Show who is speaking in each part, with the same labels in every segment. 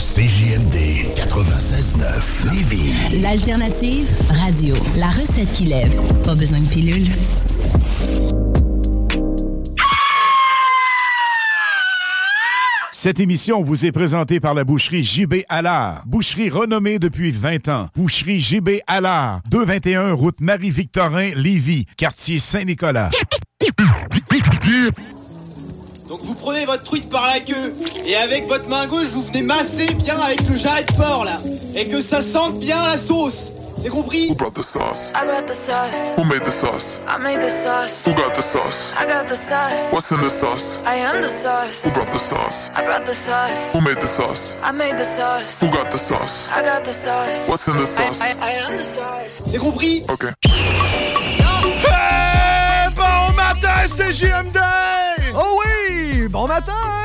Speaker 1: CJMD 96.9 Lévis.
Speaker 2: L'alternative radio. La recette qui lève. Pas besoin de pilule.
Speaker 3: Cette émission vous est présentée par la boucherie JB Allard, boucherie renommée depuis 20 ans. Boucherie JB Allard, 221 route Marie-Victorin, Lévis, quartier Saint-Nicolas.
Speaker 4: Donc vous prenez votre truite par la queue et avec votre main gauche vous venez masser bien avec le jarret de porc là et que ça sente bien la sauce. C'est compris
Speaker 5: Who brought the sauce?
Speaker 6: Ah
Speaker 7: I brought the sauce.
Speaker 5: Who made the sauce?
Speaker 7: I made the sauce.
Speaker 5: Who got the sauce?
Speaker 7: I got the sauce.
Speaker 5: What's in the sauce?
Speaker 7: I am the sauce.
Speaker 5: Who brought the sauce?
Speaker 7: I brought the sauce.
Speaker 5: Who made the sauce?
Speaker 7: I made the sauce.
Speaker 5: Who got the sauce?
Speaker 7: I got the sauce.
Speaker 5: What's in the
Speaker 7: I,
Speaker 5: sauce?
Speaker 7: I, I am the sauce.
Speaker 4: C'est compris
Speaker 5: Okay.
Speaker 8: Hey, bon Eh ben, matin, c'est JMD!
Speaker 9: Oh oui! Bon matin! hein.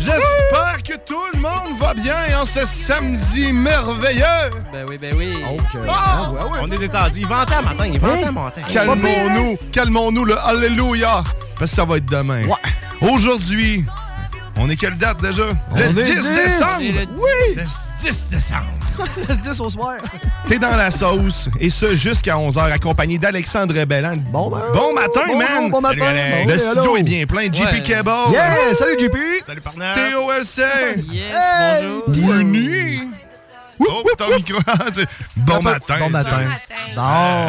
Speaker 8: J'espère que tout le monde va bien en ce samedi merveilleux!
Speaker 6: Ben oui, ben oui.
Speaker 8: Ah!
Speaker 6: On est détendu. Il vente à matin, Ah,
Speaker 9: Hein?
Speaker 6: il vente à matin.
Speaker 8: Calmons-nous, calmons-nous le Alléluia! Parce que ça va être demain. Aujourd'hui, on est quelle date déjà? le 10 décembre!
Speaker 9: Oui!
Speaker 8: Le 10 décembre!
Speaker 9: Le 10 au soir.
Speaker 8: T'es dans la sauce, et ce jusqu'à 11h, accompagné d'Alexandre Belland. Bon, matin,
Speaker 9: bon,
Speaker 8: man!
Speaker 9: bon matin.
Speaker 8: Le,
Speaker 9: Bon,
Speaker 8: studio
Speaker 9: allô.
Speaker 8: est bien plein. JP
Speaker 6: Ouais.
Speaker 8: Cable!
Speaker 9: Yeah! Salut, JP!
Speaker 8: TOLC!
Speaker 6: Yes, bonjour.
Speaker 8: Muni! Oh, ton micro. C'est- bon matin.
Speaker 9: Bon
Speaker 8: ça.
Speaker 9: matin. Non,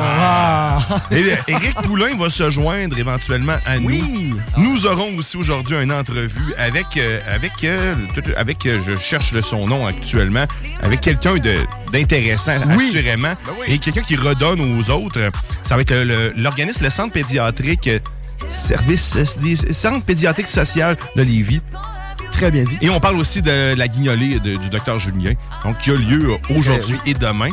Speaker 9: ah.
Speaker 8: Et euh, Éric Poulain va se joindre éventuellement à nous.
Speaker 9: Oui.
Speaker 8: Nous aurons aussi aujourd'hui une entrevue avec euh, avec euh, tout- avec euh, je cherche le son nom actuellement avec quelqu'un de d'intéressant assurément et quelqu'un qui redonne aux autres. Ça va être le- l'organisme le centre pédiatrique euh, service euh, centre pédiatrique social de Lévis.
Speaker 9: Très bien dit.
Speaker 8: Et on parle aussi de la guignolée de- du docteur Julien, donc qui a lieu euh, aujourd'hui
Speaker 9: Eh
Speaker 8: et demain.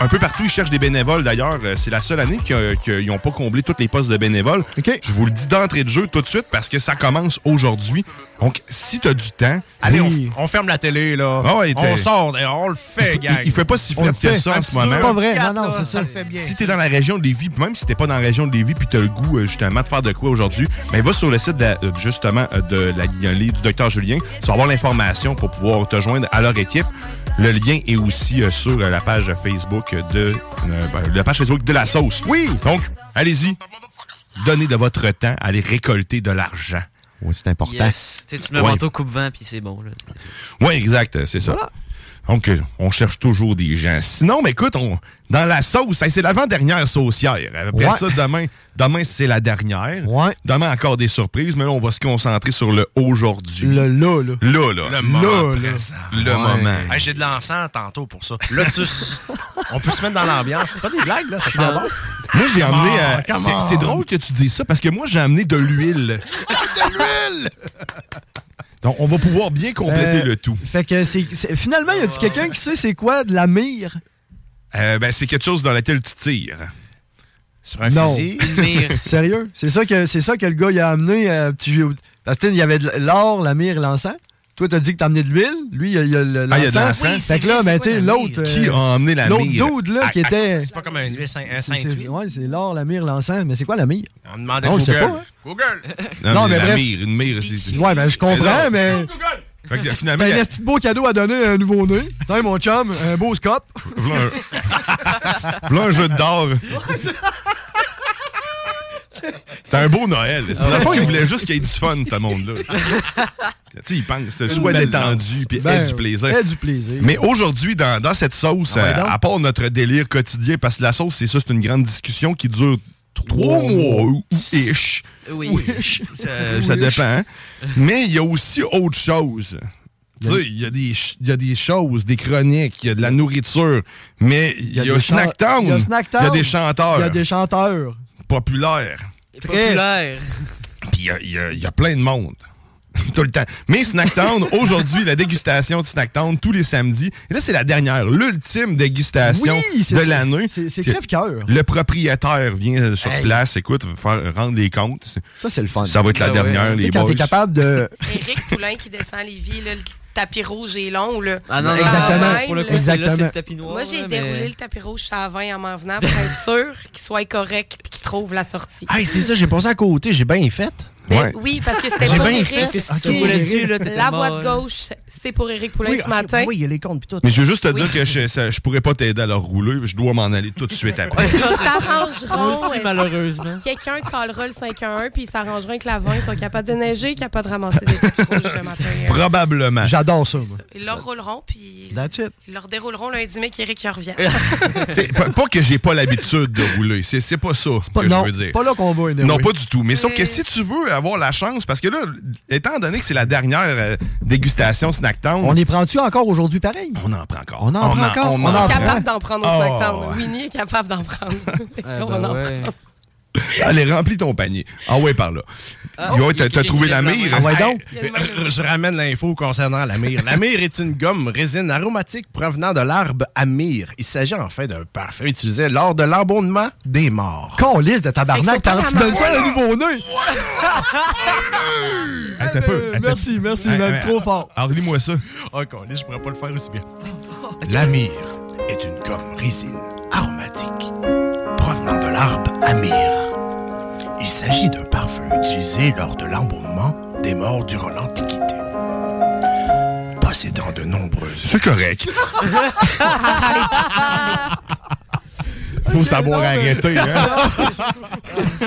Speaker 8: Un peu partout, ils cherchent des bénévoles d'ailleurs. Euh, C'est la seule année qu'ils euh, qu'ils n'ont pas comblé tous les postes de bénévoles.
Speaker 9: OK.
Speaker 8: Je vous le dis d'entrée de jeu tout de suite parce que ça commence aujourd'hui. Donc, si tu as du temps,
Speaker 6: Allez,
Speaker 9: Oui.
Speaker 6: on, on ferme la télé, là.
Speaker 8: Ah ouais,
Speaker 6: on
Speaker 8: t'es-
Speaker 6: sort, et on le fait,
Speaker 8: il,
Speaker 6: gang.
Speaker 8: il fait pas si
Speaker 9: On le
Speaker 8: faible que
Speaker 9: fait.
Speaker 8: ça en ce
Speaker 9: C'est pas
Speaker 8: moment.
Speaker 9: vrai,
Speaker 6: Quatre,
Speaker 9: non, non,
Speaker 6: là,
Speaker 9: c'est ça.
Speaker 6: le fait bien.
Speaker 8: Si t'es dans la région de Lévis, puis même si t'es pas dans la région de Lévis, puis t'as le goût euh, justement de faire de quoi aujourd'hui, ben va sur le site de la- euh, justement euh, de la guignolée du docteur Julien. Tu vas avoir l'information pour pouvoir te joindre à leur équipe. Le lien est aussi euh, sur euh, la page Facebook de euh, ben, la page Facebook de la sauce.
Speaker 9: Oui.
Speaker 8: Donc, allez-y. Donnez de votre temps, allez récolter de l'argent.
Speaker 9: Oui, c'est important.
Speaker 6: Yes.
Speaker 10: Tu sais, tu te mets
Speaker 8: Ouais.
Speaker 10: manteau coupe-vent, puis c'est bon. Là.
Speaker 8: Oui, exact, euh, c'est ça. Donc, euh, on cherche toujours des gens. Sinon, mais écoute, on, dans la sauce, hey, c'est l'avant-dernière saucière. Après
Speaker 9: Ouais.
Speaker 8: ça, demain, demain c'est la dernière.
Speaker 9: Ouais.
Speaker 8: Demain, encore des surprises, mais là, on va se concentrer sur le aujourd'hui.
Speaker 9: Le là, là.
Speaker 8: Là, là.
Speaker 6: Le moment
Speaker 9: là.
Speaker 6: présent.
Speaker 8: Le moment.
Speaker 6: Hey, J'ai de l'encens tantôt pour ça. Lotus. on peut se mettre dans l'ambiance. C'est pas des blagues, là. Ça sent bon.
Speaker 8: Moi, j'ai amené. euh,
Speaker 6: on, come
Speaker 8: c'est-
Speaker 6: on.
Speaker 8: c'est drôle que tu dises ça parce que moi, j'ai amené de l'huile. de l'huile! Donc, on va pouvoir bien compléter
Speaker 9: Euh,
Speaker 8: le tout.
Speaker 9: Fait que c'est. c'est- Finalement,
Speaker 6: Ah.
Speaker 9: y a-tu quelqu'un qui sait c'est quoi de la mire?
Speaker 8: Euh, ben, c'est quelque chose dans laquelle tu tires.
Speaker 6: Sur un
Speaker 9: Non.
Speaker 6: fusil.
Speaker 10: Mire.
Speaker 9: Sérieux? C'est ça que c'est ça que le gars il a amené. euh, petit jeu- Parce que tu sais, il y avait de l'or, la mire et l'encens. Toi, t'as dit que t'as amené de l'huile. Lui, il y a, il y a le-
Speaker 8: Ah, il y a de
Speaker 9: l'encens.
Speaker 8: l'encens.
Speaker 9: fait que là,
Speaker 6: Oui,
Speaker 9: ben,
Speaker 6: c'est
Speaker 9: tu
Speaker 6: quoi
Speaker 9: sais,
Speaker 6: la
Speaker 9: l'autre.
Speaker 6: mire?
Speaker 8: Qui a
Speaker 9: euh,
Speaker 8: emmené la Ah,
Speaker 9: L'autre
Speaker 8: mire?
Speaker 9: dude, là,
Speaker 8: À-
Speaker 9: qui
Speaker 8: à-
Speaker 9: était.
Speaker 6: Ah, C'est pas comme un huile Saint- un
Speaker 9: C'est- c'est-
Speaker 6: 5-8.
Speaker 9: Ouais, c'est l'or, la mire, l'encens. Mais c'est quoi la mire?
Speaker 6: On demandait
Speaker 9: Non, je sais
Speaker 6: Google.
Speaker 9: pas, hein.
Speaker 6: Google.
Speaker 8: Non,
Speaker 9: Non,
Speaker 8: mais
Speaker 9: mais
Speaker 8: la
Speaker 9: bref.
Speaker 8: mire, une mire, c'est- c'est.
Speaker 9: Ouais, ben je comprends, mais.
Speaker 6: Google.
Speaker 8: Fait que finalement,
Speaker 9: Ben,
Speaker 8: il y a-
Speaker 9: un petit beau cadeau à donner à un nouveau-né. Tiens, mon chum, un beau scope.
Speaker 8: V'là un... V'là un jeu d'or. T'as un beau Noël.
Speaker 9: Ah
Speaker 8: Dans le fond, ils voulaient juste qu'il y ait du fun, ce monde-là. tu sais, ils pensent,
Speaker 9: Une
Speaker 8: soit
Speaker 9: belle
Speaker 8: détendu,
Speaker 9: danse.
Speaker 8: puis
Speaker 9: Ben,
Speaker 8: aie du plaisir.
Speaker 9: aie du plaisir.
Speaker 8: Mais oh, aujourd'hui, dans, dans cette sauce,
Speaker 9: Ah ouais,
Speaker 8: euh,
Speaker 9: donc?
Speaker 8: à part notre délire quotidien, parce que la sauce, c'est ça, c'est une grande discussion qui dure trois mois ou ou ish.
Speaker 10: Oui.
Speaker 8: Euh, ça dépend. hein. Mais il y a aussi autre chose. Tu sais, il y, a des ch- il y a des choses, des chroniques, il y a de la nourriture, mais il y a,
Speaker 9: des chan-
Speaker 8: Snack Town,
Speaker 9: Il y a Snack Town.
Speaker 8: il y a des chanteurs
Speaker 9: Il y a des chanteurs.
Speaker 8: populaires.
Speaker 10: Populaire.
Speaker 8: Puis il y a- il y, a- il y a plein de monde. Tout le temps. Mais Snacktown, aujourd'hui, la dégustation de Snacktown, tous les samedis. Et là, c'est la dernière, l'ultime dégustation
Speaker 9: Oui, c'est
Speaker 8: de
Speaker 9: ça.
Speaker 8: l'année.
Speaker 9: C'est- c'est crève-cœur.
Speaker 8: Le propriétaire vient euh, sur
Speaker 9: Hey.
Speaker 8: place, écoute, faire, rendre les comptes.
Speaker 9: Ça, c'est le fun.
Speaker 8: Ça va être la
Speaker 9: Ah ouais.
Speaker 10: hein.
Speaker 8: dernière,
Speaker 9: Tu sais,
Speaker 8: les
Speaker 9: quand
Speaker 8: boys.
Speaker 9: t'es capable de.
Speaker 2: Éric Poulain qui descend les vies, là, le tapis rouge est long. Là.
Speaker 9: Ah non, non, Exactement.
Speaker 2: même,
Speaker 9: Pour le coup,
Speaker 2: là.
Speaker 9: celui-là, c'est le tapis
Speaker 10: noir,
Speaker 2: Moi, j'ai
Speaker 10: là,
Speaker 2: déroulé
Speaker 10: mais-
Speaker 2: le tapis rouge à 20 en m'en venant pour être sûr qu'il soit correct et qu'il trouve la sortie. Euh,
Speaker 6: Hey, c'est ça, j'ai passé à côté, j'ai bien fait.
Speaker 8: Ouais.
Speaker 2: Ben, Oui, parce que c'était
Speaker 6: J'ai
Speaker 2: pour
Speaker 6: bien
Speaker 2: Éric.
Speaker 6: fait, parce que si tu roulais dessus, là, t'étais
Speaker 2: La
Speaker 6: mort,
Speaker 2: voix de
Speaker 6: là.
Speaker 2: gauche, c'est pour Éric Poulain
Speaker 6: Oui,
Speaker 2: ce
Speaker 6: ok, ben
Speaker 2: matin.
Speaker 6: Oui, il y a les comptes, puis tout.
Speaker 8: Mais je veux juste te
Speaker 2: Oui.
Speaker 8: dire que je, ça- je pourrais pas t'aider à leur rouler, je dois m'en aller tout de suite après.
Speaker 2: Ils s'arrangeront.
Speaker 10: Moi aussi,
Speaker 2: euh,
Speaker 10: malheureusement.
Speaker 2: Quelqu'un callera le 511 puis ils s'arrangeront que la 20, ils sont capables de neiger, ils sont capables de ramasser des tapis rouges le matin. euh.
Speaker 8: Probablement.
Speaker 9: J'adore ça, moi.
Speaker 2: Ils leur rouleront puis
Speaker 9: That's it.
Speaker 2: ils leur dérouleront lundi, mais qu'Éric y revient.
Speaker 8: Ah, T'sais, pas, pas que j'ai pas l'habitude de rouler, c'est c'est pas ça
Speaker 9: Pas-
Speaker 8: que
Speaker 9: non,
Speaker 8: je veux dire.
Speaker 9: c'est pas là qu'on va anyway.
Speaker 8: Non, pas du tout. Mais sauf que si tu veux avoir la chance, parce que là, étant donné que c'est la dernière euh, dégustation Snacktown,
Speaker 9: On y prend-tu encore aujourd'hui pareil?
Speaker 8: On en prend encore.
Speaker 9: On en
Speaker 8: On
Speaker 9: prend
Speaker 8: en-
Speaker 9: encore.
Speaker 8: on
Speaker 9: On en prend.
Speaker 2: capable d'en prendre au
Speaker 8: Oh,
Speaker 2: Snacktown.
Speaker 8: ouais.
Speaker 2: Winnie est capable d'en prendre. Est-ce
Speaker 10: ben
Speaker 2: qu'on
Speaker 8: Ah, ben
Speaker 2: va en prendre?
Speaker 8: allez, remplis ton panier. Ah ouais, par là.
Speaker 6: Ah,
Speaker 8: Yo,
Speaker 6: il y
Speaker 8: t'as t'as
Speaker 6: a quelqu'un
Speaker 8: trouvé
Speaker 6: qui
Speaker 8: la
Speaker 6: lève la
Speaker 8: mire.
Speaker 6: main. Ah ouais, donc.
Speaker 8: Hey,
Speaker 6: Je ramène l'info concernant la mire. La mire est une gomme résine aromatique provenant de l'arbre à myrrhe. Il s'agit en fait d'un parfum utilisé lors de l'embaumement des morts.
Speaker 9: Calice de tabarnak, t'as tu donnes ça à un nouveau-né.
Speaker 8: Hey, t'as peu, hey, t'as-
Speaker 9: Merci, merci,
Speaker 8: Hey,
Speaker 9: même
Speaker 8: hey,
Speaker 9: trop fort.
Speaker 8: Alors, lis-moi ça.
Speaker 6: Oh, calice, je pourrais pas le faire aussi bien. La myrrhe est une gomme résine aromatique provenant de l'arbre à myrrhe. Il s'agit d'un parfum utilisé lors de l'embaumement des morts durant l'Antiquité. Possédant de nombreuses...
Speaker 8: C'est correct. Faut savoir arrêter, hein?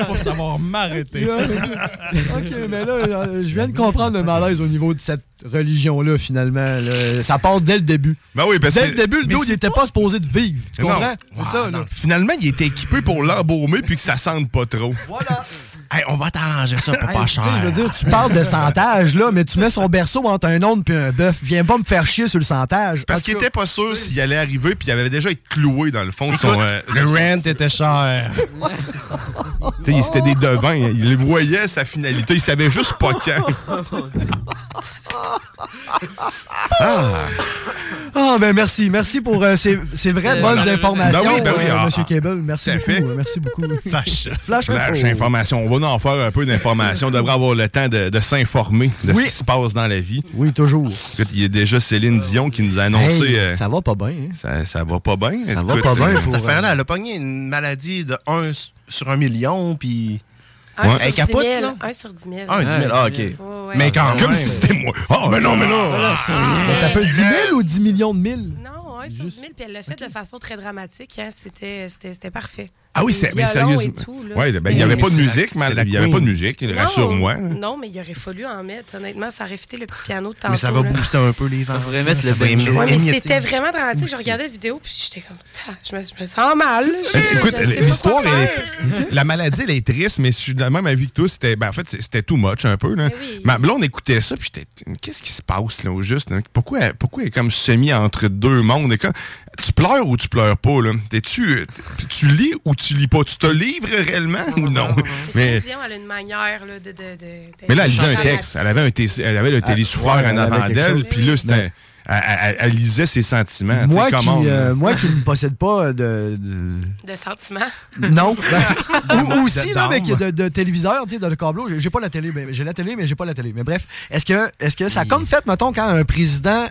Speaker 6: Faut savoir m'arrêter.
Speaker 9: OK, mais là, euh, je viens de comprendre le malaise au niveau de cette religion-là, finalement. là. Ça part dès le début.
Speaker 8: Ben oui, parce
Speaker 9: dès
Speaker 8: que-
Speaker 9: le début, le
Speaker 8: mais
Speaker 9: dude, il
Speaker 8: c'est-
Speaker 9: était pas supposé de vivre. Tu
Speaker 8: Non.
Speaker 9: comprends?
Speaker 8: Ah,
Speaker 9: C'est ça,
Speaker 8: non.
Speaker 9: là.
Speaker 8: Finalement, il était équipé pour l'embaumer puis que ça sente pas trop.
Speaker 6: Hey, on va t'arranger ça pour
Speaker 9: Hey,
Speaker 6: pas
Speaker 9: tu sais,
Speaker 6: cher.
Speaker 9: Je veux dire, tu parles de centage, là, mais tu mets son berceau entre un onde puis un bœuf. Viens pas me faire chier sur le centage.
Speaker 8: Parce qu'il était pas sûr s'il allait arriver puis il avait déjà été cloué dans le fond de son.
Speaker 6: Écoute,
Speaker 8: euh,
Speaker 6: le
Speaker 8: de son-
Speaker 6: rent était cher.
Speaker 8: Tu sais, C'était des devins. hein. Il voyait sa finalité. Il savait juste pas quand.
Speaker 9: Oh,
Speaker 8: Ah.
Speaker 9: Ah, ben merci. Merci pour euh, ces, ces vraies
Speaker 8: Euh,
Speaker 9: bonnes
Speaker 8: ben,
Speaker 9: informations,
Speaker 8: ben oui, ben oui,
Speaker 9: euh,
Speaker 8: ah,
Speaker 9: Monsieur
Speaker 8: ah.
Speaker 9: Cable. Merci
Speaker 8: Ça
Speaker 9: beaucoup.
Speaker 8: fait.
Speaker 9: euh, Merci beaucoup.
Speaker 6: Flash.
Speaker 9: Flash, Oh.
Speaker 8: Flash
Speaker 9: info.
Speaker 8: information. On va en faire un peu d'informations. On devrait avoir le temps de, de s'informer de ce
Speaker 9: Oui.
Speaker 8: qui se passe dans la vie.
Speaker 9: Oui, toujours.
Speaker 8: Écoute, il y a déjà Céline Dion qui nous a annoncé.
Speaker 9: Hey,
Speaker 8: euh,
Speaker 9: ça va pas bien. hein?
Speaker 8: ça, ça va pas bien. euh,
Speaker 9: Ça va
Speaker 8: Écoute,
Speaker 9: pas
Speaker 8: c'est-
Speaker 9: bien
Speaker 6: Cette
Speaker 9: pour,
Speaker 6: affaire-là, elle a pogné une maladie de 1 sur 1 million, puis.
Speaker 2: Un
Speaker 6: Elle
Speaker 2: sur 10
Speaker 6: capote,
Speaker 2: 000.
Speaker 6: là.
Speaker 2: Un sur 10 000.
Speaker 6: Ah, 10 000, ah, ok.
Speaker 2: Ouais, ouais.
Speaker 6: Mais quand
Speaker 8: Comme
Speaker 6: même. Ah,
Speaker 8: si c'était moi. Oh, mais non, mais non.
Speaker 9: Mais t'as fait 10 000 ou 10 millions de mille?
Speaker 2: Non, un sur 10 000, puis elle l'a fait de façon très dramatique. hein. C'était c'était- c'était parfait.
Speaker 8: Ah oui,
Speaker 2: Les
Speaker 8: c'est mais
Speaker 2: violons
Speaker 8: sérieusement.
Speaker 2: et tout,
Speaker 8: Ouais,
Speaker 2: là,
Speaker 8: ben, il
Speaker 2: c'était-
Speaker 8: n'y avait pas de
Speaker 6: C'est la-
Speaker 8: musique, mais
Speaker 6: c'est la
Speaker 8: il n'y avait
Speaker 6: queen.
Speaker 8: pas de musique, rassure-moi. là.
Speaker 2: Non, mais il aurait fallu en mettre. Honnêtement, ça aurait fité le petit piano de tantôt.
Speaker 6: Mais ça va
Speaker 2: là.
Speaker 6: booster un peu les ventes.
Speaker 10: faudrait mettre
Speaker 6: Ça
Speaker 10: le
Speaker 6: va
Speaker 10: banjo.
Speaker 6: émi-
Speaker 2: Ouais, mais
Speaker 6: émietter.
Speaker 2: c'était vraiment dramatique. Je regardais la vidéo, puis j'étais comme, Tain, je me, je me sens mal. Je- je
Speaker 8: Écoute,
Speaker 2: sais pas Mhm.
Speaker 8: l'histoire,
Speaker 2: quoi
Speaker 8: elle
Speaker 2: faire.
Speaker 8: est- la maladie, elle est triste, mais je suis de la même avis que toi. C'était, ben, en fait, c'est- c'était too much un peu. Là. Ma blonde écoutait ça, puis j'étais, qu'est-ce qui se passe là, au juste? là? Pourquoi, elle- pourquoi elle est comme semi entre deux mondes? Et quand- tu pleures ou tu pleures pas? Là? T'es-tu, euh, tu lis ou tu lis pas? Tu te livres réellement ou
Speaker 2: Ah,
Speaker 8: non? Mais,
Speaker 2: Céline Dion, elle a une manière là, de, de, de- de-
Speaker 8: mais là, elle lisait un
Speaker 2: chanter
Speaker 8: texte.
Speaker 2: là-dessus.
Speaker 8: Elle avait, un té- elle avait le télésouffleur
Speaker 9: Ah, ouais,
Speaker 8: en
Speaker 9: elle avait
Speaker 8: avant
Speaker 9: quelque
Speaker 8: d'elle,
Speaker 9: chose.
Speaker 8: puis là, c'était, elle, elle- elle lisait ses sentiments. tu sais,
Speaker 9: Moi
Speaker 8: comment on-
Speaker 9: qui, euh, moi qui ne possède pas euh, de. de-
Speaker 2: De sentiments.
Speaker 9: Non. Ben, ou- ou aussi, là,
Speaker 6: d'armes.
Speaker 9: avec de, de téléviseur, tu sais, de le câbleau, j'ai- j'ai pas la télé, mais j'ai la télé, mais j'ai pas la télé. Mais bref, est-ce que, est que ça a comme fait, mettons, quand un président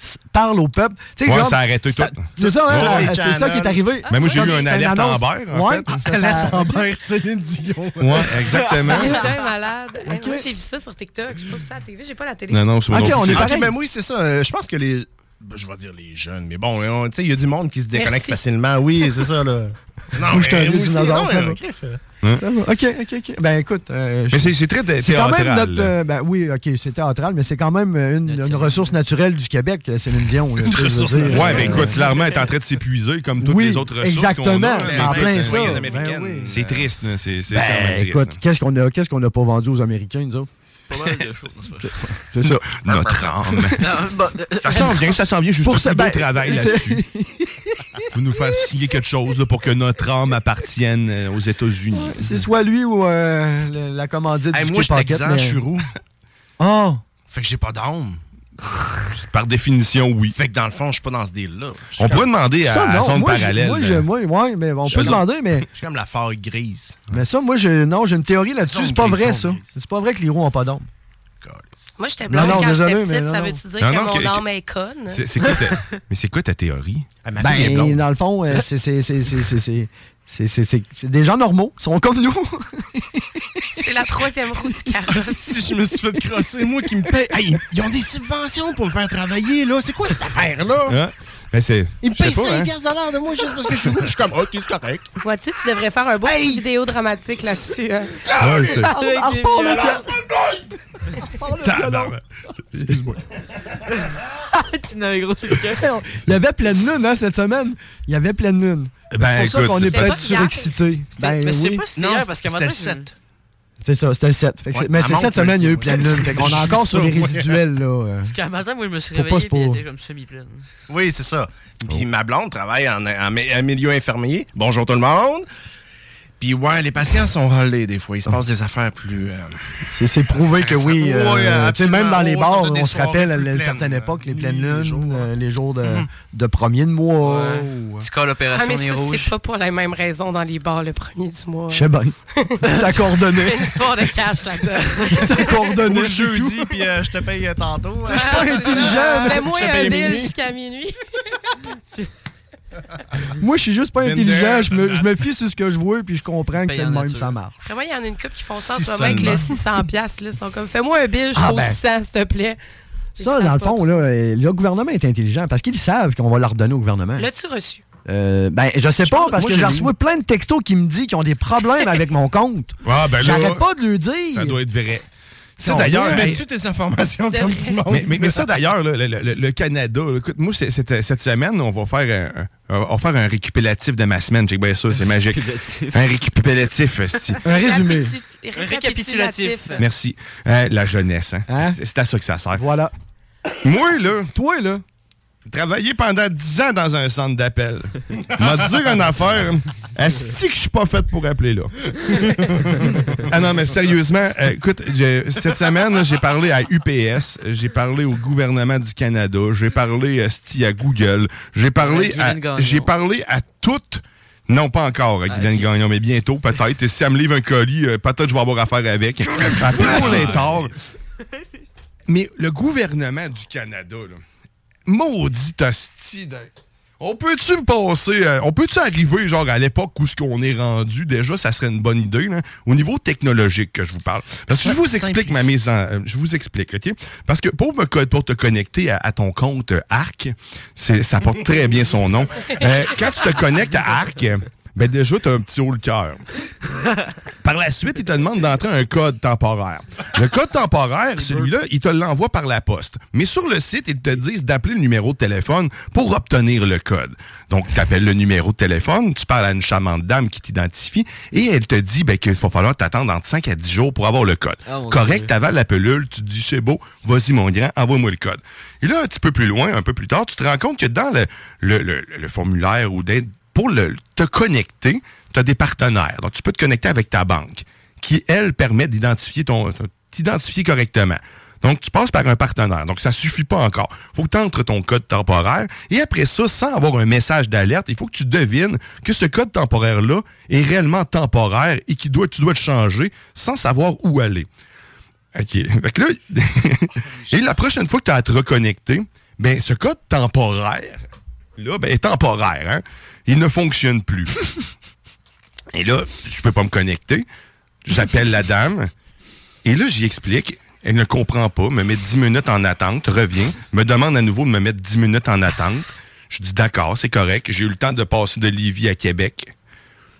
Speaker 9: s- parle au peuple? tu sais,
Speaker 8: Ouais,
Speaker 9: comme-
Speaker 8: ça a arrêté tout.
Speaker 9: C'est ça, hein,
Speaker 8: Ouais.
Speaker 9: la- c'est ça qui est arrivé.
Speaker 8: Ben,
Speaker 2: Ah,
Speaker 8: moi, j'ai
Speaker 9: Comme
Speaker 8: eu un
Speaker 9: c'était une
Speaker 8: alerte
Speaker 9: annonce.
Speaker 8: Amber, en
Speaker 9: Ouais,
Speaker 8: fait.
Speaker 9: ça- ça-
Speaker 6: Alerte Amber, Céline Dion.
Speaker 8: Ouais, exactement. Ah.
Speaker 2: C'est un malade. Hey, moi, j'ai vu ça sur TikTok. J'ai pas vu ça à la TV. J'ai pas la télé.
Speaker 8: Non, non, c'est moi non
Speaker 6: Ok,
Speaker 8: plus.
Speaker 6: on est
Speaker 8: Ok,
Speaker 6: pareil.
Speaker 8: ben
Speaker 6: mais oui, c'est ça. Euh, Je pense que les.
Speaker 8: ben, je vais dire les jeunes, mais bon,
Speaker 6: euh,
Speaker 8: on- tu sais, il y a du monde qui se déconnecte
Speaker 9: Merci.
Speaker 8: facilement. Oui, c'est ça, là. Non,
Speaker 9: Ou je te
Speaker 8: mais
Speaker 9: dis
Speaker 8: aussi,
Speaker 9: dinosaure,
Speaker 8: non,
Speaker 9: ça
Speaker 8: mais
Speaker 9: va.
Speaker 8: Griff,
Speaker 9: Ça
Speaker 8: Hein?
Speaker 9: va. OK, OK, OK. Ben écoute. euh, je-
Speaker 8: Mais c'est- c'est très thé-
Speaker 9: C'est quand même
Speaker 8: théâtral,
Speaker 9: notre.
Speaker 8: là.
Speaker 9: euh, ben oui, OK, c'est théâtral, mais c'est quand même une, une ressource naturelle du Québec, euh, Céline Dion. là, tu sais, je veux dire, euh,
Speaker 8: Ouais, mais écoute, l'armée est en train de s'épuiser comme toutes
Speaker 9: Oui,
Speaker 8: les autres ressources.
Speaker 9: exactement,
Speaker 8: qu'on a, là.
Speaker 9: en plein
Speaker 8: C'est-
Speaker 9: ça.
Speaker 8: c'est- C'est triste, là, c'est c'est
Speaker 9: ben,
Speaker 8: extrêmement triste.
Speaker 9: écoute, qu'est-ce qu'on a, qu'est-ce qu'on a pas vendu aux Américains, nous autres?
Speaker 10: Pas mal de choses. c'est pas-
Speaker 9: C'est ça.
Speaker 8: Notre âme.
Speaker 10: Non, bon, euh,
Speaker 8: Ça sent bien, ça sent bien. Juste
Speaker 10: Pour
Speaker 8: un
Speaker 10: ça,
Speaker 8: beau
Speaker 10: ben,
Speaker 8: travail
Speaker 10: c'est-
Speaker 8: là-dessus. Vous nous faire signer quelque chose là, pour que notre âme appartienne euh, aux États-Unis.
Speaker 9: C'est soit lui ou euh, le- la commandite
Speaker 8: Hey,
Speaker 9: du
Speaker 8: moi, je suis
Speaker 9: Skip Pocket,
Speaker 8: texan,
Speaker 9: mais-
Speaker 8: je suis roux.
Speaker 9: Oh!
Speaker 6: Fait que j'ai pas d'âme.
Speaker 8: Par définition, oui.
Speaker 6: Fait que dans le fond, je suis pas dans ce deal-là. Je suis
Speaker 8: On
Speaker 6: comme-
Speaker 8: pourrait demander à,
Speaker 9: Ça,
Speaker 8: à
Speaker 9: non,
Speaker 8: son
Speaker 9: moi, je-
Speaker 8: parallèle.
Speaker 9: Moi, je-
Speaker 8: euh,
Speaker 9: moi, ouais, mais on
Speaker 6: Je
Speaker 9: peut
Speaker 6: suis comme-
Speaker 9: demander, mais.
Speaker 6: Je suis comme la phare grise.
Speaker 9: Mais ça, moi, je, non, j'ai une théorie là-dessus.
Speaker 6: Ils sont
Speaker 9: C'est pas
Speaker 6: gris,
Speaker 9: vrai,
Speaker 6: ils sont
Speaker 9: ça. C'est pas vrai que les roues ont pas d'ombre.
Speaker 2: Moi, j'étais
Speaker 9: Non,
Speaker 2: blonde
Speaker 9: non,
Speaker 2: quand
Speaker 9: désolé,
Speaker 2: j'étais petite.
Speaker 9: mais
Speaker 2: ça
Speaker 9: non,
Speaker 2: veut-tu dire
Speaker 8: non,
Speaker 2: que
Speaker 8: non,
Speaker 2: mon
Speaker 8: que-
Speaker 2: âme est conne?
Speaker 8: c'est- c'est quoi ta- mais c'est quoi ta théorie?
Speaker 9: Ben, dans le fond, euh, c'est c'est- c'est- c'est- c'est- c'est- c'est- c'est- c'est- c'est des gens normaux. Ils sont comme nous.
Speaker 2: C'est la troisième roue du carrosse.
Speaker 6: Si je me suis fait crosser, moi qui me paye. Hey, ils ont des subventions pour me faire travailler, là. C'est quoi cette affaire-là?
Speaker 8: Hein? Ben, c'est.
Speaker 6: Ils me
Speaker 8: je sais
Speaker 6: payent
Speaker 8: pas,
Speaker 6: 5
Speaker 8: hein.
Speaker 6: piastres de l'heure de moi juste parce que je suis roux. Je suis comme, OK, c'est correct.
Speaker 2: Vois-tu, tu devrais faire un beau petit vidéo dramatique là-dessus. hein.
Speaker 8: Ah, oui, c'est-
Speaker 2: Avec des
Speaker 9: Ah, repart le
Speaker 2: violences.
Speaker 9: Ah,
Speaker 8: Tabarnak. Excuse-moi.
Speaker 10: tu n'avais gros sur le cœur.
Speaker 9: Il y avait pleine lune, hein, cette semaine. Il y avait pleine lune.
Speaker 8: Ben,
Speaker 9: c'est pour ça
Speaker 8: écoute,
Speaker 9: qu'on est
Speaker 8: c'était
Speaker 9: peut-être
Speaker 10: pas hier.
Speaker 9: surexcités. Ben,
Speaker 10: mais je sais
Speaker 9: oui.
Speaker 10: pas si c'est hier, parce qu'à un moment donné,
Speaker 6: c'était le
Speaker 10: je-
Speaker 9: C'est ça, c'était le 7. Fait que c'est-
Speaker 6: Ouais,
Speaker 9: mais
Speaker 6: à
Speaker 9: c'est
Speaker 6: Monte,
Speaker 9: cette semaine, il y a eu pleine lune. Fait qu'on
Speaker 6: Je
Speaker 9: est
Speaker 6: suis
Speaker 9: encore sur les
Speaker 6: sûr, ouais.
Speaker 9: résiduels, là. euh.
Speaker 10: Parce qu'à matin, moi, je me suis
Speaker 9: Faut pas
Speaker 10: réveillé
Speaker 9: se Oh.
Speaker 10: et
Speaker 9: pour-
Speaker 10: était comme semi-pleine.
Speaker 6: Oui, c'est ça. Puis ma blonde travaille en, en mi- en milieu infirmier. Bonjour tout le monde. Puis ouais, les patients sont râlés des fois. Il se passe des affaires plus... euh,
Speaker 9: C'est- C'est prouvé que oui.
Speaker 6: Ouais,
Speaker 9: euh,
Speaker 6: absolument.
Speaker 9: tu sais, même dans les
Speaker 6: Oh,
Speaker 9: bars,
Speaker 6: ça donne
Speaker 9: on
Speaker 6: des
Speaker 9: se rappelle
Speaker 6: soirées
Speaker 9: à
Speaker 6: plus
Speaker 9: une
Speaker 6: pleines,
Speaker 9: certaines époques, les pleines lunes, euh, les jours, de,
Speaker 6: Mhm.
Speaker 9: de premier de mois. ou, euh,
Speaker 10: Tu colles
Speaker 2: Ah,
Speaker 10: l'opération
Speaker 2: mais
Speaker 10: Nez
Speaker 2: ça, c'est
Speaker 10: Rouge.
Speaker 2: pas pour la même raison dans les bars le premier du mois.
Speaker 9: Je sais bien. Ça coordonnait.
Speaker 2: Il y a une histoire de cash là-dedans.
Speaker 9: Ça coordonnait.
Speaker 6: Au
Speaker 9: du tout.
Speaker 6: jeudi, puis euh, je te paye euh, tantôt. hein.
Speaker 9: pas intelligent.
Speaker 2: Fais-moi
Speaker 6: Je te
Speaker 2: un
Speaker 6: paye
Speaker 2: deal
Speaker 6: minuit.
Speaker 2: jusqu'à minuit.
Speaker 9: Moi, je suis juste pas
Speaker 6: Been
Speaker 9: intelligent.
Speaker 6: there,
Speaker 9: Je me,
Speaker 6: done
Speaker 9: je me fie sur ce que je vois puis je comprends que
Speaker 10: Paye
Speaker 9: c'est le
Speaker 10: en
Speaker 9: même,
Speaker 10: nature.
Speaker 9: ça marche.
Speaker 2: Après moi, il y en a une couple qui font ça en
Speaker 9: Si
Speaker 2: ce moment avec
Speaker 9: seulement.
Speaker 2: le 600 piastres. là. Ils sont comme, fais-moi un bill jusqu'au
Speaker 9: Ah, ben.
Speaker 2: 600, s'il te plaît. Ils
Speaker 9: Ça,
Speaker 2: savent
Speaker 9: dans le
Speaker 2: pas
Speaker 9: fond,
Speaker 2: trop.
Speaker 9: là, euh, le gouvernement est intelligent parce qu'ils savent qu'on va leur donner au gouvernement.
Speaker 2: L'as-tu reçu?
Speaker 9: Euh, ben, je sais pas,
Speaker 6: pense-
Speaker 9: parce
Speaker 6: moi,
Speaker 9: que
Speaker 6: je
Speaker 9: j'ai
Speaker 6: l'ai
Speaker 9: reçu plein de textos qui me disent qu'ils ont des problèmes avec mon compte.
Speaker 8: Ah, ben là,
Speaker 9: J'arrête pas de le dire.
Speaker 8: Ça doit être vrai. Tu sais,
Speaker 9: On
Speaker 8: d'ailleurs,
Speaker 9: dit,
Speaker 8: hey,
Speaker 6: Mets-tu tes informations
Speaker 2: C'est
Speaker 6: comme
Speaker 2: vrai.
Speaker 6: du monde?
Speaker 8: Mais, mais- mais ça, d'ailleurs, là, le, le- le Canada, là, écoute, moi, c'est- c'était- cette semaine, on va faire un, un- on va faire un récapitulatif de ma semaine. J'ai bien ça, c'est magique.
Speaker 10: Récapitulatif.
Speaker 8: un récapitulatif, esti.
Speaker 9: Un résumé.
Speaker 2: Récapitu- Récapitulatif.
Speaker 8: Merci. Euh, la jeunesse, hein?
Speaker 9: Hein?
Speaker 8: C'est c'est à ça que ça sert.
Speaker 9: Voilà.
Speaker 8: Moi, là,
Speaker 9: Toi, là.
Speaker 8: travaillé pendant 10 ans dans un centre d'appel. M'a dire une affaire. Esti que je suis pas faite pour appeler là. ah non, mais sérieusement, euh, écoute, je- cette semaine, là, j'ai parlé à UPS, j'ai parlé au gouvernement du Canada, j'ai parlé esti à Google, j'ai parlé
Speaker 10: À
Speaker 8: à,
Speaker 10: Guylaine Gagnon.
Speaker 8: j'ai parlé à toutes non, pas encore, à Guylaine
Speaker 10: ok.
Speaker 8: Gagnon, mais bientôt, peut-être. Et si elle me livre un colis, euh, peut-être que je vais avoir affaire avec. Appelez-moi les torts. Mais le gouvernement du Canada, là, maudit hostie de- On peut-tu me passer, euh, on peut-tu arriver genre à l'époque où ce qu'on est rendu déjà, ça serait une bonne idée là, au niveau technologique que je vous parle. Parce que je vous explique ma mise en, euh, je vous explique, ok Parce que pour me co- pour te connecter à, à ton compte euh, Arc, c'est ça porte très bien son nom. Euh, quand tu te connectes à Arc, euh, ben déjà t'as un petit haut le cœur. Par la suite, il te demande d'entrer un code temporaire. Le code temporaire, celui-là, il te l'envoie par la poste. Mais sur le site, ils te disent d'appeler le numéro de téléphone pour obtenir le code. Donc, tu appelles le numéro de téléphone, tu parles à une charmante dame qui t'identifie et elle te dit ben, qu'il va falloir t'attendre entre 5 à 10 jours pour avoir le code.
Speaker 10: Ah, mon
Speaker 8: Correct,
Speaker 10: Dieu.
Speaker 8: t'avales la pelule, tu te dis c'est beau, vas-y mon grand, envoie-moi le code. Et là, un petit peu plus loin, un peu plus tard, tu te rends compte que dans le, le- le- le formulaire ou d'aide, pour le, te connecter, tu as des partenaires. Donc, tu peux te connecter avec ta banque qui, elle, permet d'identifier ton, t'identifier correctement. Donc, tu passes par un partenaire. Donc, ça suffit pas encore. faut que tu entres ton code temporaire. Et après ça, sans avoir un message d'alerte, il faut que tu devines que ce code temporaire-là est réellement temporaire et qu'il doit, tu dois le changer sans savoir où aller. OK. Fait que là, et la prochaine fois que tu as à te reconnecter, ben, ce code temporaire, là, ben, est temporaire, hein? Il ne fonctionne plus. et là, je peux pas me connecter. J'appelle la dame. Et là, j'y explique. Elle ne comprend pas, me met 10 minutes en attente, revient, me demande à nouveau de me mettre 10 minutes en attente. Je dis d'accord, c'est correct. J'ai eu le temps de passer de Lévis à Québec.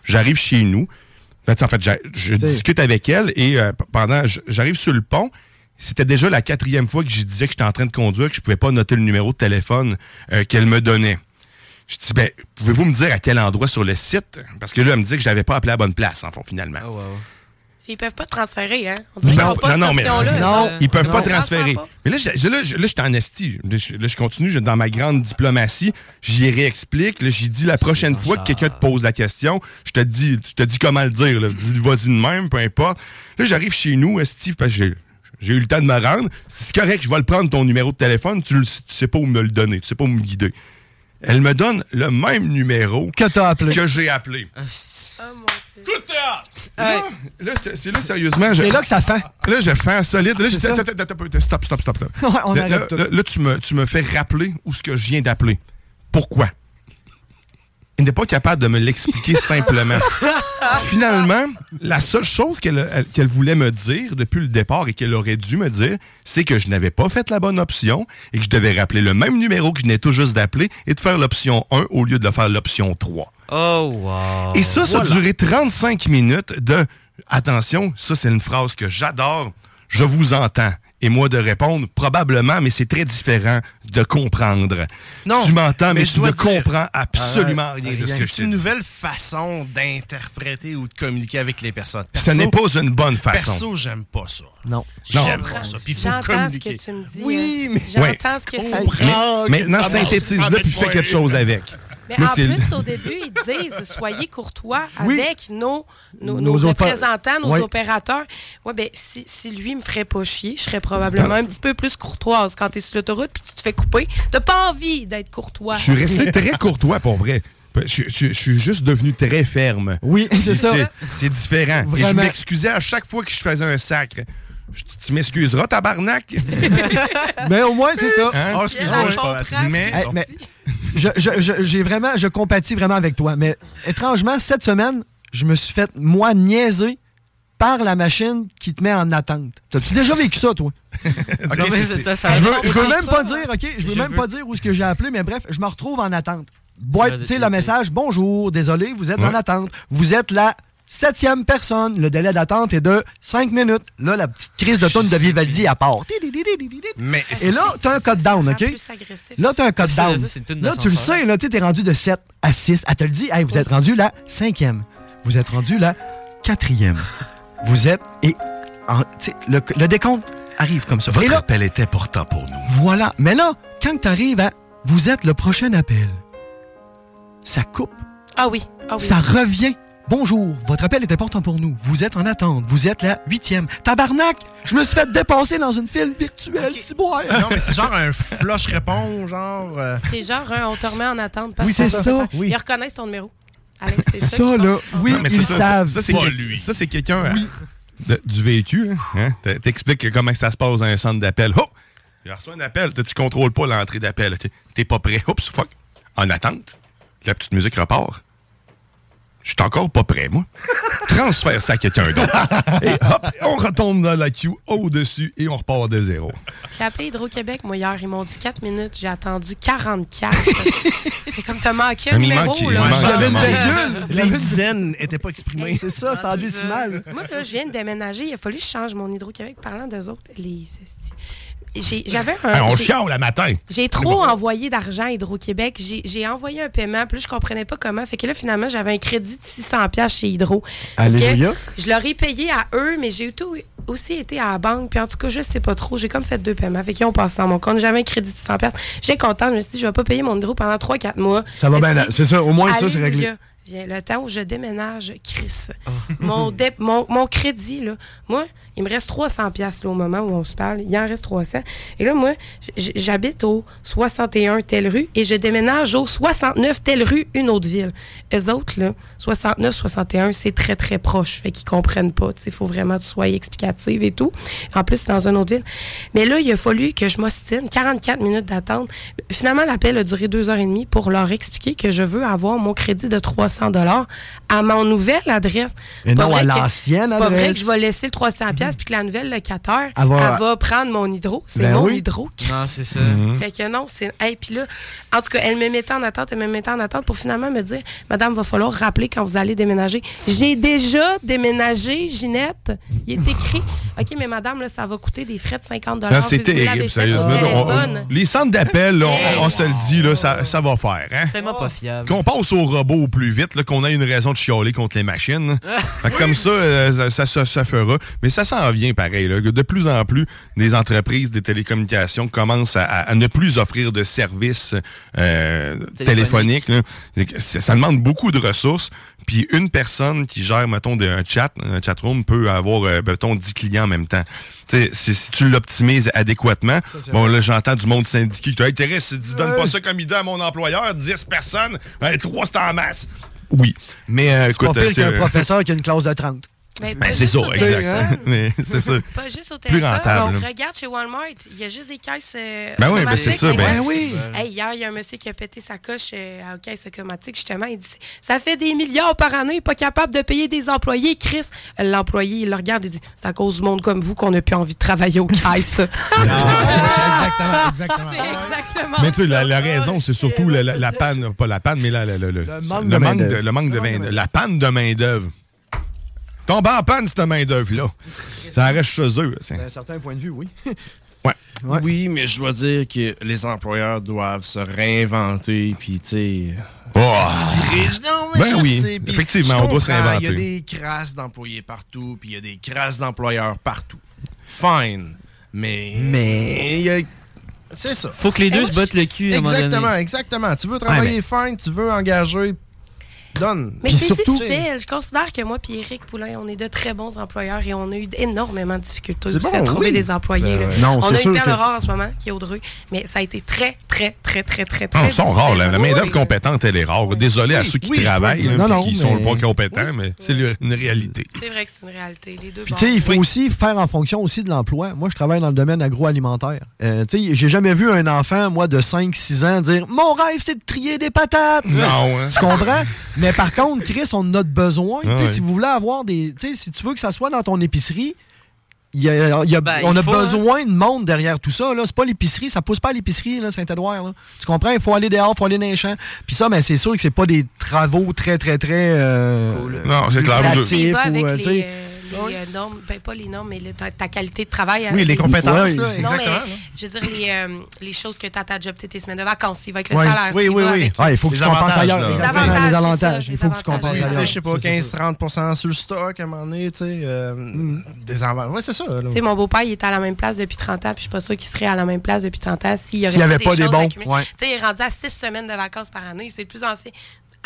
Speaker 8: J'arrive chez nous. Ben, tu sais, En fait, j'a- je discute avec elle et euh, p- pendant, j- j'arrive sur le pont. C'était déjà la quatrième fois que je disais que j'étais en train de conduire, que je pouvais pas noter le numéro de téléphone euh, qu'elle me donnait. Je dis, ben, pouvez-vous me dire à quel endroit sur le site? Parce que là, elle me dit que je l'avais pas appelé à la bonne place, en fond, finalement.
Speaker 2: Ils peuvent pas transférer, hein? On dirait qu'ils
Speaker 8: Ben,
Speaker 2: n'ont pas
Speaker 8: non, non, mais
Speaker 2: cette option-là.
Speaker 8: non,
Speaker 2: ça.
Speaker 8: ils peuvent pas
Speaker 2: Non.
Speaker 8: transférer. Mais là, je, je- là, je, là, je suis en esti. Là, je, là, je continue, je, dans ma grande diplomatie, j'y réexplique. Là, j'y dis la prochaine fois que quelqu'un te pose la question, je te dis, tu te dis comment le dire. Là. Dis, vas-y de même, peu importe. Là, j'arrive chez nous, esti, parce que j'ai, j'ai eu le temps de me rendre. C'est correct, je vais le prendre ton numéro de téléphone. Tu, le- tu sais pas où me le donner, tu sais pas où me guider. Elle me donne le même numéro que appelé, que j'ai appelé.
Speaker 6: Ah,
Speaker 2: Oh,
Speaker 8: Là, là, c'est c'est là, sérieusement. je-
Speaker 9: C'est là que ça fait.
Speaker 8: Là, je fais un solide. Là,
Speaker 9: C'est
Speaker 8: j'ai-
Speaker 9: ça.
Speaker 8: attends, attends, attends, attends, Stop, stop, stop. stop.
Speaker 9: Ouais, on
Speaker 8: là,
Speaker 9: arrête
Speaker 8: là,
Speaker 9: tout.
Speaker 8: là, là, tu me, tu me fais rappeler où ce que je viens d'appeler. Pourquoi? Il n'est pas capable de me l'expliquer simplement. Finalement, la seule chose qu'elle elle- qu'elle voulait me dire depuis le départ et qu'elle aurait dû me dire, c'est que je n'avais pas fait la bonne option et que je devais rappeler le même numéro que je n'ai tout juste d'appeler et de faire l'option 1 au lieu de le faire l'option 3.
Speaker 10: Oh, wow.
Speaker 8: Et ça, ça a
Speaker 10: Voilà.
Speaker 8: duré 35 minutes de attention, ça c'est une phrase que j'adore, je vous entends. Et moi de répondre, probablement, mais c'est très différent de comprendre.
Speaker 6: Non,
Speaker 8: tu m'entends, mais,
Speaker 6: mais Ah, je
Speaker 8: tu ne
Speaker 6: dois dire-
Speaker 8: comprends absolument
Speaker 6: Arrête,
Speaker 8: rien de ce
Speaker 6: rien.
Speaker 8: que je te
Speaker 6: C'est une
Speaker 8: dis.
Speaker 6: nouvelle façon d'interpréter ou de communiquer avec les personnes.
Speaker 8: Ce n'est pas une bonne façon.
Speaker 6: Perso, j'aime pas ça.
Speaker 9: Non.
Speaker 6: J'aime pas ça. Puis il faut
Speaker 2: J'entends ce que
Speaker 6: communiquer.
Speaker 2: tu me dis.
Speaker 6: Oui,
Speaker 2: hein.
Speaker 6: mais-
Speaker 2: J'entends ce que tu
Speaker 6: Ouais.
Speaker 2: me dis.
Speaker 8: Mais
Speaker 6: Ah, que
Speaker 8: maintenant,
Speaker 6: ça marche.
Speaker 8: synthétise-le puis fais
Speaker 6: Amène-moi
Speaker 8: quelque
Speaker 6: un.
Speaker 8: chose avec.
Speaker 2: Mais
Speaker 8: Moi,
Speaker 2: en
Speaker 8: c'est-
Speaker 2: plus, au début, ils disent soyez courtois
Speaker 9: Oui.
Speaker 2: avec nos,
Speaker 9: Nos
Speaker 2: nos, nos
Speaker 9: opé-
Speaker 2: représentants, nos
Speaker 9: Oui.
Speaker 2: opérateurs. Ouais, ben, si, si lui me ferait pas chier, je serais probablement
Speaker 8: Ben.
Speaker 2: un petit peu plus courtoise quand tu es sur l'autoroute puis tu te fais couper. T'as pas envie d'être courtois.
Speaker 8: Je suis resté très courtois pour vrai. Je, je- je suis juste devenu très ferme.
Speaker 9: Oui,
Speaker 2: c'est ça.
Speaker 8: C'est différent. Et je
Speaker 9: Vraiment.
Speaker 8: m'excusais à chaque fois que je faisais un sacre. Je- tu m'excuseras, tabarnak?
Speaker 9: Mais Ben, au moins, c'est ça.
Speaker 8: Hein? Ah, excuse-moi, je suis pas assez- mais-
Speaker 9: Hey, mais je, je- je- j'ai vraiment, je compatis vraiment avec toi. Mais étrangement, cette semaine, je me suis fait, moi, niaiser par la machine qui te met en attente. T'as-tu déjà vécu ça, toi?
Speaker 10: Non, mais c'était ça. hein.
Speaker 9: je, veux, je veux même pas dire, OK, je veux
Speaker 10: Je
Speaker 9: même
Speaker 10: veux-
Speaker 9: pas dire où ce que j'ai appelé, mais bref, je me retrouve en attente. Boîte,
Speaker 10: vas
Speaker 9: tu sais, le message, bonjour, désolé, vous êtes
Speaker 10: Ouais.
Speaker 9: en attente. Vous êtes la septième personne. Le délai d'attente est de cinq minutes. Là, la petite crise de tonne de Vivaldi à part.
Speaker 8: Mais
Speaker 9: Et là, t'as un code down, OK? Là, t'as un code
Speaker 10: Ça,
Speaker 9: down.
Speaker 10: ça, c'est une tune
Speaker 9: Là, tu le
Speaker 10: d'ascenseur.
Speaker 9: sais, là, tu sais, t'es rendu de 7 à 6. Elle te le dit, hey, vous êtes rendu la cinquième. Vous êtes rendu la quatrième. Vous êtes. Et en- tu sais, le, le décompte arrive comme ça. Et
Speaker 6: Votre
Speaker 9: là,
Speaker 6: appel est important pour nous.
Speaker 9: voilà. Mais là, quand t'arrives à vous êtes le prochain appel, ça coupe.
Speaker 2: Ah oui. Ah oui.
Speaker 9: Ça revient. Bonjour, votre appel est important pour nous. Vous êtes en attente. Vous êtes la huitième. Tabarnak! Je me suis fait dépasser dans une file virtuelle, ciboire.
Speaker 6: Non, mais c'est genre un flush répond, genre. euh,
Speaker 2: C'est genre, hein, on te remet en attente.
Speaker 6: Oui,
Speaker 2: qu'on
Speaker 6: c'est
Speaker 2: sait
Speaker 6: ça,
Speaker 2: pas.
Speaker 6: oui.
Speaker 2: Ils reconnaissent ton numéro. Alex, c'est ça.
Speaker 9: Ça, là, oui,
Speaker 8: Non, mais
Speaker 9: ils
Speaker 8: ça, ça,
Speaker 9: savent.
Speaker 8: Ça, c'est
Speaker 9: Pas
Speaker 8: quel- ça, c'est quelqu'un euh, de- du véhicule. Hein? T- T'expliques comment ça se passe dans un centre d'appel. Oh! J'ai reçu un appel. T- Tu contrôles pas l'entrée d'appel. T'es- T'es pas prêt. Oups, fuck. En attente. La petite musique repart. Je suis encore pas prêt, moi. Transfère ça à quelqu'un d'autre. Et hop, on retombe dans la queue au-dessus et on repart de zéro.
Speaker 2: J'ai appelé Hydro-Québec, moi, hier. Ils m'ont dit 4 minutes. J'ai attendu 44. c'est comme t'as manqué un
Speaker 8: Mais il
Speaker 2: numéro,
Speaker 8: manque- il
Speaker 2: là.
Speaker 8: manque-
Speaker 6: Il y avait une
Speaker 8: Vraiment.
Speaker 6: virgule. Les dizaines n'étaient pas exprimées.
Speaker 9: C'est ça, Ah, c'est en décimal.
Speaker 2: Moi, là, je viens de déménager. Il a fallu que je change mon Hydro-Québec. Parlant d'eux autres, les esti. J'ai- J'avais un.
Speaker 8: Hey, on
Speaker 2: j'ai-
Speaker 8: chiale hein? le matin.
Speaker 2: J'ai trop envoyé d'argent à Hydro-Québec. J'ai- J'ai envoyé un paiement, puis là, je comprenais pas comment. Fait que là, finalement, j'avais un crédit de 600 pièces chez Hydro. Parce que
Speaker 9: Alléluia.
Speaker 2: Je leur ai payé à eux, mais j'ai tout- aussi été à la banque. Puis en tout cas, je sais pas trop. J'ai comme fait deux paiements. Fait qu'ils ont passé dans mon compte. J'avais un crédit de 600 pièces. J'ai content. Je me suis dit, je vais pas payer mon Hydro pendant 3-4 mois.
Speaker 9: Ça va bien,
Speaker 2: Mais si-
Speaker 9: là. C'est ça, au moins, ça, c'est réglé. Ah.
Speaker 2: Alléluia. Vient le temps où je déménage, Chris. Mon, dé- mon, mon crédit, là, moi, il me reste 300 pièces au moment où on se parle. Il en reste 300. Et là, moi, j- j'habite au 61 telle rue et je déménage au 69 telle rue, une autre ville. Eux autres, là, 69, 61, c'est très, très proche. Fait qu'ils comprennent pas. Il faut vraiment que tu sois explicative et tout. En plus, c'est dans une autre ville. Mais là, il a fallu que je m'ostine. 44 minutes d'attente. Finalement, l'appel a duré deux heures et demie pour leur expliquer que je veux avoir mon crédit de 300 300 dollars à mon nouvelle adresse.
Speaker 9: Et
Speaker 2: C'est pas
Speaker 9: non, à
Speaker 2: vrai que-
Speaker 9: l'ancienne
Speaker 2: C'est pas vrai
Speaker 9: adresse. Mhm.
Speaker 2: que je vais laisser le 300 pièces puis que la nouvelle locataire,
Speaker 9: Elle
Speaker 2: elle
Speaker 9: va-
Speaker 2: va, prendre mon hydro. C'est
Speaker 9: Ben
Speaker 2: mon
Speaker 9: oui.
Speaker 2: hydro.
Speaker 10: Non, c'est ça.
Speaker 8: Mhm.
Speaker 2: Fait que non, c'est. Hey, puis là, en tout cas, elle me mettait en attente, elle me mettait en attente pour finalement me dire Madame, va falloir rappeler quand vous allez déménager. J'ai déjà déménagé, Ginette. Il est écrit OK, mais madame, là, ça va coûter des frais de 50
Speaker 8: Non, Ah, c'est
Speaker 2: puis vous l'avez
Speaker 8: terrible,
Speaker 2: fait
Speaker 8: sérieusement.
Speaker 2: au
Speaker 8: On- on-
Speaker 2: téléphone.
Speaker 8: les centres d'appel, là, on, on se le dit, là, ça, ça va faire. Hein?
Speaker 10: Tellement pas fiable.
Speaker 8: Qu'on passe au robot au plus vite, là, qu'on ait une raison de chialer contre les machines.
Speaker 9: Ah,
Speaker 8: Fait que comme ça, euh, ça, ça, ça- ça fera. Mais ça s'en vient pareil. là, que De plus en plus, des entreprises des télécommunications commencent à, à- à ne plus offrir de services euh,
Speaker 11: Téléphoniques.
Speaker 8: téléphoniques. là. C'est que c'est- Ça demande beaucoup de ressources. Puis une personne qui gère, mettons, de- un chat, un chat room peut avoir, euh, mettons, 10 clients en même temps. Tu sais, Si, si tu l'optimises adéquatement,
Speaker 11: c'est
Speaker 8: bon, là, j'entends du monde syndiqué qui dit, hey, Thérèse, dis- donne
Speaker 11: Ouais.
Speaker 8: pas ça comme idée à mon employeur, 10 personnes, 3 c'est en masse. Oui. Mais euh,
Speaker 9: C'est pas
Speaker 8: écoute, euh,
Speaker 9: pire
Speaker 8: c'est-
Speaker 9: qu'un professeur qui a une classe de 30.
Speaker 2: Ben,
Speaker 8: Ben, c'est ça, exact. Mais c'est ça.
Speaker 2: E Pas juste au
Speaker 8: Plus
Speaker 2: téléphone.
Speaker 8: rentable. là.
Speaker 2: Regarde chez Walmart, il y a juste des caisses. euh,
Speaker 8: Ben oui, ben
Speaker 2: automatiques.
Speaker 8: c'est ça, ben-
Speaker 2: Ouais.
Speaker 8: oui.
Speaker 2: Hey, hier, il y a un monsieur qui a pété sa coche euh, à caisse automatique, justement. Il dit Ça fait des milliards par année, pas capable de payer des employés. Chris, l'employé, il le regarde et dit C'est à cause du monde comme vous qu'on n'a plus envie de travailler aux caisses.
Speaker 10: Ah,
Speaker 8: exactement,
Speaker 2: Ah, exactement. exactement.
Speaker 8: Mais tu sais, la,
Speaker 9: Oh,
Speaker 8: la raison, c'est surtout la, la- la panne, pas la panne, mais la- la- la- le,
Speaker 9: manque
Speaker 8: le
Speaker 9: de
Speaker 8: manque
Speaker 9: main-d'œuvre.
Speaker 8: de, le manque de main La panne de main-d'œuvre. Tombe en panne, cette main-d'œuvre-là. Ça reste chez eux. c'est-
Speaker 9: D'un certain point de vue, oui.
Speaker 6: Oui, mais je dois dire que les employeurs doivent se réinventer, puis tu sais. Dirige- non,
Speaker 8: Oh!
Speaker 6: mais
Speaker 8: Ben
Speaker 6: je
Speaker 8: oui,
Speaker 6: sais, puis
Speaker 8: effectivement,
Speaker 6: je
Speaker 8: on doit se
Speaker 6: comprends, Il y a
Speaker 8: réinventer.
Speaker 6: des crasses d'employés partout, puis il y a des crasses d'employeurs partout. Fine, mais mais il y a- c'est ça.
Speaker 10: Faut que les deux
Speaker 6: Et
Speaker 10: se
Speaker 6: moi,
Speaker 10: bottent le cul à un moment donné.
Speaker 6: Exactement, exactement. Tu veux travailler fine, tu veux engager, donne.
Speaker 2: Mais
Speaker 6: Puis
Speaker 2: c'est
Speaker 6: surtout-
Speaker 2: difficile. Je considère que moi et Eric Poulin, on est de très bons employeurs et on a eu énormément de difficultés
Speaker 6: C'est
Speaker 2: aussi
Speaker 6: bon,
Speaker 2: à trouver
Speaker 6: oui.
Speaker 2: des employés.
Speaker 6: Ben
Speaker 2: là.
Speaker 6: ouais. Non,
Speaker 2: on
Speaker 6: c'est
Speaker 2: a
Speaker 6: sûr
Speaker 2: une perle
Speaker 6: que-
Speaker 2: rare en ce moment qui est au Dreux, mais ça a été très, très, très, très, très, très.
Speaker 8: Non, Ah, ils sont rares. La, la main-d'œuvre
Speaker 2: Oui.
Speaker 8: compétente, elle est rare. Désolé à ceux qui
Speaker 9: oui, je
Speaker 8: travaillent,
Speaker 9: dois
Speaker 8: là,
Speaker 9: le dire.
Speaker 8: puis
Speaker 9: Non,
Speaker 8: qui
Speaker 9: non,
Speaker 8: sont
Speaker 9: mais-
Speaker 8: pas compétents, mais c'est le- une réalité.
Speaker 2: C'est vrai que c'est une réalité. Les deux
Speaker 9: Puis,
Speaker 2: bords.
Speaker 9: tu sais, il faut aussi faire en fonction aussi de l'emploi. Moi, je travaille dans le domaine agroalimentaire. Euh, tu sais, j'ai jamais vu un enfant, moi, de 5-6 ans, dire Mon rêve, c'est de trier des patates.
Speaker 8: Non, hein.
Speaker 9: Tu comprends? Mais par contre, Chris, on en a de besoin.
Speaker 8: Ah
Speaker 9: Tu sais,
Speaker 8: oui.
Speaker 9: Si vous voulez avoir des. Tu sais, si tu veux que ça soit dans ton épicerie, il y a- il y a-
Speaker 10: Ben,
Speaker 9: on
Speaker 10: il
Speaker 9: a
Speaker 10: faut,
Speaker 9: besoin de monde derrière tout ça. là. C'est pas l'épicerie, ça pousse pas à l'épicerie, là, Saint-Édouard. là. Tu comprends? Il faut aller dehors, il faut aller dans les champs. Puis ça, ben, c'est sûr que c'est pas des travaux très, très, très. euh,
Speaker 8: Non, c'est clair.
Speaker 9: lucratifs
Speaker 2: Il va avec
Speaker 9: ou, euh, tu
Speaker 2: les,
Speaker 9: sais,
Speaker 2: euh, les, euh, normes, ben, pas les normes, mais le- ta, ta qualité de travail.
Speaker 9: Oui,
Speaker 2: euh,
Speaker 9: les compétences,
Speaker 2: Non,
Speaker 9: là,
Speaker 2: mais,
Speaker 9: exactement,
Speaker 2: je veux dire, les, euh, les choses que tu as à ta job, tu sais, tes semaines de vacances, il va avec le
Speaker 9: Ouais.
Speaker 2: salaire.
Speaker 9: Oui,
Speaker 2: tu
Speaker 9: oui,
Speaker 2: vas
Speaker 9: oui.
Speaker 2: avec-
Speaker 9: Ah, il faut que
Speaker 6: Les
Speaker 9: tu compenses
Speaker 6: avantages,
Speaker 9: ailleurs.
Speaker 6: là.
Speaker 9: Les
Speaker 6: Les
Speaker 9: avantages,
Speaker 6: avantages,
Speaker 9: les
Speaker 2: c'est
Speaker 9: avantages.
Speaker 2: ça,
Speaker 9: Il faut
Speaker 2: les
Speaker 9: que tu compenses
Speaker 6: Tu sais,
Speaker 9: ailleurs.
Speaker 6: je sais pas, 15-30 sur le stock à un moment donné, tu sais. euh, Des envers. Ouais, c'est ça. là.
Speaker 2: Tu sais, mon beau-père, il était à la même place depuis 30 ans, puis je suis pas sûre qu'il serait à la même place depuis 30 ans s'il y aurait
Speaker 9: S'il y avait pas des
Speaker 2: choses
Speaker 9: bons,
Speaker 2: accumulées.
Speaker 9: ouais.
Speaker 2: Tu sais, il est rendu à 6 semaines de vacances par année. C'est le plus ancien.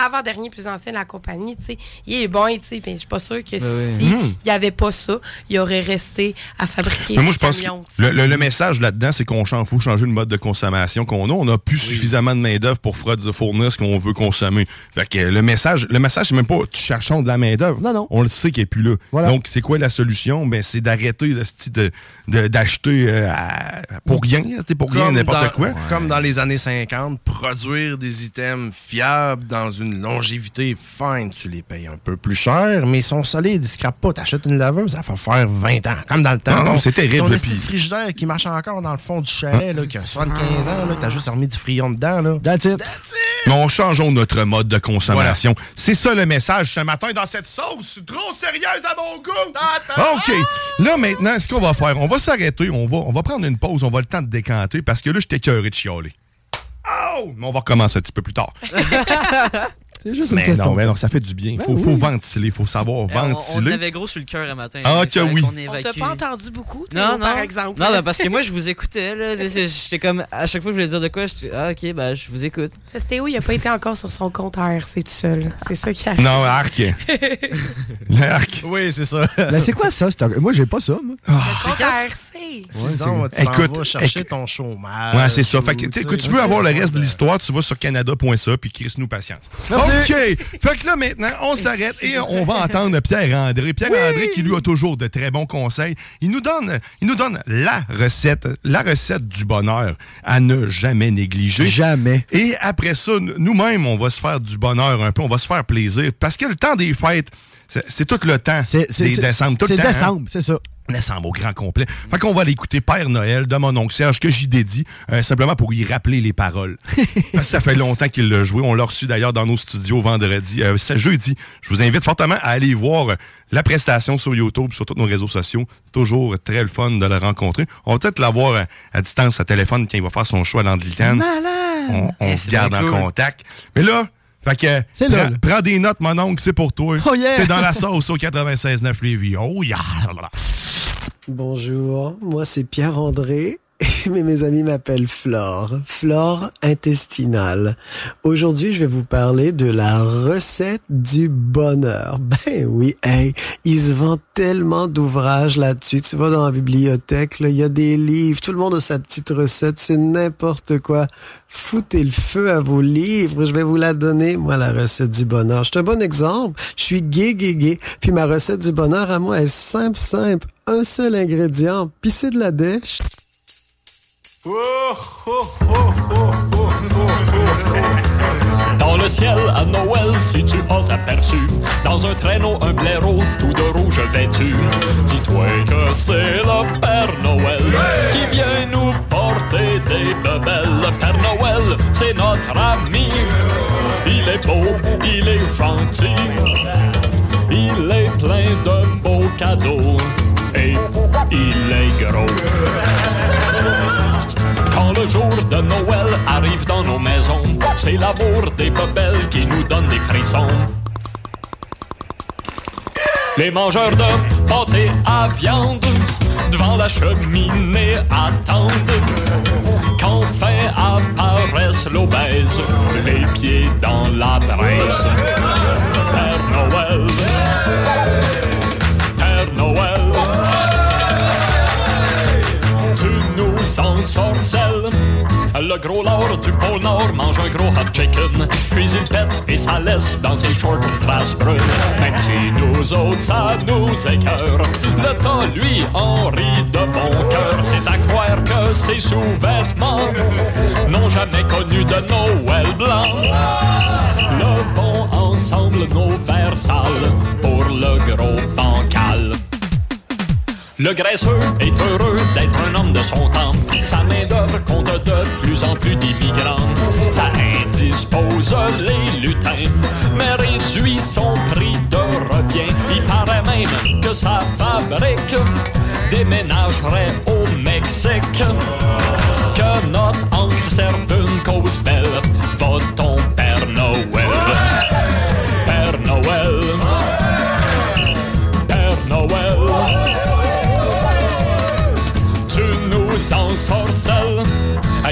Speaker 2: Avant-dernier plus ancien de la compagnie, tu sais, il est bon, tu sais, mais je suis pas sûre que
Speaker 8: Ben
Speaker 2: si
Speaker 8: oui.
Speaker 2: il y avait pas ça, il aurait resté à fabriquer
Speaker 8: Mais moi,
Speaker 2: des
Speaker 8: je pense que
Speaker 2: camions, tu sais.
Speaker 8: le, le- le message là-dedans, c'est qu'on change, faut changer le mode de consommation qu'on a. On n'a plus suffisamment de main-d'œuvre pour fournir fournir ce qu'on veut consommer. Fait que le message, le message, c'est même pas tu cherchons de la main-d'œuvre.
Speaker 9: Non, non.
Speaker 8: On le sait qu'il n'est plus là. Donc, c'est quoi la solution? Ben, c'est d'arrêter de ce type de- de- d'acheter euh, à- pour rien, c'était pour rien,
Speaker 6: Comme dans-
Speaker 8: n'importe quoi.
Speaker 6: Comme dans les années 50, produire des items fiables dans une longévité fine, tu les payes un peu plus cher, mais ils sont solides, ils scrapent pas. T'achètes une laveuse, ça va faire 20 ans, comme dans le temps.
Speaker 8: Non, non,
Speaker 6: Ton-
Speaker 8: c'est terrible,
Speaker 6: Ton
Speaker 8: le
Speaker 6: esti de
Speaker 8: pis-
Speaker 6: frigidaire qui marche encore dans le fond du chalet, là, qui a 75 ans, là, que t'as juste remis du frion dedans, là.
Speaker 8: Mais on changeons notre mode de consommation. C'est ça le message ce matin dans cette sauce trop sérieuse à mon goût. OK. Là, maintenant, ce qu'on va faire, on va s'arrêter, on va, on va prendre une pause, on va le temps de décanter parce que là, j'étais cœuré de chialer. Oh! Mais on va recommencer un petit peu plus tard.
Speaker 9: C'est juste une
Speaker 8: Mais
Speaker 9: question. Ben
Speaker 8: non, mais non, ça fait du bien. Faut,
Speaker 9: oui.
Speaker 8: faut ventiler, faut savoir
Speaker 10: Eh, on- On,
Speaker 8: ventiler.
Speaker 10: avait gros sur le cœur un matin. hein.
Speaker 8: Ah,
Speaker 10: Il fallait
Speaker 8: que oui.
Speaker 10: qu'on
Speaker 8: On
Speaker 2: On t'a
Speaker 10: évacue.
Speaker 2: pas entendu beaucoup, Théo,
Speaker 10: Non, non.
Speaker 2: par exemple.
Speaker 10: Non, ben, parce que moi, je vous écoutais. là. Là, c'est- J'étais comme, à chaque fois que je voulais dire de quoi, je dis, ah, ok, ben, je vous écoute.
Speaker 2: Parce que Théo, il a pas été encore sur son compte à RC tout seul. C'est ça qui arrive.
Speaker 8: Non, arc.
Speaker 6: euh,
Speaker 8: L'arc.
Speaker 6: Oui, c'est ça.
Speaker 9: Ben, c'est quoi ça? c'est un- Moi, j'ai pas ça, moi.
Speaker 2: Compte à RC.
Speaker 9: Ouais,
Speaker 6: Donc,
Speaker 9: c'est-
Speaker 6: tu t'en
Speaker 8: Écoute,
Speaker 6: vas chercher
Speaker 8: éc-
Speaker 6: ton chômage.
Speaker 8: Ouais, c'est ça.
Speaker 6: ou,
Speaker 8: Fait que, tu sais,
Speaker 6: tu
Speaker 8: que
Speaker 6: sais,
Speaker 8: tu veux avoir le
Speaker 6: ouais,
Speaker 8: reste de
Speaker 6: ouais.
Speaker 8: l'histoire, tu vas sur canada.ca puis Chris nous patience.
Speaker 6: Merci.
Speaker 8: OK. Fait que là, maintenant, on s'arrête et on va entendre Pierre-André. Pierre-André qui, lui, a toujours de très bons conseils. Il nous donne, il nous donne la recette, la recette du bonheur à ne jamais négliger.
Speaker 9: Jamais.
Speaker 8: Et après ça, n- nous-mêmes, on va se faire du bonheur un peu, on va se faire plaisir. Parce que le temps des fêtes, c'est c'est tout le temps. C'est
Speaker 9: c'est-
Speaker 8: décembre. tout le
Speaker 9: c'est
Speaker 8: temps, hein.
Speaker 9: décembre, c'est ça.
Speaker 8: Décembre au grand complet. Fait qu'on va l'écouter Père Noël de mon oncle Serge, que j'y dédie, euh, simplement pour y rappeler les paroles. Parce que ça fait longtemps qu'il l'a joué. On l'a reçu d'ailleurs dans nos studios vendredi, euh, ce jeudi. Je vous invite fortement à aller voir euh, la prestation sur YouTube, sur tous nos réseaux sociaux. Toujours très le fun de la rencontrer. On va peut-être l'avoir à, à distance, à téléphone, quand il va faire son choix dans le Diltan. On, on se garde en contact. Mais là, fait que, prends, prends des notes, mon oncle, c'est pour toi.
Speaker 11: Oh yeah!
Speaker 8: T'es dans la sauce au 96.9 Lévis. Oh yeah!
Speaker 11: Bonjour, moi c'est Pierre-André, mais mes amis m'appellent Flore, Flore intestinale. Aujourd'hui, je vais vous parler de la recette du bonheur. Ben oui, hey, il se vend tellement d'ouvrages là-dessus. Tu vas dans la bibliothèque, là, il y a des livres, tout le monde a sa petite recette, c'est n'importe quoi. Foutez le feu à vos livres, je vais vous la donner, moi, la recette du bonheur. Je suis un bon exemple, je suis gay, gay, gay, puis ma recette du bonheur à moi est simple, simple un seul ingrédient, pisser de la dèche.
Speaker 8: Oh,
Speaker 12: Dans le ciel, à Noël, si tu passes aperçu, dans un traîneau, un blaireau, tout de rouge vêtu, dis-toi que c'est le Père Noël qui vient nous porter des bebelles. Le Père Noël, c'est notre ami. Il est beau, il est gentil, il est plein de beaux cadeaux et il est gros. Quand le jour de Noël arrive dans nos maisons, c'est l'amour des bebelles qui nous donne des frissons. Les mangeurs de pâté à viande devant la cheminée attendent qu'enfin apparaisse l'obèse, les pieds dans la braise. Père Noël, Père Noël, tu nous ensorcelles. Le gros lord du pôle Nord mange un gros hot chicken, puis il pète et ça laisse dans ses shorts une face brune. Même si nous autres, ça nous écœure, le temps, lui, en rit de bon cœur. C'est à croire que ses sous-vêtements n'ont jamais connu de Noël blanc. Levons ensemble nos verres sales pour le gros bancal. Le graisseux est heureux d'être un homme de son temps. Sa main-d'œuvre compte de plus en plus d'immigrants. Ça indispose les lutins, mais réduit son prix de revient. Il paraît même que sa fabrique déménagerait au Mexique. Que notre encre serve une cause belle. Votons Père Noël. Père Noël. Père Noël. Tu nous ensorcelles.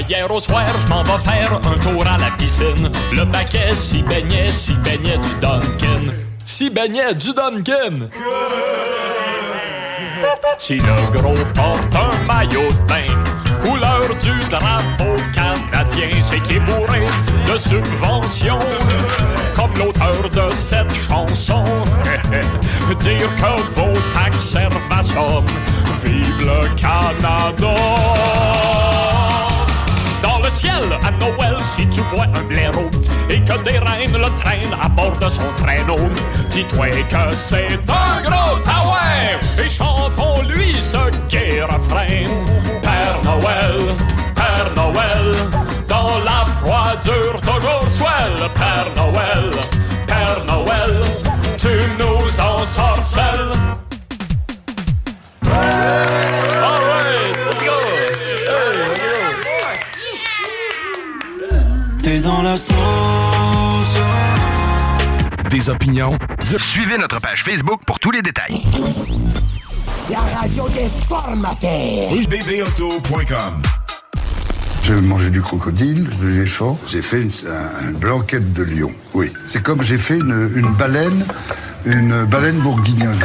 Speaker 12: Hier au soir, je m'en vais faire un tour à la piscine. Le paquet s'y baignait, s'y baignait du Duncan. S'y baignait du Duncan! Si le gros porte un maillot de bain, couleur du drapeau canadien, c'est qu'il est bourré de subventions, comme l'auteur de cette chanson. Dire que vos taxes servent à ça, vive le Canada! Dans le ciel, à Noël, si tu vois un blaireau et que des reines le traînent à bord de son traîneau, dis-toi que c'est un gros taouin et chantons-lui ce gai refrain. Père Noël, Père Noël, dans la froidure toujours swell. Père Noël, Père Noël, tu nous ensorcelles. All right, let's go. Hey, let's go.
Speaker 13: T'es dans la sauce.
Speaker 8: Des opinions.
Speaker 14: Suivez notre page Facebook pour tous les détails.
Speaker 7: La radio des formateurs.
Speaker 3: CJBDauto.com.
Speaker 1: J'ai mangé du crocodile, de l'éléphant. J'ai fait une, un- une blanquette de lion. Oui. C'est comme j'ai fait une, une baleine, une baleine bourguignonne.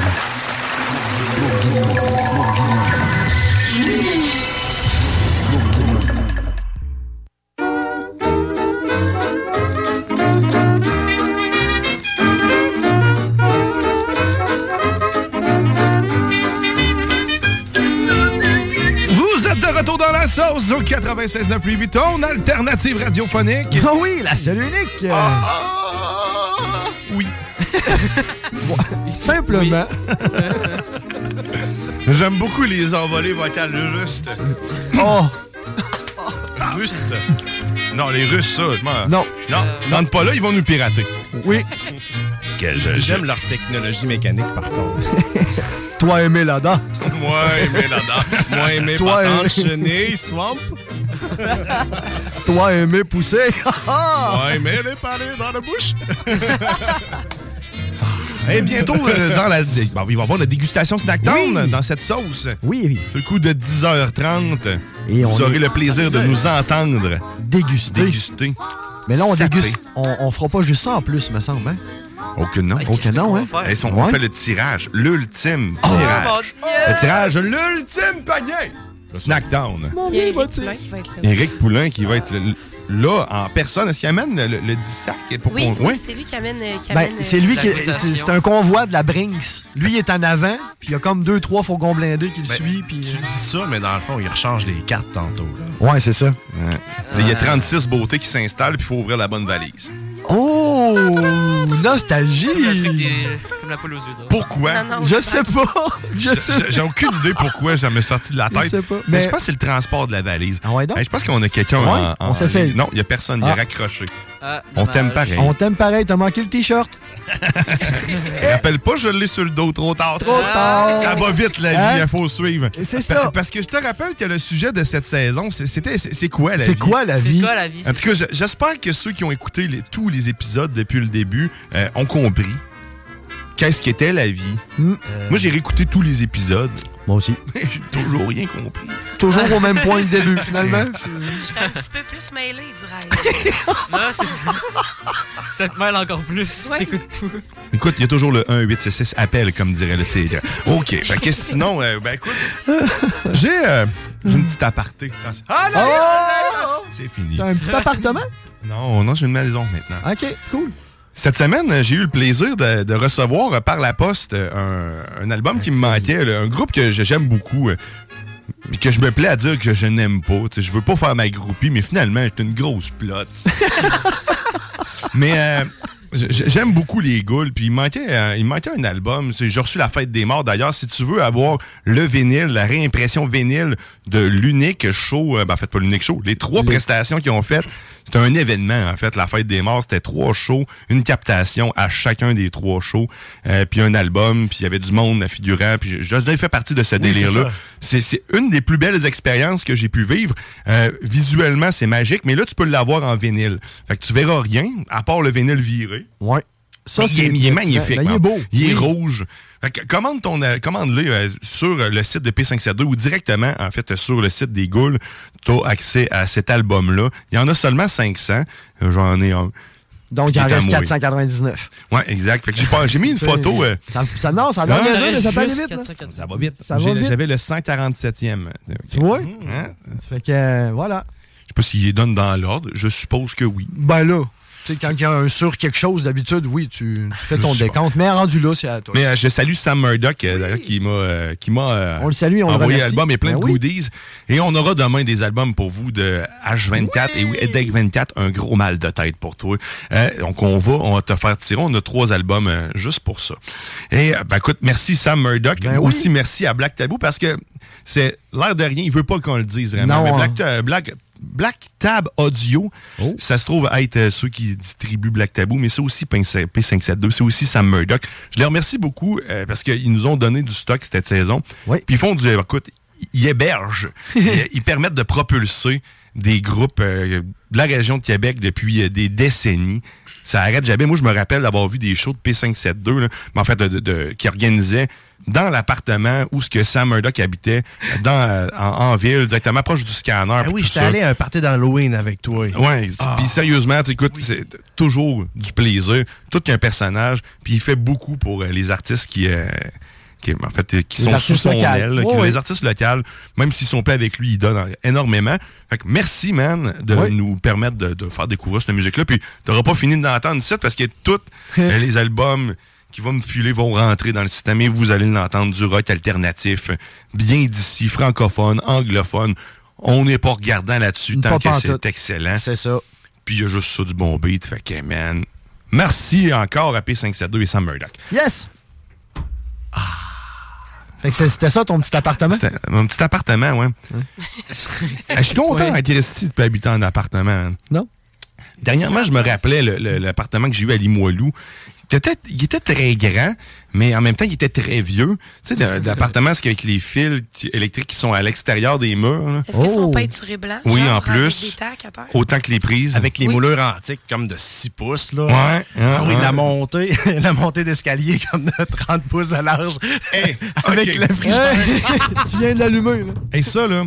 Speaker 8: pause au 96.9 ton alternative radiophonique. Ah!
Speaker 9: Ah oui, la seule unique. Ah!
Speaker 8: oui.
Speaker 9: Simplement.
Speaker 8: J'aime beaucoup les envolées vocales de Juste.
Speaker 9: Oh!
Speaker 8: Ruste. Non, les Russes, ça. moi-
Speaker 9: Non. Euh,
Speaker 8: Non, rentre pas là, ils vont nous pirater.
Speaker 9: Oui.
Speaker 8: J'aime leur technologie mécanique, par contre.
Speaker 9: Toi aimé là-dedans.
Speaker 8: Moi, aimé là-dedans. Moi, aimé
Speaker 9: Toi,
Speaker 8: patente,
Speaker 9: aimé-
Speaker 8: chenille,
Speaker 6: euh,
Speaker 8: swamp.
Speaker 9: Toi aimé pousser. Ah!
Speaker 8: Moi, aimé les palais dans la bouche. Et bientôt, euh, dans la... dé- Bon, il va y avoir la dégustation Snack Town dans cette sauce.
Speaker 9: Oui.
Speaker 8: C'est le coup de 10h30.
Speaker 9: Et
Speaker 8: Vous
Speaker 9: on
Speaker 8: aurez
Speaker 9: est-
Speaker 8: le plaisir de nous entendre.
Speaker 9: Déguster.
Speaker 8: Déguster.
Speaker 9: Mais là, on
Speaker 8: Sapé.
Speaker 9: déguste. On, on fera pas juste ça en plus, me semble. Hein?
Speaker 8: Aucune Oh, non.
Speaker 9: Aucune non, hein?
Speaker 8: Et si on
Speaker 9: Ouais. Oh,
Speaker 8: fait le tirage, l'ultime tirage. Le tirage, l'ultime panier. Snackdown.
Speaker 9: Mon
Speaker 2: Dieu,
Speaker 8: Éric Poulain qui va être le- là en personne. Est-ce qu'il amène le, le 10 sac pour
Speaker 2: Oui,
Speaker 8: qu'on-
Speaker 2: oui, c'est lui qui amène. euh, qui
Speaker 9: Ben,
Speaker 2: amène,
Speaker 9: c'est
Speaker 2: euh,
Speaker 9: lui qui. c'est- C'est un convoi de la Brinks. Lui, il est en avant, puis il y a comme deux, trois fourgons blindés qui le
Speaker 6: Ben,
Speaker 9: suivent. Puis,
Speaker 6: Tu dis ça, mais dans le fond, il recharge les cartes tantôt. Là.
Speaker 9: Ouais, c'est ça.
Speaker 8: Il y a 36 beautés qui s'installent, puis il faut ouvrir la bonne valise.
Speaker 9: Oh! Nostalgie!
Speaker 10: Comme la poule aux yeux d'or.
Speaker 8: Pourquoi?
Speaker 9: Je sais pas. Je
Speaker 8: Je-
Speaker 9: sais
Speaker 8: je- J'ai aucune idée pourquoi ça m'est sorti de la
Speaker 9: Je
Speaker 8: tête.
Speaker 9: sais pas,
Speaker 8: Mais
Speaker 9: mais- Ah
Speaker 8: je pense que c'est le transport de la valise.
Speaker 9: donc? Ah
Speaker 8: Hey, je pense qu'on a quelqu'un
Speaker 9: Ouais,
Speaker 8: en, en
Speaker 9: on s'essaye.
Speaker 8: ligne. Non, il n'y a personne. Il est
Speaker 9: Ah.
Speaker 8: raccroché.
Speaker 10: Ah,
Speaker 8: on t'aime pareil.
Speaker 9: On t'aime pareil, t'as manqué le t-shirt.
Speaker 8: Rappelle pas, je l'ai sur le dos trop tard.
Speaker 9: Trop tard.
Speaker 8: Ça va vite, la
Speaker 9: Hein?
Speaker 8: vie. Il faut suivre.
Speaker 9: C'est
Speaker 8: Pa-
Speaker 9: ça.
Speaker 8: Ah, Parce que je te rappelle que le sujet de cette saison, c'est- c'était c'est c'est quoi la
Speaker 9: C'est
Speaker 8: vie?
Speaker 9: quoi la C'est vie? quoi la vie,
Speaker 8: En tout cas, je- j'espère que ceux qui ont écouté les- tous les épisodes depuis le début euh, ont compris qu'est-ce qu'était la vie. Euh, Moi, j'ai réécouté tous les épisodes.
Speaker 9: Mm. Moi aussi.
Speaker 8: Mais j'ai toujours rien compris.
Speaker 9: Toujours au même point de début, finalement.
Speaker 2: J'étais un petit peu plus mêlée, dirais-je.
Speaker 10: Non, c'est ça. Ça te mêle encore plus. T'écoutes tout.
Speaker 8: Écoute, il y a toujours le 1866 appel, comme dirait le tigre. OK. fait que sinon, euh, ben écoute, j'ai euh, j'ai une petite aparté. Ah, là, là, là, là. C'est fini.
Speaker 9: T'as un petit appartement?
Speaker 8: Non, non, j'ai une maison maintenant.
Speaker 9: OK, cool.
Speaker 8: Cette semaine, euh, j'ai eu le plaisir de, de recevoir euh, par la poste euh, un, un album qui me manquait, là, un groupe que je- j'aime beaucoup, euh, mais que je me plais à dire que je n'aime pas. Tu sais, Je veux pas faire ma groupie, mais finalement, c'est une grosse plotte. mais euh, j- j- j'aime beaucoup les goules, puis il me manquait, euh, il me manquait un album. C'est- J'ai reçu La Fête des Morts, d'ailleurs. Si tu veux avoir le vinyle, la réimpression vinyle de l'unique show, euh, ben, en fait, pas l'unique show, les trois prestations qu'ils ont faites, c'était un événement, en fait, La Fête des Morts. C'était trois shows, une captation à chacun des trois shows, euh, puis un album, puis il y avait du monde à figurant, puis je, je devais faire partie de ce
Speaker 6: Oui, c'est
Speaker 8: délire-là.
Speaker 6: ça.
Speaker 8: C'est c'est une des plus belles expériences que j'ai pu vivre. Euh, visuellement, c'est magique, mais là, tu peux l'avoir en vinyle. Fait que tu verras rien, à part le vinyle viré.
Speaker 9: Ouais. Ça,
Speaker 8: Mais il, est,
Speaker 9: c'est-
Speaker 8: il est magnifique.
Speaker 9: Ben, il est
Speaker 8: man.
Speaker 9: beau.
Speaker 8: Il est
Speaker 9: Oui.
Speaker 8: rouge. Fait que commande ton, euh, commande-le euh, sur euh, le site de P572 ou directement, en fait, euh, sur le site des Goules. Tu as accès à cet album-là. Il y en a seulement 500. Euh, J'en ai un.
Speaker 9: Donc, il
Speaker 8: est
Speaker 9: en
Speaker 8: à
Speaker 9: reste
Speaker 8: mouiller.
Speaker 9: 499.
Speaker 8: Ouais, exact. Fait que j'ai pas- j'ai mis une photo. euh,
Speaker 9: Ça, ça- non, ça
Speaker 8: Ah,
Speaker 9: donne
Speaker 8: ça
Speaker 9: raison, mais ça peut aller
Speaker 10: Juste
Speaker 9: vite. là.
Speaker 10: 490.
Speaker 8: ça va vite.
Speaker 9: Ça va
Speaker 8: J'ai-
Speaker 9: vite.
Speaker 8: J'avais le 147e. Ok.
Speaker 9: Oui.
Speaker 8: Hein?
Speaker 9: Fait que, euh, voilà.
Speaker 8: Je sais pas s'il les donne dans l'ordre. Je suppose que oui.
Speaker 9: Ben là, tu sais, quand il y a un sur quelque chose, d'habitude, oui, tu, tu fais
Speaker 8: Je
Speaker 9: ton
Speaker 8: sais
Speaker 9: décompte. Mais rendu là, c'est à toi.
Speaker 8: Mais euh, je salue Sam Murdoch euh, d'ailleurs, qui m'a euh, qui m'a euh,
Speaker 9: On le salue, on le
Speaker 8: envoyé
Speaker 9: remercie.
Speaker 8: l'album et plein
Speaker 9: Ben
Speaker 8: de
Speaker 9: oui.
Speaker 8: goodies et on aura demain des albums pour vous de H24 et oui, Edec 24 un gros mal de tête pour toi. Euh, donc on va on va te faire tirer, on a trois albums euh, juste pour ça. Et euh, ben, écoute, merci Sam Murdoch,
Speaker 9: Ben oui.
Speaker 8: aussi merci à Black Tabou parce que c'est l'air de rien, il veut pas qu'on le dise vraiment.
Speaker 9: Non,
Speaker 8: mais
Speaker 9: on-
Speaker 8: Black, Ta- Black- Black Tab Audio, ça se trouve à être euh, ceux qui distribuent Black Tabou, mais c'est aussi P5- P572, c'est aussi Sam Murdoch. Je les remercie beaucoup euh, parce qu'ils nous ont donné du stock cette saison. Puis ils font du. Écoute, ils hébergent, ils, ils permettent de propulser des groupes euh, de la région de Québec depuis euh, des décennies. Ça arrête jamais. Moi, je me rappelle d'avoir vu des shows de P572, là, mais en fait, de, de- de- qui organisaient dans l'appartement où ce que Sam Murdoch habitait, dans, euh, en, en ville, directement proche du scanner.
Speaker 6: Ah
Speaker 8: puis
Speaker 6: oui,
Speaker 8: tout
Speaker 6: je suis
Speaker 8: ça.
Speaker 6: allé à un Ah. party d'Halloween avec toi.
Speaker 8: Ouais, puis sérieusement, tu écoutes, c'est toujours du plaisir, tout qu'un personnage, puis il fait beaucoup pour euh, les artistes qui euh, qui, en fait, euh, qui sont
Speaker 6: Les
Speaker 8: sous
Speaker 6: artistes
Speaker 8: son
Speaker 6: locales.
Speaker 8: aile, qui-
Speaker 6: Ouais, ouais.
Speaker 8: les artistes locaux, même s'ils sont pas avec lui, ils donnent énormément. Fait que merci, man, de
Speaker 6: Ouais.
Speaker 8: nous permettre de, de faire découvrir cette musique-là. Puis t'auras pas fini d'entendre ça parce que tous euh, les albums qui vont me filer vont rentrer dans le système et vous allez l'entendre du rock alternatif, bien d'ici, francophone, anglophone. On n'est pas regardant là-dessus tant
Speaker 9: pas
Speaker 8: que
Speaker 9: pantoute.
Speaker 8: c'est excellent.
Speaker 9: C'est ça.
Speaker 8: Puis il y a juste ça du bon beat. Fait que, man. Merci encore à P572 et Sam Murdoch.
Speaker 9: Yes!
Speaker 8: Ah.
Speaker 9: Fait que c'est- c'était ça ton petit appartement?
Speaker 8: Euh, Mon petit appartement, ouais.
Speaker 9: Hein?
Speaker 8: Ah, Je suis content d'être resté de pas habiter en appartement. man.
Speaker 9: Non?
Speaker 8: Dernièrement, je me rappelais le- le- l'appartement que j'ai eu à Limoilou. Il était, il était très grand, mais en même temps, il était très vieux. Tu sais, d'un- d'appartement, c'est avec les fils qui- électriques qui sont à l'extérieur des murs. là.
Speaker 2: Est-ce que son
Speaker 6: Oh.
Speaker 2: peinturé blanc?
Speaker 8: Oh. Oui,
Speaker 2: genre,
Speaker 8: en
Speaker 2: avec
Speaker 8: plus.
Speaker 2: des tacs à terre?
Speaker 8: Autant que les prises.
Speaker 6: Avec les
Speaker 8: Oui.
Speaker 6: moulures antiques comme de 6 pouces, là.
Speaker 8: Ouais,
Speaker 9: hein,
Speaker 6: Ah oui,
Speaker 8: ouais.
Speaker 6: la montée, la montée d'escalier comme de 30 pouces de large. avec le frigidaire.
Speaker 9: tu viens de l'allumer, là.
Speaker 8: Et ça, là,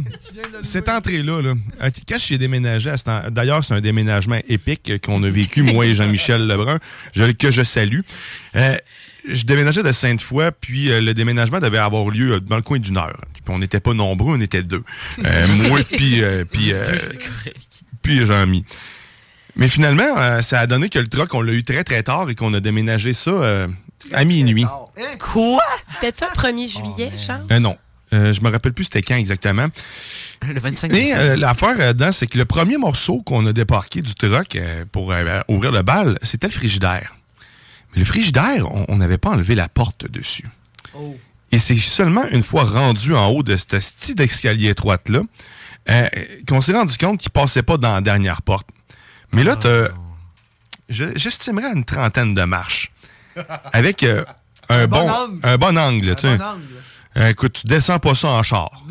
Speaker 8: cette entrée-là, là, euh, quand j'ai déménagé, à cet en- d'ailleurs, c'est un déménagement épique euh, qu'on a vécu, moi et Jean-Michel Lebrun, je- que je salue. Euh, je déménageais de Sainte-Foy, puis euh, le déménagement devait avoir lieu euh, dans le coin d'une heure. Puis on n'était pas nombreux, on était deux. Euh, moi, puis, euh, puis, euh,
Speaker 10: Deux, c'est correct.
Speaker 8: puis Jean-Mi. Mais finalement, euh, ça a donné que le truck, on l'a eu très, très tard et qu'on a déménagé ça euh, à minuit.
Speaker 2: Hein? Quoi? C'était ça le 1er juillet, Charles?
Speaker 8: Euh, non. Euh, je me rappelle plus c'était quand exactement.
Speaker 10: Le 25
Speaker 8: Mais
Speaker 10: décembre.
Speaker 8: euh, l'affaire euh, dedans, c'est que le premier morceau qu'on a débarqué du truck euh, pour euh, ouvrir le bal, c'était le frigidaire. Mais le frigidaire, on on n'avait pas enlevé la porte dessus.
Speaker 9: Oh.
Speaker 8: Et c'est seulement une fois rendu en haut de cette style d'escalier étroite-là euh, qu'on s'est rendu compte qu'il passait pas dans la dernière porte. Mais là, t'as- je- j'estimerais à une trentaine de marches. Avec euh, un,
Speaker 6: bon
Speaker 8: bon,
Speaker 6: angle.
Speaker 8: un bon angle. tu sais.
Speaker 6: bon angle.
Speaker 8: Euh, écoute, tu descends pas ça en char.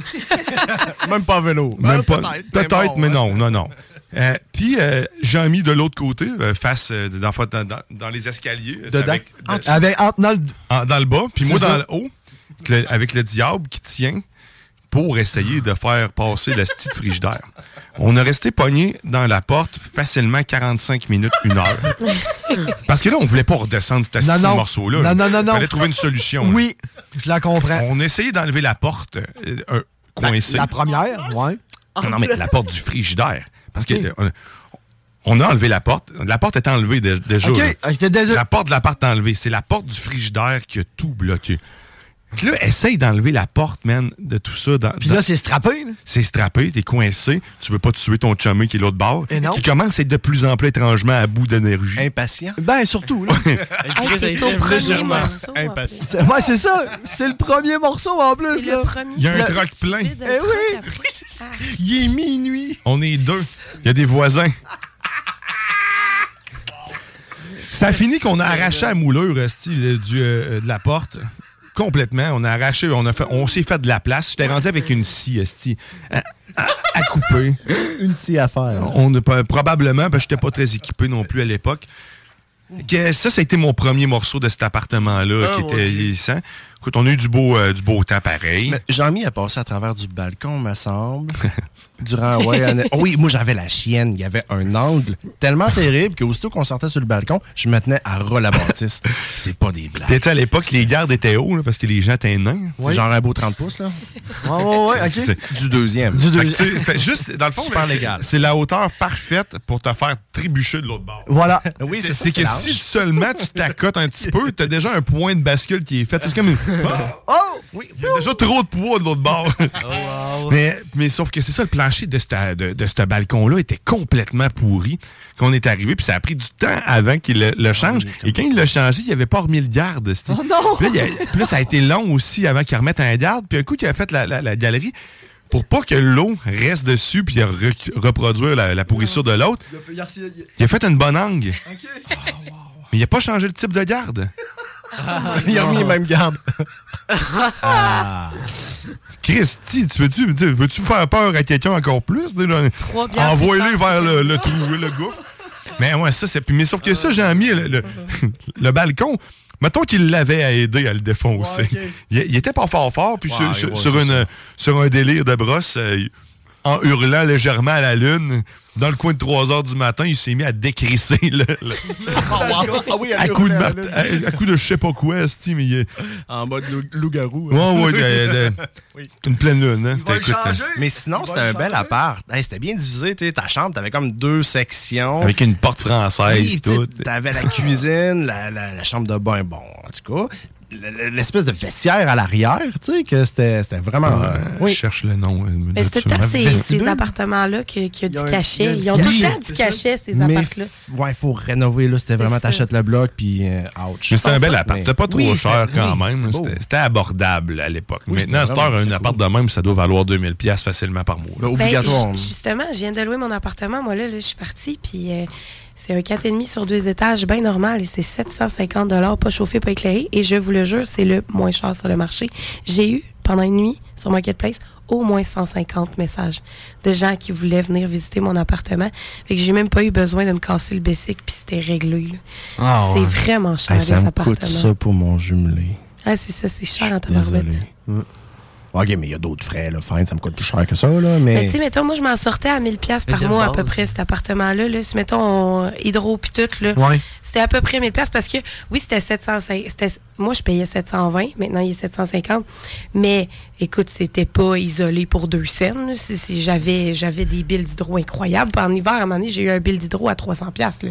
Speaker 6: Même pas en vélo.
Speaker 8: Même pas.
Speaker 6: peut-être, mais
Speaker 8: Peut-être,
Speaker 6: bon,
Speaker 8: mais
Speaker 6: hein.
Speaker 8: non, non, non. Euh, Puis euh, j'ai mis de l'autre côté, euh, face euh, dans, dans- dans- dans les escaliers, euh,
Speaker 9: Dedans?
Speaker 8: avec-
Speaker 9: En dessous. Avec- entre dans le...
Speaker 8: en- dans le bas, puis
Speaker 9: C'est
Speaker 8: moi dans
Speaker 9: ça.
Speaker 8: le haut, avec le- avec le diable qui tient pour essayer de faire passer le style frigidaire. On a resté pogné dans la porte facilement 45 minutes, une heure. Parce que là, on voulait pas redescendre cet
Speaker 9: Non,
Speaker 8: asti
Speaker 9: non.
Speaker 8: morceau-là.
Speaker 9: Non,
Speaker 8: là.
Speaker 9: non, non, non.
Speaker 8: Fallait trouver une solution. là.
Speaker 9: Oui, je la comprends.
Speaker 8: On essayait d'enlever la porte euh, euh, coincée.
Speaker 9: La première, ouais.
Speaker 8: Oh, Ah Non, non, mais la porte du frigidaire. Parce que euh, on, on a enlevé la porte. La porte est enlevée dé- déjà.
Speaker 9: Ok, ah,
Speaker 8: là. La porte de l'appart est enlevée. C'est la porte du frigidaire qui a tout bloqué. Fait que Là, essaye d'enlever la porte, man, de tout ça. Puis
Speaker 9: là, c'est strappé.
Speaker 8: C'est strappé, t'es coincé. Tu veux pas tuer ton chummy qui est l'autre bord.
Speaker 9: Et non.
Speaker 8: Qui commence à être de plus en plus étrangement à bout d'énergie.
Speaker 6: Impatient.
Speaker 9: Ben, surtout, là.
Speaker 8: dirait que ça a été légèrement
Speaker 9: impatient. Ouais, c'est ça. C'est le premier morceau, en plus, là.
Speaker 8: Il y a un truck plein.
Speaker 9: Eh oui!
Speaker 2: Ah.
Speaker 6: Il est minuit.
Speaker 8: On est deux. Il y a des voisins. Ça a fini qu'on a arraché la moulure euh, style, euh, du, euh, de la porte. Complètement. On a arraché, on, a fait- on s'est fait de la place. J'étais rendu avec une scie, euh, style, à, à- à couper.
Speaker 6: Une scie à faire.
Speaker 8: On n'a pas- probablement, parce que j'étais pas très équipé non plus à l'époque. Que ça, ça a été mon premier morceau de cet appartement-là
Speaker 6: Ah,
Speaker 8: qui
Speaker 6: mon
Speaker 8: était
Speaker 6: Dieu.
Speaker 8: vieillissant. Écoute, on a eu du beau, euh, du beau temps pareil.
Speaker 6: Jean-Mi a passé à travers du balcon, me semble. Durant, ouais, un- oh oui, moi j'avais la chienne. Il y avait un angle tellement terrible qu'aussitôt qu'on sortait sur le balcon, je me tenais à ras la bâtisse. C'est pas des blagues.
Speaker 8: Puis, tu sais, à l'époque, les gardes étaient hauts là, parce que les gens étaient nains.
Speaker 6: C'est genre un beau 30 pouces, là.
Speaker 9: Ouais, ouais, ouais, ok.
Speaker 8: C'est-
Speaker 6: Du deuxième.
Speaker 8: Fait que, tu sais, fait juste, dans le fond,
Speaker 6: Super
Speaker 8: là, c'est-
Speaker 6: légal.
Speaker 8: c'est la hauteur parfaite pour te faire trébucher de l'autre bord.
Speaker 9: Voilà.
Speaker 6: Oui, c'est ça,
Speaker 8: C'est
Speaker 6: c'est
Speaker 8: que
Speaker 6: large.
Speaker 8: si seulement tu t'accotes un petit peu, t'as déjà un point de bascule qui est fait. C'est comme une...
Speaker 9: Oh!
Speaker 8: Oui, il y a déjà trop de poids de l'autre bord.
Speaker 10: Oh,
Speaker 8: mais, mais sauf que c'est ça, le plancher de ce de, de ce balcon-là était complètement pourri qu'on est arrivé, puis ça a pris du temps avant qu'il le, le change. Et quand il l'a changé, il avait pas remis le garde. c'ti.
Speaker 9: Ah, Oh non!
Speaker 8: Puis là, il a- puis là, ça a été long aussi avant qu'il remette un garde. Puis un coup, il a fait la, la- la galerie pour pas que l'eau reste dessus puis re- reproduire la, la pourrissure de l'autre. Il a fait une bonne angle. Ah, Mais il a pas changé le type de garde. Ah,
Speaker 6: Il a remis les mêmes gardes.
Speaker 8: Christy, tu veux-tu veux -tu veux-tu faire peur à quelqu'un encore plus? déjà?
Speaker 2: Trois bières
Speaker 8: Envoie-les
Speaker 2: frites,
Speaker 8: vers le, le trou, le gouffre. Mais ouais, ça, c'est. Mais sauf que ça, j'ai mis le, le- le balcon. Mettons qu'il l'avait à aider à le défoncer. il, il était pas fort fort, puis
Speaker 6: Ouais,
Speaker 8: sur, sur-
Speaker 6: ouais,
Speaker 8: sur
Speaker 6: c'est
Speaker 8: une, sur un délire de brosse, euh, en hurlant légèrement à la lune, dans le coin de 3 heures du matin, il s'est mis à décrisser le- le, à coup de mart- à, à coup de je sais pas quoi, esti, mais il est-
Speaker 6: En mode lou- loup-garou.
Speaker 8: Ouais, ouais, il y a- il y a- une pleine lune, hein.
Speaker 6: va le
Speaker 8: T'écoutes,
Speaker 6: changer.
Speaker 8: hein.
Speaker 6: Mais sinon, c'était un bel appart. Hey, c'était bien divisé, tu sais, ta chambre, t'avais comme deux sections.
Speaker 8: Avec une porte française,
Speaker 6: Oui, tu sais,
Speaker 8: tout.
Speaker 6: T'avais la cuisine, la, la- la chambre de bain, bon, en tout cas. l'espèce de vestiaire à l'arrière, tu sais, que c'était c'était vraiment.
Speaker 8: Euh, Je cherche le nom. euh,
Speaker 2: Mais c'est tout le temps
Speaker 8: absolument.
Speaker 2: ces,
Speaker 6: vestibule.
Speaker 2: ces appartements-là qui qui a
Speaker 6: y
Speaker 2: du
Speaker 6: a un- il y a
Speaker 2: cachet.
Speaker 6: du
Speaker 2: Ils ont tout le
Speaker 6: cachet,
Speaker 2: temps du cachet, ces
Speaker 6: Mais
Speaker 2: appartements là
Speaker 6: ouais, il faut rénover. Là, c'était vraiment,
Speaker 2: ça.
Speaker 6: t'achètes le bloc, puis euh, ouch.
Speaker 8: Mais c'était un bel appart. C'était pas trop
Speaker 6: Oui, c'était-
Speaker 8: cher quand
Speaker 6: oui,
Speaker 8: même. hein,
Speaker 6: c'était beau.
Speaker 8: C'était- C'était abordable à l'époque.
Speaker 6: Oui,
Speaker 8: Maintenant, à
Speaker 6: c'était
Speaker 8: cette heure,
Speaker 6: vraiment-
Speaker 8: un appart de même, ça doit valoir 2000 pièces facilement par mois.
Speaker 2: Ben, ju- justement, je viens de louer mon appartement. Moi, là, là, je suis partie, puis euh, c'est un 4,5 sur deux étages, bien normal, et c'est 750 pas chauffé, pas éclairé. Et je vous le jure, c'est le moins cher sur le marché. J'ai eu, pendant une nuit, sur Marketplace, au moins 150 messages de gens qui voulaient venir visiter mon appartement. Fait que j'ai même pas eu besoin de me casser le bessic, puis c'était réglé. là.
Speaker 6: Ah,
Speaker 2: c'est
Speaker 6: ouais.
Speaker 2: vraiment cher,
Speaker 6: Hey,
Speaker 2: les
Speaker 6: ça me coûte
Speaker 2: appartements.
Speaker 6: ça pour mon jumelé.
Speaker 2: Ah, c'est ça, c'est cher en
Speaker 6: Désolé.
Speaker 2: tabarouette.
Speaker 6: Mm. Ok, mais il y a d'autres frais, là. Fine, ça me coûte plus cher que ça, là.
Speaker 2: Mais
Speaker 6: Mais.
Speaker 2: Ben, tu sais, mettons, moi, je m'en sortais à 1000 pièces par
Speaker 6: Mais de
Speaker 2: mois à
Speaker 6: base.
Speaker 2: peu près, cet appartement-là. Là, si, mettons, on- hydro puis tout, là,
Speaker 6: Ouais.
Speaker 2: c'était à peu près 1000 pièces parce que, oui, c'était 705. C'était, moi, je payais 720. Maintenant, il est 750. Mais, écoute, c'était pas isolé pour deux scènes. là. Si, si j'avais, j'avais des billes d'hydro incroyables. Puis en hiver, à un moment donné, j'ai eu un bill d'hydro à 300 pièces.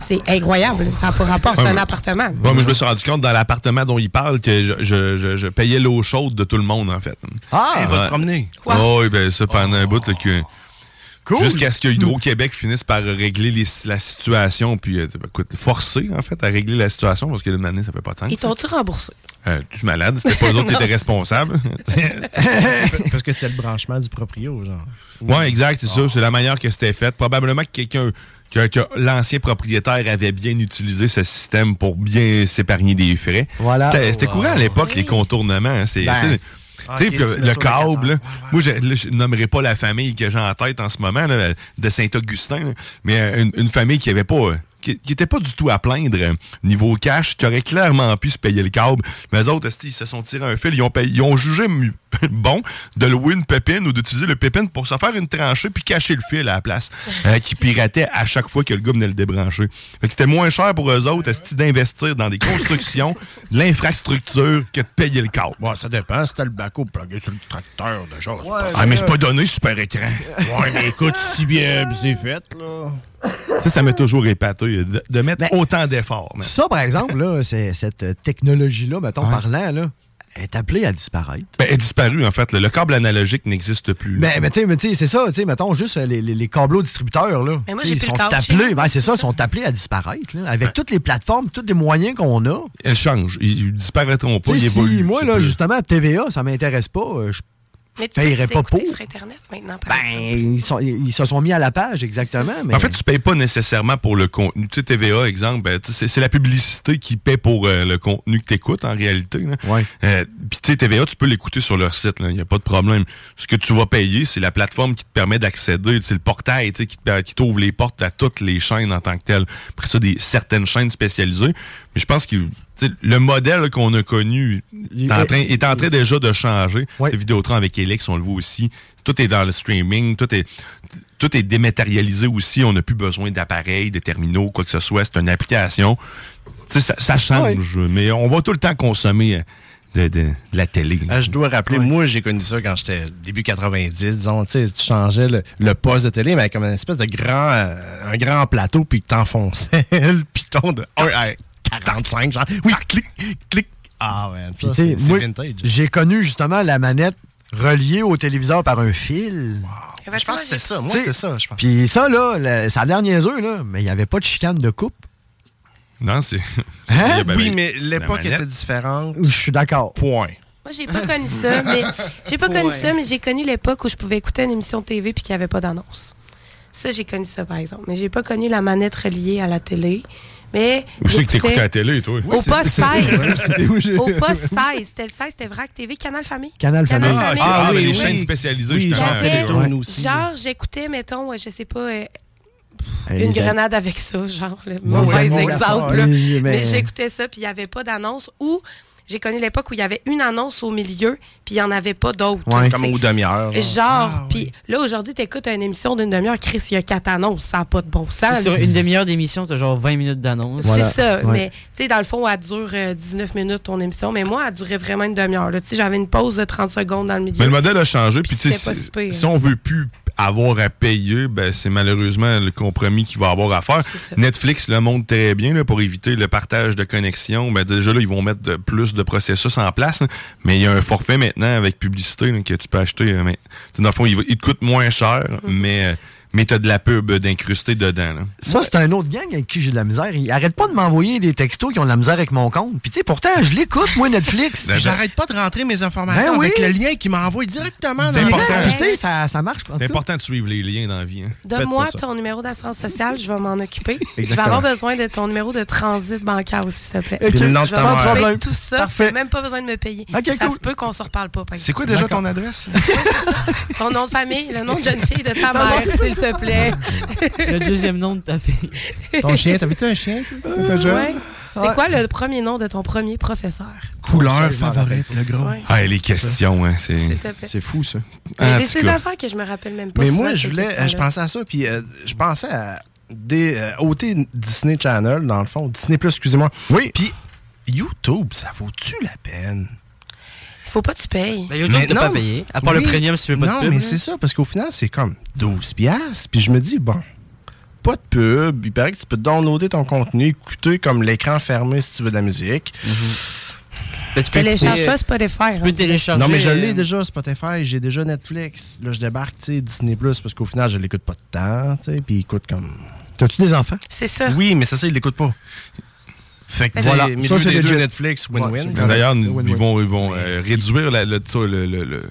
Speaker 2: C'est incroyable. là. Ça n'a pas rapport. C'est
Speaker 8: Ouais,
Speaker 2: un
Speaker 8: mais-
Speaker 2: appartement.
Speaker 8: Ouais, moi, je me suis rendu compte dans l'appartement dont il parle que je, je- je- je payais l'eau chaude de tout le monde, en fait.
Speaker 6: Ah!
Speaker 8: il
Speaker 6: Il va te promener. Oh.
Speaker 8: oui, ben ça, pendant un bout, là, que- Jusqu'à ce que Hydro-Québec finisse par régler les- la situation, puis, euh, ben, écoute, forcer, en fait, à régler la situation, parce que le année, ça fait pas de sens.
Speaker 2: Ils t'ont-tu remboursé?
Speaker 8: Euh, tu es malade, c'était pas eux autres qui
Speaker 2: Non,
Speaker 8: étaient
Speaker 2: c'est-
Speaker 8: responsables.
Speaker 6: Parce que c'était le branchement du proprio, genre.
Speaker 8: Ouais, exact, c'est ça. C'est la manière que c'était fait. Probablement que quelqu'un, que, que l'ancien propriétaire avait bien utilisé ce système pour bien s'épargner des frais.
Speaker 6: Voilà.
Speaker 8: C'était, c'était
Speaker 6: Wow.
Speaker 8: courant à l'époque, les contournements. hein. C'est,
Speaker 6: Ben,
Speaker 8: tu sais,
Speaker 6: ah,
Speaker 8: tu sais,
Speaker 6: ok,
Speaker 8: que
Speaker 6: tu mets
Speaker 8: le
Speaker 6: sur le
Speaker 8: câble, là. moi je, là, je nommerai pas la famille que j'ai en tête en ce moment, là, de Saint-Augustin, là. mais euh, une, une famille qui avait pas, euh, qui, qui était pas du tout à plaindre euh, niveau cash, qui aurait clairement pu se payer le câble, mais eux autres, esti, ils se sont tirés un fil, ils ont, payé- ils ont jugé mu- bon de louer une pépine ou d'utiliser le pépine pour se faire une tranchée puis cacher le fil à la place, euh, qui piratait à chaque fois que le gars venait le débrancher. Fait que c'était moins cher pour eux autres, esti, d'investir dans des constructions, de l'infrastructure, que de payer le câble.
Speaker 6: Bon, Ah, ça dépend. C'était le bac plugué sur le tracteur, déjà. c'est pas-
Speaker 8: Ah, mais c'est pas donné, super écran.
Speaker 6: Ouais, mais écoute, si bien c'est fait, là. Ben-
Speaker 8: Ça, ça m'a toujours épaté de, de mettre autant d'efforts. man.
Speaker 9: Ça, par exemple, là, c'est- cette euh, technologie-là, mettons,
Speaker 8: Ouais.
Speaker 9: parlant, là, est appelée à disparaître.
Speaker 8: Ben, elle est disparue, en fait. Le, le câble analogique n'existe plus. là.
Speaker 6: Ben,
Speaker 9: Mais, mais tu sais, mais tu sais, c'est ça, tu sais, mettons juste euh, les, les, les câbleaux distributeurs, là.
Speaker 2: Mais moi,
Speaker 9: Tu sais,
Speaker 2: j'ai
Speaker 9: ils
Speaker 2: plus le
Speaker 9: sont
Speaker 2: câble chez
Speaker 9: appelés,
Speaker 2: nous.
Speaker 9: ben, c'est ça, ils sont appelés à disparaître, là, avec toutes les plateformes, tous les moyens qu'on a.
Speaker 8: Elles changent. Ils, ils disparaîtront pas,
Speaker 9: Tu
Speaker 8: ils
Speaker 9: sais,
Speaker 8: évoluent.
Speaker 9: si moi,
Speaker 8: c'est
Speaker 9: là,
Speaker 8: plus-
Speaker 9: justement, TVA, ça m'intéresse pas, euh, je
Speaker 2: Mais tu peux les
Speaker 9: payerais pas pour.
Speaker 2: écouter sur Internet maintenant, par
Speaker 9: Ben, ils, sont- ils se sont mis à la page, exactement. Mais...
Speaker 8: En fait, tu payes pas nécessairement pour le contenu. Tu sais, TVA, exemple, ben, tu sais, c'est c'est la publicité qui paie pour euh, le contenu que tu écoutes, en réalité. là. Euh, Puis, tu sais, TVA, tu peux l'écouter sur leur site. Il n'y a pas de problème. Ce que tu vas payer, c'est la plateforme qui te permet d'accéder. C'est le portail tu sais, qui te- qui t'ouvre les portes à toutes les chaînes en tant que telles. Après ça, des, certaines chaînes spécialisées. Mais je pense que tu sais, le modèle qu'on a connu est en train, est en train déjà de changer. C'est Vidéotron avec Elix, on le voit aussi. Tout est dans le streaming, tout est tout est dématérialisé aussi. On n'a plus besoin d'appareils, de terminaux, quoi que ce soit. C'est une application. Tu sais, ça, ça change, mais on va tout le temps consommer euh, de, de- de la télé.
Speaker 6: Ah, je dois rappeler, moi, j'ai connu ça quand j'étais début 90, disons, tu sais, tu changeais le, le poste de télé, mais avec comme une espèce de grand, euh, un grand plateau, puis tu t'enfonçais le piton de 1 à 45, genre, oui, clic, clic. Ah, man,
Speaker 9: Puis,
Speaker 6: ça,
Speaker 9: tu sais,
Speaker 6: c'est c'est
Speaker 9: moi,
Speaker 6: vintage.
Speaker 9: j'ai connu justement la manette reliée au téléviseur par un fil.
Speaker 6: Je pense que c'était ça, moi,
Speaker 9: Tu sais,
Speaker 6: c'était ça, je pense.
Speaker 9: Puis ça, là, le- ça a l'air niaiseux, là, mais il n'y avait pas de chicane de coupe.
Speaker 8: Non, c'est.
Speaker 9: Hein?
Speaker 6: oui, mais l'époque
Speaker 9: manette.
Speaker 6: était différente.
Speaker 9: Je suis d'accord.
Speaker 6: Point.
Speaker 2: Moi, j'ai pas connu ça, mais j'ai pas connu
Speaker 6: Ouais.
Speaker 2: ça, mais j'ai connu l'époque où je pouvais écouter une émission de TV puis qu'il n'y avait pas d'annonce. Ça, j'ai connu ça, par exemple. Mais j'ai pas connu la manette reliée à la télé. Mais.
Speaker 8: Où c'est que
Speaker 2: j'écoutais-
Speaker 8: t'écoutais la télé, toi?
Speaker 2: Au poste 16.
Speaker 8: Au
Speaker 2: Au poste 16. C'était le 16, c'était VRAC TV, Canal Famille.
Speaker 9: Canal Famille.
Speaker 8: Ah, ok. Ah, mais les chaînes spécialisées, justement.
Speaker 2: J'avais-
Speaker 8: à la télé, ouais.
Speaker 2: Genre, j'écoutais, mettons, euh, je sais pas, euh,
Speaker 8: Hey,
Speaker 2: une
Speaker 8: les a-
Speaker 2: grenade avec ça, genre, le
Speaker 8: Ouais,
Speaker 2: mauvais
Speaker 8: ouais,
Speaker 2: exemple.
Speaker 8: ouais.
Speaker 2: là.
Speaker 8: Oui,
Speaker 2: Mais,
Speaker 8: mais-
Speaker 2: j'écoutais ça, puis il n'y avait pas d'annonce. Ou j'ai connu l'époque où il y avait une annonce au milieu, puis il n'y en avait pas d'autres.
Speaker 6: Ouais,
Speaker 2: Tu
Speaker 6: comme
Speaker 2: sais.
Speaker 6: aux demi-heures. là.
Speaker 2: Genre,
Speaker 8: Ah,
Speaker 2: puis là, aujourd'hui, t'écoutes une émission d'une demi-heure, Chris, il y a quatre annonces, ça n'a pas de bon sens.
Speaker 10: Sur une demi-heure d'émission, t'as genre 20 minutes d'annonce.
Speaker 2: C'est ça, mais tu sais, dans le fond, elle dure euh, 19 minutes ton émission, mais moi, elle durait vraiment une demi-heure. là. Tu sais, j'avais une pause de 30 secondes dans le milieu.
Speaker 8: Mais le modèle a changé. Puis, tu sais,
Speaker 2: c'était pas
Speaker 8: si-
Speaker 2: si pire.
Speaker 8: si on veut plus avoir à payer, ben, c'est malheureusement le compromis qu'il va avoir à faire. Netflix le montre très bien là, pour éviter le partage de connexion. Ben, déjà, là, ils vont mettre de- plus de processus en place. là. Mais il y a un forfait maintenant avec publicité là, que tu peux acheter. euh, Mais, dans le fond, il, va- il te coûte moins cher,
Speaker 2: Mm-hmm.
Speaker 8: mais, euh, mais tu as de la pub euh, d'incrustée dedans. là.
Speaker 9: Ça, c'est un autre gang avec qui j'ai de la misère. Ils arrêtent pas de m'envoyer des textos qui ont de la misère avec mon compte. Puis, tu sais, pourtant, je l'écoute, moi, Netflix.
Speaker 6: J'arrête pas de rentrer mes informations
Speaker 9: Ben oui.
Speaker 6: avec le lien qui m'envoie directement
Speaker 8: C'est
Speaker 6: dans
Speaker 8: important.
Speaker 6: le
Speaker 9: Tu sais, ça, ça marche.
Speaker 8: C'est important de suivre les liens dans la vie. hein. Faites
Speaker 2: Donne-moi
Speaker 8: pas ça.
Speaker 2: ton numéro d'assurance sociale, je vais m'en occuper. Je vais
Speaker 8: Exactement.
Speaker 2: avoir besoin de ton numéro de transit bancaire aussi, s'il te plaît.
Speaker 8: Ok.
Speaker 2: Je vais
Speaker 8: Puis le nom de ta mère.
Speaker 2: m'occuper de
Speaker 8: Problème.
Speaker 2: tout ça.
Speaker 8: Parfait.
Speaker 2: T'as Même pas besoin de me payer.
Speaker 8: Ok,
Speaker 2: ça
Speaker 8: cool.
Speaker 2: se peut qu'on se reparle pas. par exemple.
Speaker 8: C'est quoi déjà ton adresse?
Speaker 2: Ton nom de famille, le nom de jeune fille de ta
Speaker 10: Non, non,
Speaker 2: mère,
Speaker 10: c'est ça,
Speaker 2: s'il te plaît.
Speaker 10: Le deuxième nom de ta fille.
Speaker 6: Ton chien, t'as vu un chien? T'as déjà?
Speaker 2: Ouais.
Speaker 6: Ouais.
Speaker 2: C'est quoi le premier nom de ton premier professeur?
Speaker 6: Couleur favorite, le gros.
Speaker 2: Ouais.
Speaker 8: Ah, les questions, hein, c'est
Speaker 2: te plaît.
Speaker 6: C'est fou, ça.
Speaker 2: Mais c'est des affaires que je me rappelle même pas.
Speaker 6: Mais
Speaker 2: souvent,
Speaker 6: moi, je
Speaker 2: ces
Speaker 6: voulais,
Speaker 2: questions-là.
Speaker 6: je pensais à ça, puis euh, je pensais à des euh, OT Disney Channel, dans le fond, Disney Plus, excusez-moi. Oui. Puis YouTube, ça vaut-tu la peine?
Speaker 2: Faut pas que tu payes.
Speaker 10: Ben, YouTube, t'as pas payé. À part le premium, si tu veux pas de
Speaker 6: non,
Speaker 10: pub,
Speaker 6: mais
Speaker 10: là.
Speaker 6: c'est ça, parce qu'au final, c'est comme 12 piastres, puis je me dis, bon, pas de pub, il paraît que tu peux downloader ton contenu, écouter comme l'écran fermé si tu veux de la musique.
Speaker 10: tu
Speaker 2: peux Télécharge écouter, ça, euh, Spotify, tu peux hein. télécharger,
Speaker 6: Non, mais je l'ai
Speaker 10: euh,
Speaker 6: déjà, Spotify, j'ai déjà Netflix. Là, je débarque, tu sais, Disney+, parce qu'au final, je l'écoute pas de temps, tu sais, puis il coûte comme... T'as-tu des enfants?
Speaker 2: C'est ça.
Speaker 6: Oui, mais c'est ça, il l'écoute pas. Fait que
Speaker 8: Mais voilà.
Speaker 6: voilà, milieu
Speaker 8: Ça, c'est
Speaker 6: des
Speaker 8: déjà-
Speaker 6: deux Netflix, win-win.
Speaker 8: Mais D'ailleurs, nous- ils vont, ils vont euh, réduire la- le, ça, le- le- le-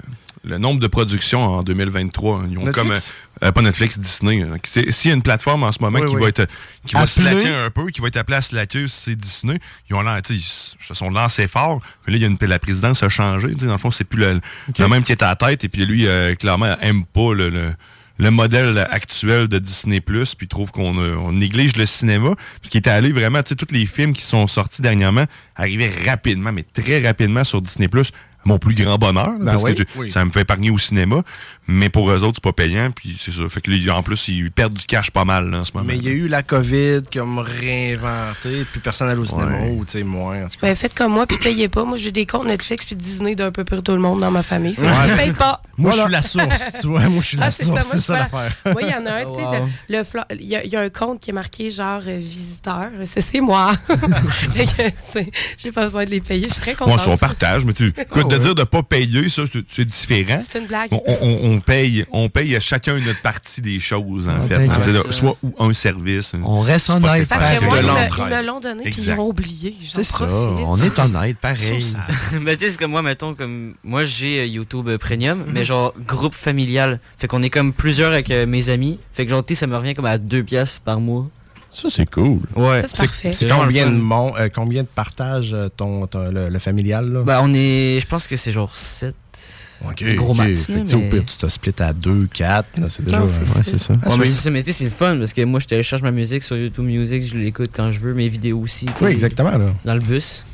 Speaker 8: le nombre de productions en 2023. Ils ont
Speaker 6: Netflix?
Speaker 8: comme. euh, euh, pas Netflix, Disney. hein. C'est- S'il y a une plateforme en ce moment
Speaker 6: Oui,
Speaker 8: qui
Speaker 6: oui.
Speaker 8: va être euh, qui va
Speaker 6: Appelée.
Speaker 8: slacker un peu, qui va être appelée à slacker, c'est Disney. Ils ont l'air, tu sais, ils se sont lancés fort. Mais là, il y a une, la présidence a changé. tu sais, Dans le fond, c'est plus le, le même qui est à la tête. Et puis lui, euh, clairement, aime pas le, le- le modèle actuel de Disney+, puis il trouve qu'on euh, on néglige le cinéma. Parce qu'il était allé vraiment, tu sais, tous les films qui sont sortis dernièrement arrivaient rapidement, mais très rapidement sur Disney+, mon plus grand bonheur, là,
Speaker 6: Ben
Speaker 8: parce
Speaker 6: oui.
Speaker 8: que tu-
Speaker 6: Oui.
Speaker 8: ça me fait épargner au cinéma, mais pour eux autres, c'est pas payant, puis c'est ça. Fait que là, en plus, ils perdent du cash pas mal, là, en ce moment.
Speaker 6: Mais il y a eu la COVID comme réinventée, puis personne n'allait au cinéma, ou tu sais, moins, en tout
Speaker 2: Ben, faites comme moi, puis payez pas. Moi, j'ai des comptes Netflix puis Disney d'un peu près tout le monde dans ma famille. Fait que
Speaker 6: Ouais.
Speaker 2: je paye pas.
Speaker 6: Moi, je suis la source, tu vois. Moi, je suis la
Speaker 2: Ah,
Speaker 6: source,
Speaker 2: moi,
Speaker 6: c'est
Speaker 2: je
Speaker 6: ça
Speaker 2: vois la-
Speaker 6: l'affaire.
Speaker 2: Moi, il y en a un, tu sais,
Speaker 6: Wow.
Speaker 2: le- le fla- il y, a- il y a un compte qui est marqué genre euh, visiteur. C'est, c'est moi. Fait que c'est- j'ai pas besoin de les payer. Je suis très
Speaker 8: Moi,
Speaker 2: contente.
Speaker 8: si on partage, mais tu. Écoute, de
Speaker 2: ouais.
Speaker 8: dire de pas payer, ça, c'est- c'est différent.
Speaker 2: C'est une blague.
Speaker 8: On, on- on paye, on paye à chacun notre partie des choses, en
Speaker 6: Ah,
Speaker 8: fait.
Speaker 6: d'accord.
Speaker 8: Tu sais,
Speaker 6: Ça.
Speaker 8: Soit ou un service. On
Speaker 9: reste honnête,
Speaker 2: Parce que moi, ils me,
Speaker 8: l'entraide.
Speaker 2: ils me l'ont donné, puis ils
Speaker 8: Exact.
Speaker 2: l'ont oublié. J'en
Speaker 9: C'est ça,
Speaker 2: profite.
Speaker 9: Ah, on est honnête, pareil.
Speaker 10: Mais tu sais, c'est comme moi, mettons, comme moi j'ai euh, YouTube euh, Premium,
Speaker 2: Mhm.
Speaker 10: mais genre groupe familial. Fait qu'on est comme plusieurs avec euh, mes amis. Fait que genre, tu sais, ça me revient comme à 2 piastres par mois.
Speaker 6: Ça, c'est cool.
Speaker 10: Ouais.
Speaker 2: Ça, c'est parfait.
Speaker 6: C'est
Speaker 10: vraiment
Speaker 6: combien,
Speaker 10: le
Speaker 6: de
Speaker 10: fun.
Speaker 6: mon- euh, combien de partages euh, ton, ton- le, le familial, là?
Speaker 10: Bah, on est. Je pense que c'est genre 7.
Speaker 6: Ok,
Speaker 10: Gros
Speaker 6: ok.
Speaker 10: max.
Speaker 6: Fait
Speaker 10: là,
Speaker 6: que, tu sais, Au
Speaker 10: mais-
Speaker 6: pire, tu te split à 2, 4. C'est déjà.
Speaker 10: Non, c'est ça.
Speaker 6: Ah,
Speaker 10: Ouais, mais
Speaker 6: ça,
Speaker 10: c'est ça, mais tu sais, c'est le fun parce que moi, je télécharge ma musique sur YouTube Music, je l'écoute quand je veux, mes vidéos aussi.
Speaker 6: Oui,
Speaker 10: puis
Speaker 6: exactement. Là.
Speaker 10: Dans le bus.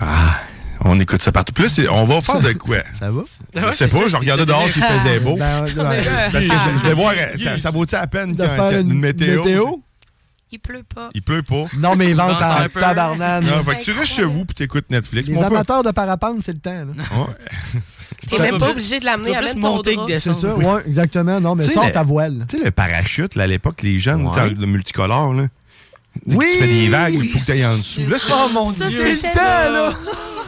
Speaker 8: Ah, on écoute ça partout. Plus, c'est- on va faire de quoi?
Speaker 6: Ça va?
Speaker 8: je sais pas,
Speaker 10: c'est ça,
Speaker 8: je
Speaker 10: c'est
Speaker 8: regardais
Speaker 10: tout
Speaker 8: dehors
Speaker 10: à
Speaker 8: s'il
Speaker 10: fait-
Speaker 8: faisait beau.
Speaker 6: Ben,
Speaker 8: Parce
Speaker 6: ouais,
Speaker 8: que
Speaker 6: ouais.
Speaker 8: je, je vais voir, euh, ça, ça vaut-il à peine qu'il y a
Speaker 6: faire
Speaker 8: une,
Speaker 6: une
Speaker 8: météo?
Speaker 6: météo?
Speaker 2: Il pleut pas.
Speaker 8: Il pleut pas.
Speaker 9: Non, mais il vente en Un peu. tabarnane.
Speaker 8: Non, fait que tu restes chez vous puis t'écoutes Netflix.
Speaker 9: Les
Speaker 8: mon peu.
Speaker 9: amateurs de parapente, c'est le temps. là.
Speaker 2: T'es même pas obligé de l'amener,
Speaker 10: Tu vas
Speaker 2: amène
Speaker 10: plus
Speaker 2: ton
Speaker 10: monter que
Speaker 2: drap.
Speaker 10: descendre.
Speaker 9: C'est ça, ouais, exactement. Non, mais
Speaker 8: Tu sais,
Speaker 9: sors
Speaker 8: le-
Speaker 9: ta voile.
Speaker 8: Tu sais, le parachute, là, à l'époque, les jeunes,
Speaker 9: Ouais.
Speaker 8: étaient le multicolore, là. Dès que
Speaker 9: Oui!
Speaker 8: Tu fais des vagues, il faut que t'ailles en dessous. Là, c'est
Speaker 9: Oh mon
Speaker 2: Ça,
Speaker 9: Dieu!
Speaker 2: c'est le temps, là.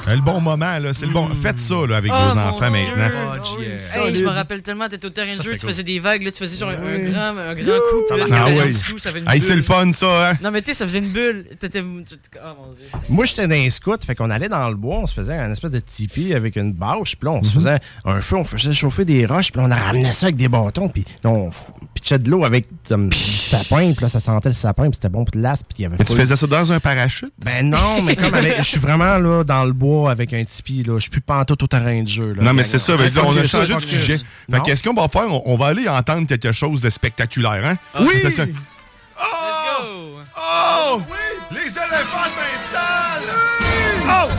Speaker 8: Euh, le bon moment, là. C'est le bon. Faites ça, là, avec
Speaker 10: Oh,
Speaker 8: vos
Speaker 10: mon
Speaker 8: enfants
Speaker 10: Dieu.
Speaker 8: maintenant.
Speaker 9: Oh,
Speaker 10: Hey, je me rappelle tellement, t'étais au terrain de jeu, tu faisais des vagues, là, tu faisais genre un- un grand, un grand coup, puis là,
Speaker 8: Ah
Speaker 10: t'étais en
Speaker 8: oui.
Speaker 10: dessous, ça fait une
Speaker 8: Hey,
Speaker 10: bulle.
Speaker 8: c'est le fun, ça, hein?
Speaker 10: Non, mais tu sais, ça faisait une bulle. T'étais. tu- Oh mon dieu.
Speaker 6: Moi, j'étais dans les scouts, fait qu'on allait dans le bois, on se faisait un espèce de tipi avec une bâche, puis là, on
Speaker 8: Mhm.
Speaker 6: se faisait un feu, on faisait chauffer des roches, puis là, on a ramené ça avec des bâtons, puis là, on f- pitchait de l'eau avec comme, du sapin, puis là, ça sentait le sapin, puis c'était bon pour l'as, puis il y avait
Speaker 8: Mais tu
Speaker 6: full-
Speaker 8: faisais ça dans un parachute?
Speaker 6: Ben non, mais comme avec- je suis vraiment là dans le bois avec un tipi là, je suis plus pantoute au terrain de jeu là.
Speaker 8: Non, mais c'est ça. ben, on a changé de
Speaker 6: Focus.
Speaker 8: sujet. Fait
Speaker 6: Non.
Speaker 8: que qu'est-ce qu'on va faire? On, on va aller entendre quelque chose de spectaculaire, hein?
Speaker 6: Oui!
Speaker 8: C'est ça.
Speaker 10: Let's go!
Speaker 8: Oh! Oui! Les éléphants s'installent! Oh!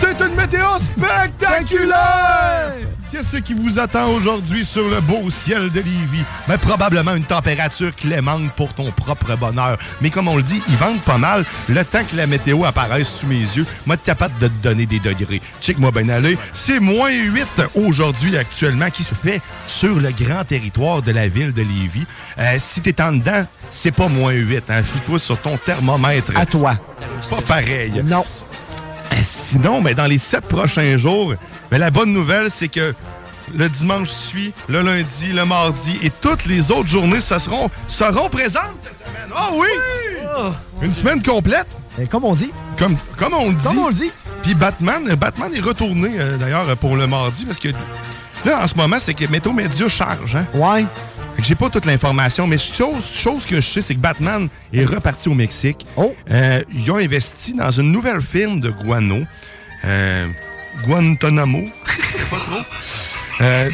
Speaker 7: C'est une météo spectaculaire
Speaker 8: Qu'est-ce qui vous attend aujourd'hui sur le beau ciel de Lévis? Ben, probablement une température clémente pour ton propre bonheur. Mais comme on le dit, il vente pas mal. Le temps que la météo apparaisse sous mes yeux, moi, t'es capable de te donner des degrés. Check-moi bien aller. C'est moins 8 aujourd'hui, actuellement, qui se fait sur le grand territoire de la ville de Lévis. Euh, si t'es en dedans, c'est pas moins 8. Hein? Fie-toi sur ton thermomètre. À
Speaker 9: toi.
Speaker 8: Pas pareil. Non. Eh, Sinon, mais dans les sept prochains jours, mais la bonne nouvelle, c'est que le dimanche suit, le lundi, le mardi et toutes les autres journées ce seront, seront présentes cette semaine. Oh oui! Une semaine complète.
Speaker 9: Oh. Eh, comme on dit.
Speaker 8: Comme, comme on le dit.
Speaker 9: Comme on le dit.
Speaker 8: Puis Batman, euh, Batman est retourné euh, d'ailleurs pour le mardi parce que là, en ce moment, c'est que Métaux Média charge. Hein?
Speaker 9: Ouais.
Speaker 8: J'ai pas toute l'information, mais chose, chose que je sais, c'est que Batman est reparti au Mexique.
Speaker 9: Oh.
Speaker 8: Euh, ils ont investi dans une nouvelle firme de guano. Euh, Guantanamo. Pas trop. Euh,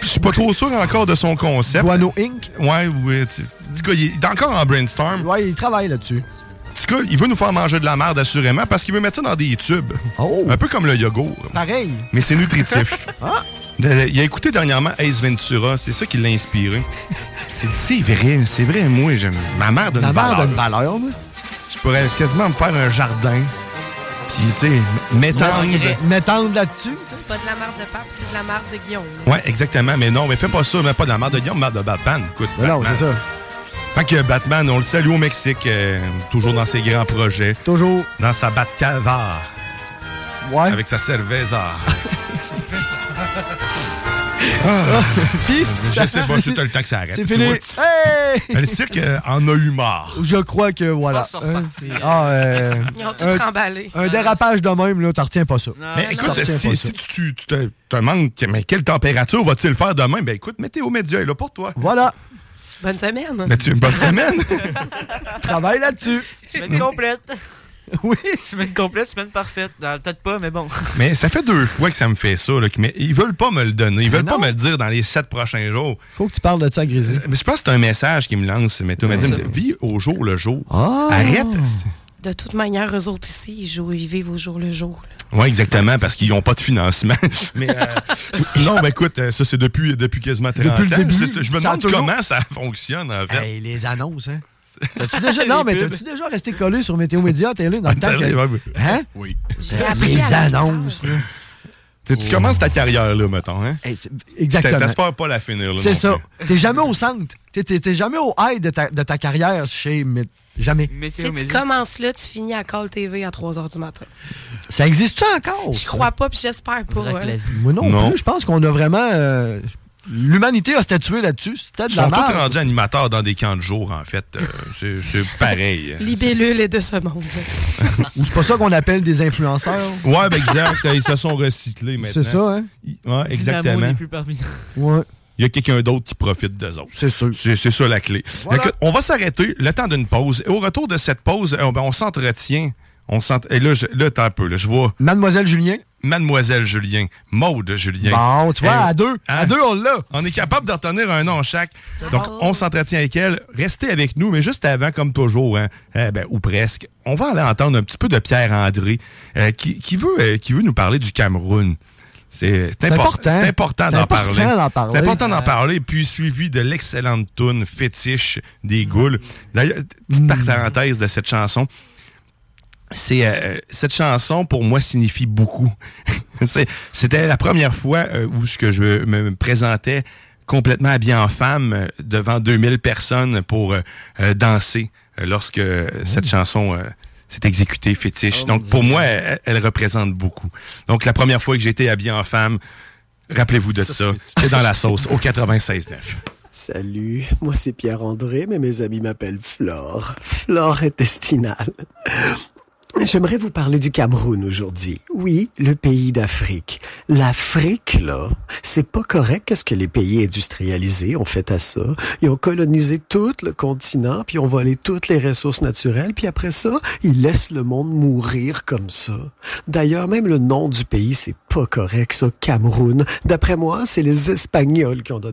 Speaker 8: je suis pas trop sûr encore de son concept.
Speaker 9: Guano Inc.
Speaker 8: Ouais, ouais. tu- En tout cas, il est encore en brainstorm.
Speaker 9: Ouais, il travaille là-dessus.
Speaker 8: En tout cas, il veut nous faire manger de la merde, assurément, parce qu'il veut mettre ça dans des tubes. Un peu comme le yogourt.
Speaker 9: Pareil.
Speaker 8: Mais c'est nutritif.
Speaker 9: Oh! Ah!
Speaker 8: De- Il a écouté dernièrement Ace Ventura, c'est ça qui l'a inspiré. C'est c'est vrai, c'est vrai, moi, j'aime. Ma mère donne
Speaker 9: Ma mère
Speaker 8: valeur.
Speaker 9: donne valeur,
Speaker 8: Je pourrais quasiment me faire un jardin. Puis, tu sais, m'étendre.
Speaker 9: M'étendre là-dessus.
Speaker 2: Ça, c'est pas de la marde de pape, c'est de la marde de Guillaume.
Speaker 8: Ouais, exactement. Mais non, mais fais pas ça. Mais pas de la merde de Guillaume, merde de Batman. Écoute. non, c'est ça. Fait que Batman, on le salue au Mexique, euh, toujours dans ses grands projets.
Speaker 9: Toujours.
Speaker 8: Dans sa Batcava.
Speaker 9: Ouais.
Speaker 8: Avec sa cerveza.
Speaker 9: Ah, si.
Speaker 8: je sais pas si t'as le temps que ça arrête.
Speaker 9: C'est
Speaker 8: tu
Speaker 9: fini.
Speaker 8: vois.
Speaker 9: Hey!
Speaker 8: Mais le cirque euh, en a eu marre.
Speaker 9: Je crois que voilà.
Speaker 8: pense qu'ils sont
Speaker 9: Un-
Speaker 8: repartis.
Speaker 9: ah, euh,
Speaker 2: Ils ont tout
Speaker 9: un-
Speaker 2: remballé.
Speaker 9: Un dérapage de même, là, t'en retiens pas ça.
Speaker 8: Mais
Speaker 9: T'en
Speaker 8: écoute,
Speaker 9: retiens
Speaker 8: si,
Speaker 9: pas
Speaker 8: si tu, tu te, te demandes que- mais quelle température va-t-il faire demain, ben écoute, météo média est là pour toi.
Speaker 9: Voilà.
Speaker 2: Bonne semaine.
Speaker 8: Mais tu une bonne semaine.
Speaker 9: ça. Travaille là-dessus.
Speaker 10: Semaine complète.
Speaker 9: Oui.
Speaker 10: Semaine complète, semaine parfaite. Ah, Peut-être pas, mais bon.
Speaker 8: mais ça fait deux fois que ça me fait ça. Là, qu'ils me- ils veulent pas me le donner. Ils veulent pas me le dire dans les sept prochains jours. Euh,
Speaker 9: Faut que tu parles de ça, Grizzly.
Speaker 8: Mais je pense que c'est un message qui me lance, météo
Speaker 9: Ouais, Ah!
Speaker 8: média.
Speaker 9: ça-
Speaker 8: Vis au jour le jour. Arrête.
Speaker 2: Oh. De toute manière, eux autres ici, ils, jouent, ils vivent au jour le jour.
Speaker 8: Oui, exactement, parce qu'ils n'ont pas de financement. Mais euh, sinon, ben, écoute, euh, ça, c'est depuis, depuis quasiment 30
Speaker 9: Depuis le
Speaker 8: ans.
Speaker 9: début,
Speaker 8: C'est- je me
Speaker 9: ça a
Speaker 8: demande
Speaker 9: toujours-
Speaker 8: comment ça fonctionne, en fait.
Speaker 9: les annonces, hein? T'as-tu déjà, non, mais t'as-tu déjà resté collé sur Météo Média, t'es là, dans le temps
Speaker 8: Ah, T'as- ouais,
Speaker 9: que...
Speaker 8: ouais.
Speaker 9: Hein?
Speaker 8: Oui.
Speaker 9: J'ai appris Les à la annonces, là.
Speaker 8: Tu tu commences ta carrière, là, mettons. Hein?
Speaker 9: exactement.
Speaker 8: T'es- T'espères pas la finir, là.
Speaker 9: C'est
Speaker 8: non
Speaker 9: ça.
Speaker 8: plus.
Speaker 9: T'es jamais au centre. T'es- T'es t'es jamais au high de ta, de ta carrière chez... Mé- Jamais.
Speaker 2: Si tu commences là, tu finis à Call TV à 3 h du matin.
Speaker 9: Ça existe-tu
Speaker 8: Oh,
Speaker 9: encore?
Speaker 2: Je crois pas, puis j'espère pas. hein.
Speaker 9: Moi non,
Speaker 8: Non.
Speaker 9: plus, je pense qu'on a vraiment... euh, L'humanité a statué là-dessus. C'était
Speaker 8: Ils
Speaker 9: de
Speaker 8: sont
Speaker 9: la
Speaker 8: tous
Speaker 9: merde.
Speaker 8: rendus animateurs dans des camps de jour, en fait. Euh, c'est- c'est pareil.
Speaker 2: Libellule est de ce monde.
Speaker 9: Ou c'est pas ça qu'on appelle des influenceurs.
Speaker 8: Ouais, ben exact. Ils se sont recyclés maintenant.
Speaker 9: C'est ça, hein?
Speaker 8: Ils- Ouais, exactement.
Speaker 10: parmi
Speaker 9: Ouais.
Speaker 8: Il y a quelqu'un d'autre qui profite d'eux autres.
Speaker 9: C'est sûr.
Speaker 8: C'est c'est ça la clé.
Speaker 9: Voilà.
Speaker 8: Écoute, on va s'arrêter le temps d'une pause. Et au retour de cette pause, on, ben, on s'entretient. On s'ent- Et là, je, là, t'as un peu. Là, je vois.
Speaker 9: Mademoiselle Julien.
Speaker 8: Mademoiselle Julien. Maude Julien.
Speaker 9: Bon, tu vois,
Speaker 8: Eh,
Speaker 9: à deux. À
Speaker 8: hein?
Speaker 9: deux, on l'a.
Speaker 8: On est capable de retenir un nom chaque. Donc, on s'entretient avec elle. Restez avec nous, mais juste avant, comme toujours, hein, eh ben, ou presque, on va aller entendre un petit peu de Pierre-André euh, qui, qui veut, euh, qui veut nous parler du Cameroun. C'est c'est
Speaker 9: C'est
Speaker 8: impor-
Speaker 9: important.
Speaker 8: c'est important
Speaker 9: hein. C'est
Speaker 8: d'en
Speaker 9: important
Speaker 8: parler.
Speaker 9: d'en parler.
Speaker 8: C'est important d'en
Speaker 9: Ouais.
Speaker 8: parler, puis suivi de l'excellente toune fétiche des Goules. D'ailleurs, petite
Speaker 9: Mm.
Speaker 8: parenthèse de cette chanson c'est euh, cette chanson pour moi signifie beaucoup. C'est- C'était la première fois euh, où ce que je me me présentais complètement habillé en femme euh, devant 2000 personnes pour euh, euh, danser euh, lorsque euh,
Speaker 9: Oh.
Speaker 8: cette chanson euh, s'est exécutée fétiche. Donc pour moi elle, elle représente beaucoup. Donc la première fois que j'ai été habillé en femme, rappelez-vous de ça, c'est dans la sauce au 96.9.
Speaker 11: Salut, moi c'est Pierre-André, mais mes amis m'appellent Flore. Flore intestinale. J'aimerais vous parler du Cameroun aujourd'hui. Oui, le pays d'Afrique. L'Afrique, là, c'est pas correct qu'est-ce que les pays industrialisés ont fait à ça. Ils ont colonisé tout le continent, puis ils ont volé toutes les ressources naturelles, puis après ça, ils laissent le monde mourir comme ça. D'ailleurs, même le nom du pays, c'est pas correct, ça, Cameroun. D'après moi, c'est les Espagnols qui ont donné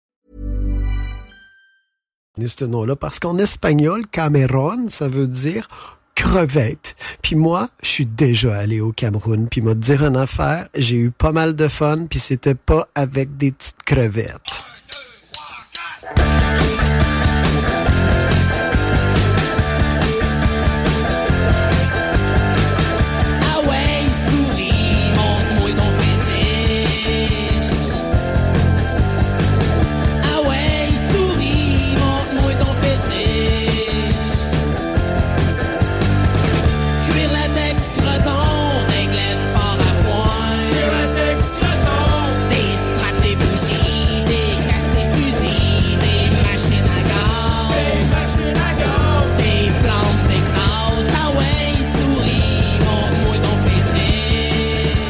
Speaker 11: Et ce nom-là parce qu'en espagnol, Cameron, ça veut dire crevette. Puis moi, je suis déjà allé au Cameroun, puis m'a dire une affaire, j'ai eu pas mal de fun, puis c'était pas avec des petites crevettes.
Speaker 7: Ah ouais, souris, montre-moi ton fétiche. Ah ouais, souris, montre-moi ton fétiche. Cuire latex, croton, réglette fort à foin. Cuire latex, croton. Des straps, des bougies, des casques, des fusils, des machines à gaz. Des machines à gaz. Des plantes d'exhaust. Ah ouais, souris, montre-moi ton fétiche.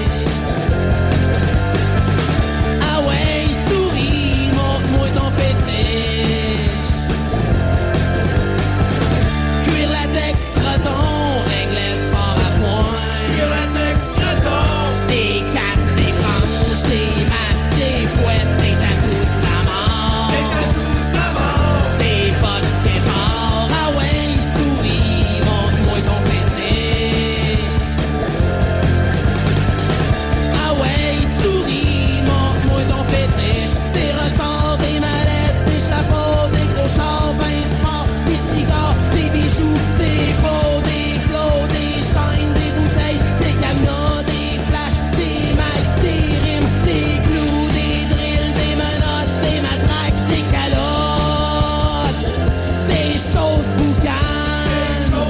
Speaker 7: Ah ouais, souris, montre-moi ton fétiche. Cuir latex, croton, réglette fort à point. Cuir latex, croton. Des capes, des franges, des masques, des fouettes, des tatous de la mort. Des tatous de la mort. Des bottes qui partent. Ah ouais, souris, montre-moi ton fétiche. Ah ouais, souris, montre-moi ton fétiche. Des ressorts, des mallettes, des chapeaux, des gros chars, pince morts, des cigares, des bijoux, des pots, des flots, des chaînes, des bouteilles, des cadenas, des flashs, des mailles, des rimes, des clous, des drills, des menottes, des matraques, des calottes, des chauds boucanes,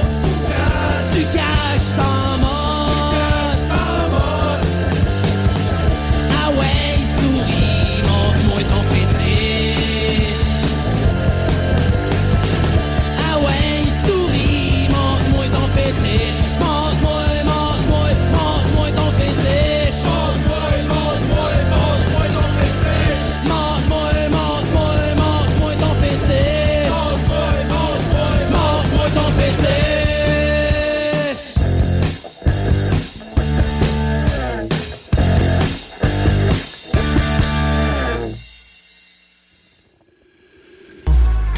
Speaker 7: du cash t'en mode. Ah ouais, souris, montre-moi ton fétiche. Ah ouais, souris, montre-moi ton fétiche. Montre-moi, montre-moi, montre-moi ton fétiche. Montre-moi, montre-moi, montre-moi ton fétiche. Montre-moi, montre-moi, montre-moi ton fétiche. Montre-moi, montre-moi, montre-moi ton fétiche.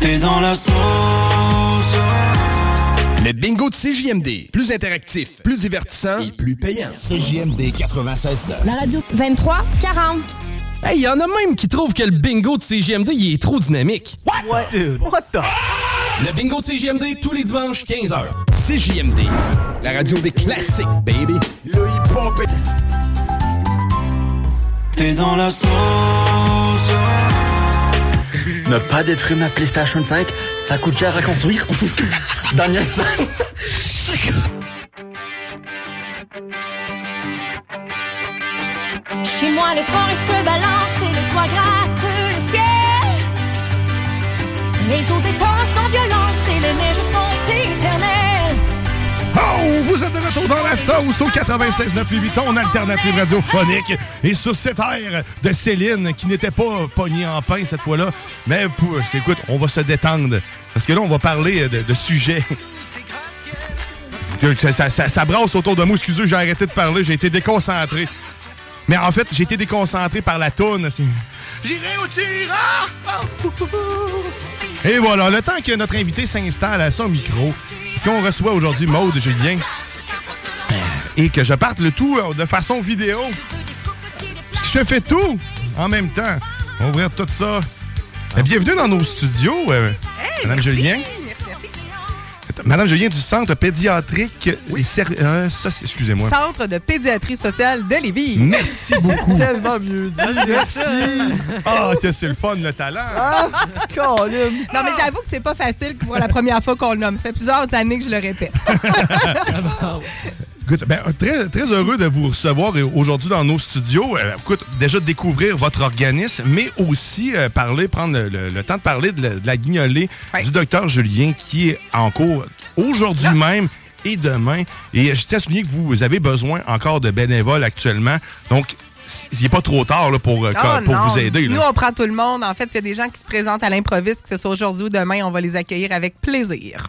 Speaker 10: T'es dans la sauce.
Speaker 6: Le bingo de CJMD. Plus interactif, plus divertissant et plus payant. CJMD 96
Speaker 15: La radio 23 40.
Speaker 16: Hey, y en a même qui trouvent que le bingo de CGMD il est trop dynamique. What? Dude? What the? Le bingo de CGMD tous les dimanches 15h.
Speaker 6: CJMD. La radio des classiques, baby.
Speaker 10: T'es dans la sauce.
Speaker 12: Ne pas détruire ma PlayStation 5, ça coûte cher à construire. Daniel San.
Speaker 7: Chez moi, les forêts se balancent et le toit gratte le ciel. Les eaux détendent sans violence et les neiges sont éternelles.
Speaker 8: Oh, vous êtes de retour dans la sauce au 96.9.8, en alternative radiophonique. Et sur cette aire de Céline, qui n'était pas pognée en pain cette fois-là, mais pour- c'est- écoute, on va se détendre. Parce que là, on va parler de, de sujets. Que- Ça, ça- ça- ça brasse autour de moi. Excusez, j'ai arrêté de parler, j'ai été déconcentré. Mais en fait, j'ai été déconcentré par la toune. C'est-
Speaker 7: J'irai au tirage.
Speaker 8: Et voilà, le temps que notre invité s'installe à son micro, ce qu'on reçoit aujourd'hui, Maude Julien, euh, et que je parte le tout euh, de façon vidéo. Parce que Je fais tout en même temps. On va ouvrir tout ça. Euh, Bienvenue dans nos studios, euh, Madame Julien. Madame, je viens du centre pédiatrique. et ser- euh, ça, c'est- excusez-moi.
Speaker 17: Centre de pédiatrie sociale de Lévis.
Speaker 8: Merci beaucoup.
Speaker 17: C'est tellement mieux dit.
Speaker 8: Ah, que c'est le fun, le talent.
Speaker 17: Ah, Non, mais j'avoue que c'est pas facile pour la première fois qu'on le nomme. Ça fait plusieurs années que je le répète.
Speaker 8: Écoute, ben, très, très heureux de vous recevoir et aujourd'hui dans nos studios. Euh, écoute, déjà de découvrir votre organisme, mais aussi euh, parler, prendre le, le- le temps de parler de la, de la guignolée du docteur Julien qui est en cours
Speaker 17: Ah!
Speaker 8: aujourd'hui même et demain. Et euh, je tiens à souligner que vous avez besoin encore de bénévoles actuellement. Donc, s- il n'est pas trop tard là, pour, euh,
Speaker 17: Oh
Speaker 8: pour
Speaker 17: non.
Speaker 8: vous aider. là.
Speaker 17: Nous, on prend tout le monde. En fait, il y a des gens qui se présentent à l'improviste, que ce soit aujourd'hui ou demain. On va les accueillir avec plaisir.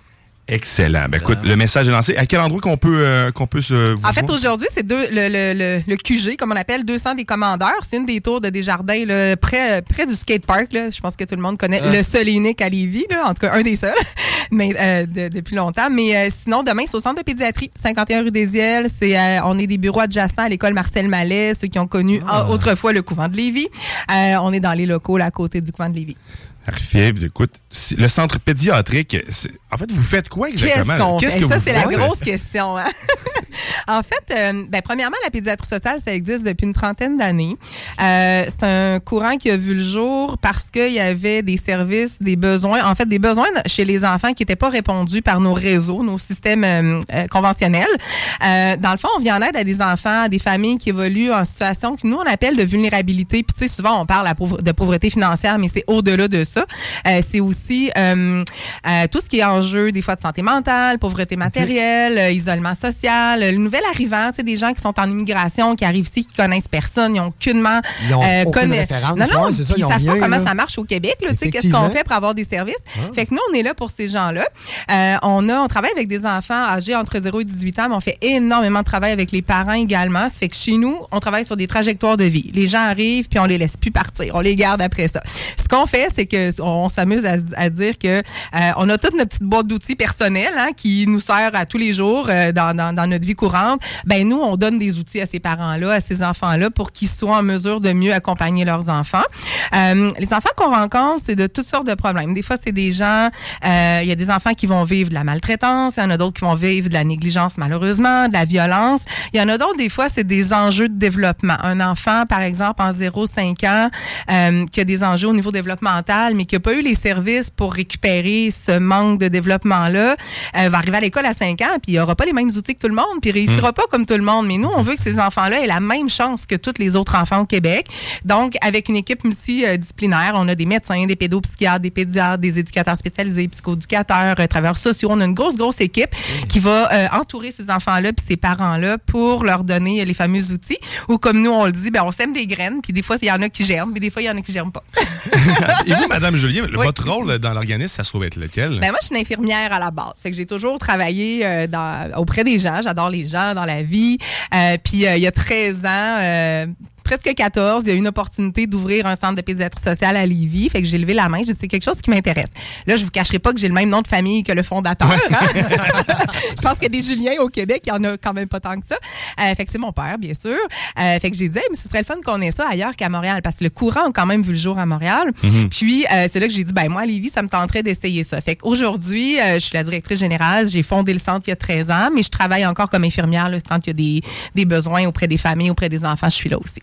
Speaker 8: Excellent. Ben, écoute, le message est lancé. À quel endroit qu'on peut, euh, qu'on peut se. vous
Speaker 17: Euh. En fait,
Speaker 8: joindre?
Speaker 17: aujourd'hui, c'est deux- le, le- le- le QG, comme on appelle, 200 des commandeurs. C'est une des tours de Desjardins, là, près, euh, près du skatepark. là. Je pense que tout le monde connaît
Speaker 18: Ah.
Speaker 17: le seul et unique à Lévis, là. en tout cas un des seuls, mais euh, de- depuis longtemps. Mais euh, sinon, demain, c'est au centre de pédiatrie, 51 rue des Yelles. C'est, euh, on est des bureaux adjacents à l'école Marcel Mallet, ceux qui ont connu ah, autrefois le couvent de Lévis. Euh, on est dans les locaux là, à côté du couvent de Lévis.
Speaker 8: Parfait. Puis, Écoute, si- le centre pédiatrique, c'est- en fait, vous faites quoi
Speaker 17: Qu'est-ce
Speaker 8: exactement? là?
Speaker 17: qu'on fait? Ça,
Speaker 8: vous
Speaker 17: c'est la
Speaker 8: faites?
Speaker 17: grosse question. hein? en fait, euh, ben, premièrement, la pédiatrie sociale, ça existe depuis une trentaine d'années. Euh, c'est un courant qui a vu le jour parce qu'il y avait des services, des besoins, en fait, des besoins chez les enfants qui n'étaient pas répondus par nos réseaux, nos systèmes euh, euh, conventionnels. Euh, dans le fond, on vient en aide à des enfants, à des familles qui évoluent en situation que nous, on appelle de vulnérabilité. Puis, tu sais, souvent, on parle à pauvre- de pauvreté financière, mais c'est au-delà de ça. Euh, c'est aussi euh, euh, tout ce qui est en jeu, des fois, de santé mentale, pauvreté matérielle, euh, isolement social, euh, le nouvel arrivant, tu sais, des gens qui sont en immigration, qui arrivent ici, qui connaissent personne, ils n'ont aucunement
Speaker 9: Ils ont
Speaker 17: euh,
Speaker 9: aucune
Speaker 17: conna-
Speaker 9: référence,
Speaker 17: Non, non,
Speaker 9: ouais, c'est ça,
Speaker 17: puis
Speaker 9: ils ont
Speaker 17: savent pas
Speaker 9: rien,
Speaker 17: comment
Speaker 9: là.
Speaker 17: ça marche au Québec, là, tu sais, qu'est-ce
Speaker 9: Effectivement.
Speaker 17: qu'on fait pour avoir des services. Fait que nous, on est là pour ces gens-là. Euh, on, a, on travaille avec des enfants âgés entre 0 et 18 ans, mais on fait énormément de travail avec les parents également. Ça fait que chez nous, on travaille sur des trajectoires de vie. Les gens arrivent, puis on les laisse plus partir. On les garde après ça. Ce qu'on fait, c'est que on, on s'amuse à, à dire que euh, on a toute notre petite boîte d'outils personnels hein, qui nous sert à tous les jours euh, dans, dans- dans notre vie courante. Ben nous, on donne des outils à ces parents-là, à ces enfants-là, pour qu'ils soient en mesure de mieux accompagner leurs enfants. Euh, les enfants qu'on rencontre, c'est de toutes sortes de problèmes. Des fois, c'est des gens, euh, il y a des enfants qui vont vivre de la maltraitance, il y en a d'autres qui vont vivre de la négligence, malheureusement, de la violence. Il y en a d'autres, des fois, c'est des enjeux de développement. Un enfant, par exemple, en 0-5 ans, euh, qui a des enjeux au niveau développemental, mais qui n'a pas eu les services pour récupérer ce manque de développement-là, euh, va arriver à l'école à 5 ans, puis il n'aura pas les mêmes outils que tout le monde, puis il réussira pas comme tout le monde. Mais nous, on veut que ces enfants-là aient la même chance que tous les autres enfants au Québec. Donc, avec une équipe multidisciplinaire, on a des médecins, des pédopsychiatres, des pédiatres, des éducateurs spécialisés, psychoéducateurs, euh, travailleurs sociaux. On a une grosse, grosse équipe qui va euh, entourer ces enfants-là puis ces parents-là pour leur donner euh, les fameux outils. Ou comme nous, on le dit, ben, on sème des graines, puis des fois, il y en a qui germent, puis des fois, il y en a qui germent pas.
Speaker 8: Et vous, Madame Julien, le- votre rôle dans l'organisme, ça se trouve être lequel?
Speaker 17: Ben moi, je suis une infirmière à la base. Fait que j'ai toujours travaillé euh, dans- auprès des gens. J'adore les gens dans la vie. Euh, Puis euh, il y a 13 ans, euh, presque 14, il y a eu une opportunité d'ouvrir un centre de pédiatrie sociale à Lévis. Fait que j'ai levé la main. J'ai dit, c'est quelque chose qui m'intéresse. Là, je vous cacherai pas que j'ai le même nom de famille que le fondateur. hein. je pense que des Juliens au Québec, il y en a quand même pas tant que ça. Euh, fait que c'est mon père, bien sûr. Euh, fait que j'ai dit, Hey, mais ce serait le fun qu'on ait ça ailleurs qu'à Montréal parce que le courant a quand même vu le jour à Montréal.
Speaker 16: Mhm.
Speaker 17: Puis euh, c'est là que j'ai dit, ben moi, à Lévis, ça me tenterait d'essayer ça. Fait qu'aujourd'hui, euh, je suis la directrice générale. J'ai fondé le centre il y a 13 ans, mais je travaille encore comme infirmière là, quand il y a des, des besoins auprès des familles, auprès des enfants. Je suis là aussi.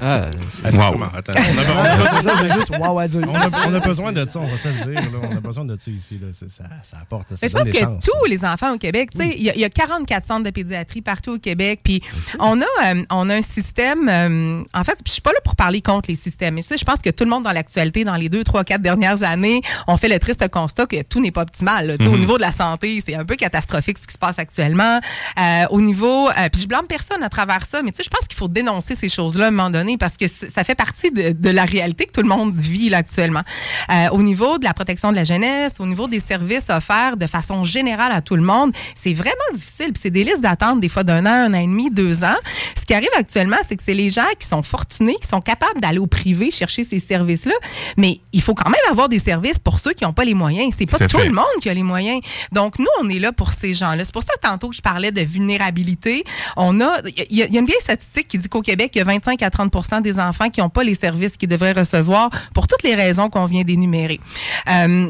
Speaker 10: Ah,
Speaker 8: c'est- Wow.
Speaker 19: Attends,
Speaker 8: Ouais, c'est ça, j'ai
Speaker 19: on
Speaker 8: juste
Speaker 19: a-
Speaker 8: wow à dire.
Speaker 19: On a- on a besoin de ça, on va se le dire. là. On a besoin de ça ici. là. C'est- Ça, ça apporte. Ça
Speaker 17: Mais je pense
Speaker 19: donne des
Speaker 17: que
Speaker 19: chances.
Speaker 17: tous les enfants au Québec, tu sais, il y, a- il y a 44 centres de pédiatrie partout au Québec. Puis on a, euh, on a un système. euh, en fait, je suis pas là pour parler contre les systèmes. Mais tu sais, je pense que tout le monde dans l'actualité, dans les deux, trois, quatre dernières années, on fait le triste constat que tout n'est pas optimal. là. Tu sais, Au
Speaker 16: Mhm.
Speaker 17: niveau de la santé, c'est un peu catastrophique ce qui se passe actuellement. Euh, au niveau, euh, puis je blâme personne à travers ça, mais tu sais, je pense qu'il faut dénoncer ces choses-là à un moment donné parce que c- ça fait partie de, de la réalité que tout le monde vit là, actuellement. Euh, au niveau de la protection de la jeunesse, au niveau des services offerts de façon générale à tout le monde, c'est vraiment difficile. Puis c'est des listes d'attente des fois d'un an, un an et demi, deux ans. Ce qui arrive actuellement, c'est que c'est les gens qui sont fortunés, qui sont capables d'aller au privé chercher ces services-là, mais il faut quand même avoir des services pour ceux qui n'ont pas les moyens. C'est pas
Speaker 16: Tout à
Speaker 17: tout
Speaker 16: fait.
Speaker 17: le monde monde qui a les moyens. Donc, nous, on est là pour ces gens-là. C'est pour ça, tantôt, que je parlais de vulnérabilité. On a, il y, a- il y a une vieille statistique qui dit qu'au Québec, il y a 25 à 30 des enfants qui n'ont pas les services qu'ils devraient recevoir pour toutes les raisons qu'on vient d'énumérer. Euh,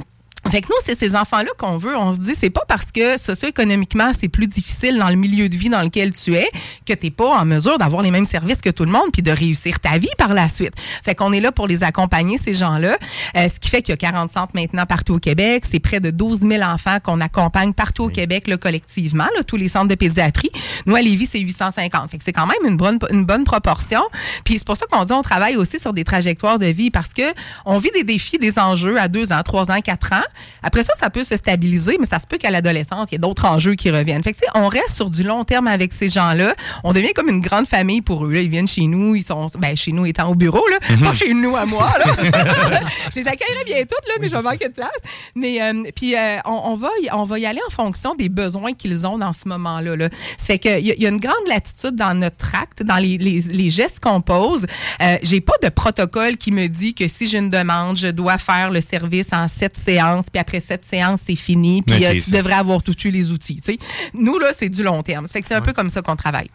Speaker 17: Fait que nous, c'est ces enfants-là qu'on veut. On se dit, c'est pas parce que socio-économiquement, c'est plus difficile dans le milieu de vie dans lequel tu es que t'es pas en mesure d'avoir les mêmes services que tout le monde puis de réussir ta vie par la suite. Fait qu'on est là pour les accompagner, ces gens-là. Euh, ce qui fait qu'il y a 40 centres maintenant partout au Québec. C'est près de 12 000 enfants qu'on accompagne partout au Québec, là, collectivement, là, tous les centres de pédiatrie. Nous, à Lévis, c'est 850. Fait que c'est quand même une bonne, une bonne proportion. Puis c'est pour ça qu'on dit on travaille aussi sur des trajectoires de vie parce que on vit des défis, des enjeux à 2 ans, 3 ans, 4 ans. Après ça, ça peut se stabiliser, mais ça se peut qu'à l'adolescence, il y ait d'autres enjeux qui reviennent. Fait que, tu sais, on reste sur du long terme avec ces gens-là. On devient comme une grande famille pour eux. là. Ils viennent chez nous, ils sont, ben, chez nous étant au bureau, là.
Speaker 7: Mhm.
Speaker 17: Pas chez nous à moi, là. je les accueillerai bien toutes, là, mais je vais manquer de place. Mais euh, puis euh, on, on va y, on va y aller en fonction des besoins qu'ils ont dans ce moment-là. Là. Ça fait qu'il y, a- il y a une grande latitude dans notre acte, dans les, les- les gestes qu'on pose. Euh, j'ai pas de protocole qui me dit que si j'ai une demande, je dois faire le service en sept séances, puis après sept séances, c'est fini, puis
Speaker 8: Ok,
Speaker 17: euh, tu
Speaker 8: ça.
Speaker 17: devrais avoir tout eu les outils. tu sais. Nous, là, c'est du long terme. Ça fait que c'est un peu comme ça qu'on travaille.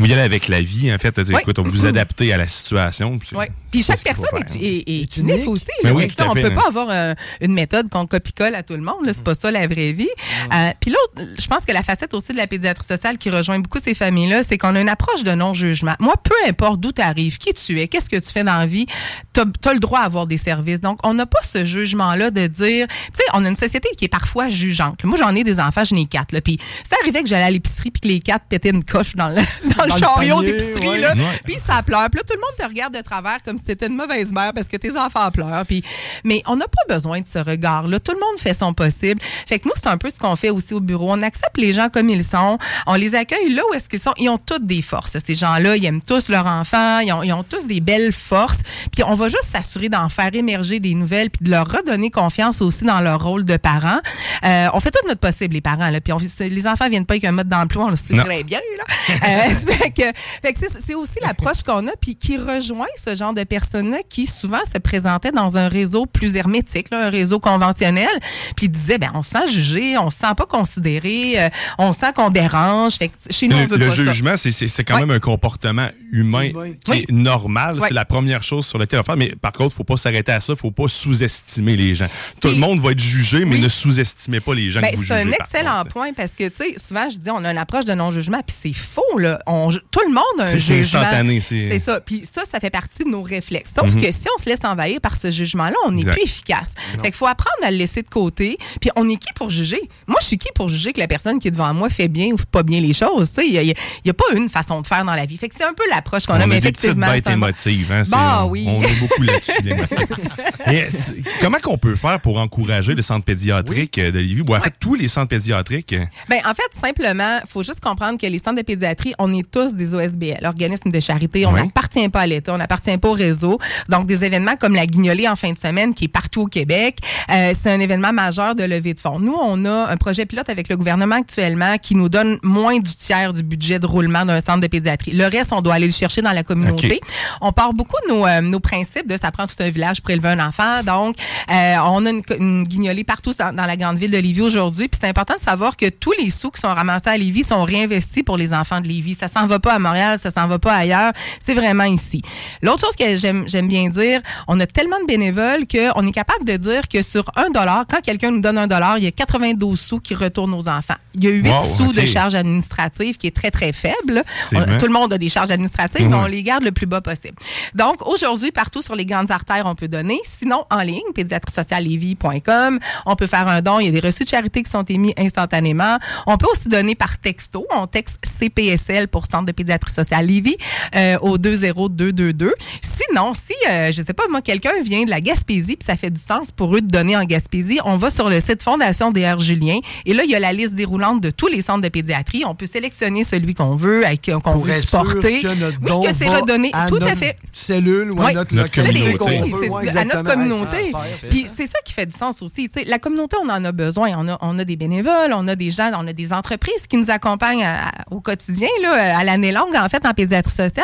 Speaker 8: Vous y allez avec la vie, en fait. C'est-à-dire,
Speaker 17: Oui.
Speaker 8: Écoute, on vous adaptez à la situation. puis c'est-
Speaker 17: Ouais. Puis chaque
Speaker 8: qu'il faut
Speaker 17: personne est,
Speaker 8: faire.
Speaker 17: est- est unique, aussi.
Speaker 8: Ben
Speaker 17: là.
Speaker 8: oui,
Speaker 17: Fait que
Speaker 8: tout à
Speaker 17: ça, on
Speaker 8: fait,
Speaker 17: peut
Speaker 8: là.
Speaker 17: pas avoir euh, une méthode qu'on copie-colle à tout le monde. là. C'est pas ça la vraie vie. Euh, puis l'autre, je pense que la facette aussi de la pédiatrie sociale qui rejoint beaucoup ces familles-là, c'est qu'on a une approche de non-jugement. Moi, peu importe d'où tu arrives, qui tu es, qu'est-ce que tu fais dans la vie, tu as le droit à avoir des services. Donc, on n'a pas ce jugement-là de dire... Tu sais, on a une société qui est parfois jugeante. Moi, j'en ai des enfants, j'en ai quatre. là. Puis ça arrivait que j'allais à l'épicerie puis que les quatre pétaient une coche dans le, dans le
Speaker 7: Dans le
Speaker 17: chariot
Speaker 7: panier,
Speaker 17: d'épicerie.
Speaker 7: ouais.
Speaker 17: là.
Speaker 7: Ouais.
Speaker 17: Puis ça pleure. Puis là, tout le monde te regarde de travers comme si t'étais une mauvaise mère parce que tes enfants pleurent. Puis, mais on n'a pas besoin de ce regard-là. Tout le monde fait son possible. Fait que nous, c'est un peu ce qu'on fait aussi au bureau. On accepte les gens comme ils sont. On les accueille là où est-ce qu'ils sont. Ils ont toutes des forces. Ces gens-là, ils aiment tous leurs enfants. Ils ont, ils ont tous des belles forces. Puis on va juste s'assurer d'en faire émerger des nouvelles puis de leur redonner confiance aussi dans leur rôle de parents. Euh, on fait tout notre possible, les parents. Là. Puis on- les enfants viennent pas avec un mode d'emploi. On le sait
Speaker 7: Non.
Speaker 17: très bien. Là. Euh, ça fait que, fait que c'est- c'est aussi l'approche qu'on a, puis qui rejoint ce genre de personnes-là qui souvent se présentaient dans un réseau plus hermétique, là, un réseau conventionnel, puis disaient, ben on se sent jugé, on se sent pas considéré, euh, on sent qu'on dérange. Fait que chez nous, on
Speaker 8: Le,
Speaker 17: veut
Speaker 8: le
Speaker 17: pas ça.
Speaker 8: jugement, c'est- c'est c'est quand même un comportement humain qui est normal.
Speaker 17: Oui.
Speaker 8: C'est la première chose sur laquelle on va faire. Mais par contre, faut pas s'arrêter à ça. faut pas sous-estimer les gens. Tout le monde va être jugé, mais ne sous-estimez pas les gens
Speaker 17: Ben,
Speaker 8: que vous
Speaker 17: c'est un
Speaker 8: jugez. par
Speaker 17: excellent point parce que, tu sais, souvent, je dis, on a une approche de non-jugement, puis c'est faux, là. On, ju- tout le monde a un
Speaker 8: C'est
Speaker 17: jugement.
Speaker 8: instantané, c'est-
Speaker 17: C'est ça. Puis ça, ça fait partie de nos réflexes. Sauf
Speaker 8: Mhm.
Speaker 17: que si on se laisse envahir par ce jugement-là, on n'est
Speaker 8: Exact.
Speaker 17: plus efficace.
Speaker 8: Non.
Speaker 17: Fait qu'il faut apprendre à le laisser de côté. Puis on est qui pour juger? Moi, je suis qui pour juger que la personne qui est devant moi fait bien ou fait pas bien les choses? Tu sais, il n'y a, il y a pas une façon de faire dans la vie. Fait que c'est un peu l'approche qu'on
Speaker 8: On
Speaker 17: a,
Speaker 8: a
Speaker 17: mais
Speaker 8: des petites
Speaker 17: effectivement.
Speaker 8: bêtes
Speaker 17: c'est un-
Speaker 8: émotives, hein, c'est-
Speaker 17: Bah oui.
Speaker 8: on est beaucoup là-dessus, les Mais c'est- comment qu'on peut faire pour encourager le centre pédiatrique euh, de Lévis ou en fait tous les centres pédiatriques? euh,
Speaker 17: Ben, en fait, simplement, faut juste comprendre que les centres de pédiatrie, on est tous des OSBL, organismes de charité. On
Speaker 8: Oui.
Speaker 17: n'appartient pas à l'État, on n'appartient pas au réseau. Donc, des événements comme la guignolée en fin de semaine, qui est partout au Québec, euh, c'est un événement majeur de levée de fonds. Nous, on a un projet pilote avec le gouvernement actuellement qui nous donne moins du tiers du budget de roulement d'un centre de pédiatrie. Le reste, on doit aller le chercher dans la communauté.
Speaker 7: OK.
Speaker 17: On part beaucoup de nos, euh, nos principes de ça prend tout un village pour élever un enfant. Donc, euh, on a une, co- une guignolée partout dans, dans la grande ville de Lévis aujourd'hui. Puis c'est important de savoir que tous les sous qui sont ramassés à Lévis sont réinvestis pour les enfants de Lévis. Ça s'en va pas à Montréal, ça s'en va pas ailleurs. C'est vraiment ici. L'autre chose que j'aime j'aime bien dire, on a tellement de bénévoles qu'on est capable de dire que sur un dollar, quand quelqu'un nous donne un dollar, il y a 92 sous qui retournent aux enfants. Il y a 8
Speaker 7: Wow,
Speaker 17: sous de
Speaker 7: OK.
Speaker 17: charges administratives qui est très, très faible.
Speaker 7: C'est
Speaker 17: On-
Speaker 7: vrai.
Speaker 17: tout le monde a des charges administratives,
Speaker 7: Mhm.
Speaker 17: mais on les garde le plus bas possible. Donc, aujourd'hui, partout sur les grandes artères, on peut donner. Sinon, en ligne, pédiatrisociallevy.com, on peut faire un don. Il y a des reçus de charité qui sont émis instantanément. On peut aussi donner par texto. On texte CPSL pour Centre de pédiatrie sociale Lévis euh, au 20222. Sinon, si, euh, je sais pas, moi, quelqu'un vient de la Gaspésie, puis ça fait du sens pour eux de donner en Gaspésie, on va sur le site Fondation DR Julien. Et là, il y a la liste déroulante de tous les centres de pédiatrie. On peut sélectionner celui qu'on veut, avec- qu'on
Speaker 9: Pour
Speaker 17: veut
Speaker 9: être
Speaker 17: supporter.
Speaker 9: sûr que notre
Speaker 17: oui,
Speaker 9: don
Speaker 17: que c'est
Speaker 9: va
Speaker 17: redonné.
Speaker 9: à
Speaker 17: Tout à
Speaker 9: notre
Speaker 17: fait.
Speaker 9: cellule ou à notre
Speaker 17: C'est
Speaker 9: localité
Speaker 17: des-
Speaker 9: qu'on
Speaker 17: oui,
Speaker 9: veut, ouais,
Speaker 17: c'est- à notre
Speaker 9: exactement.
Speaker 17: communauté.
Speaker 9: Ah, c'est ça.
Speaker 17: Puis c'est ça qui fait du sens aussi. Tu sais, la communauté, on en a besoin. On a, on a des bénévoles, on a des gens, on a des entreprises qui nous accompagnent à- à- au quotidien, là, à l'année longue, en fait, en pédiatrie sociale.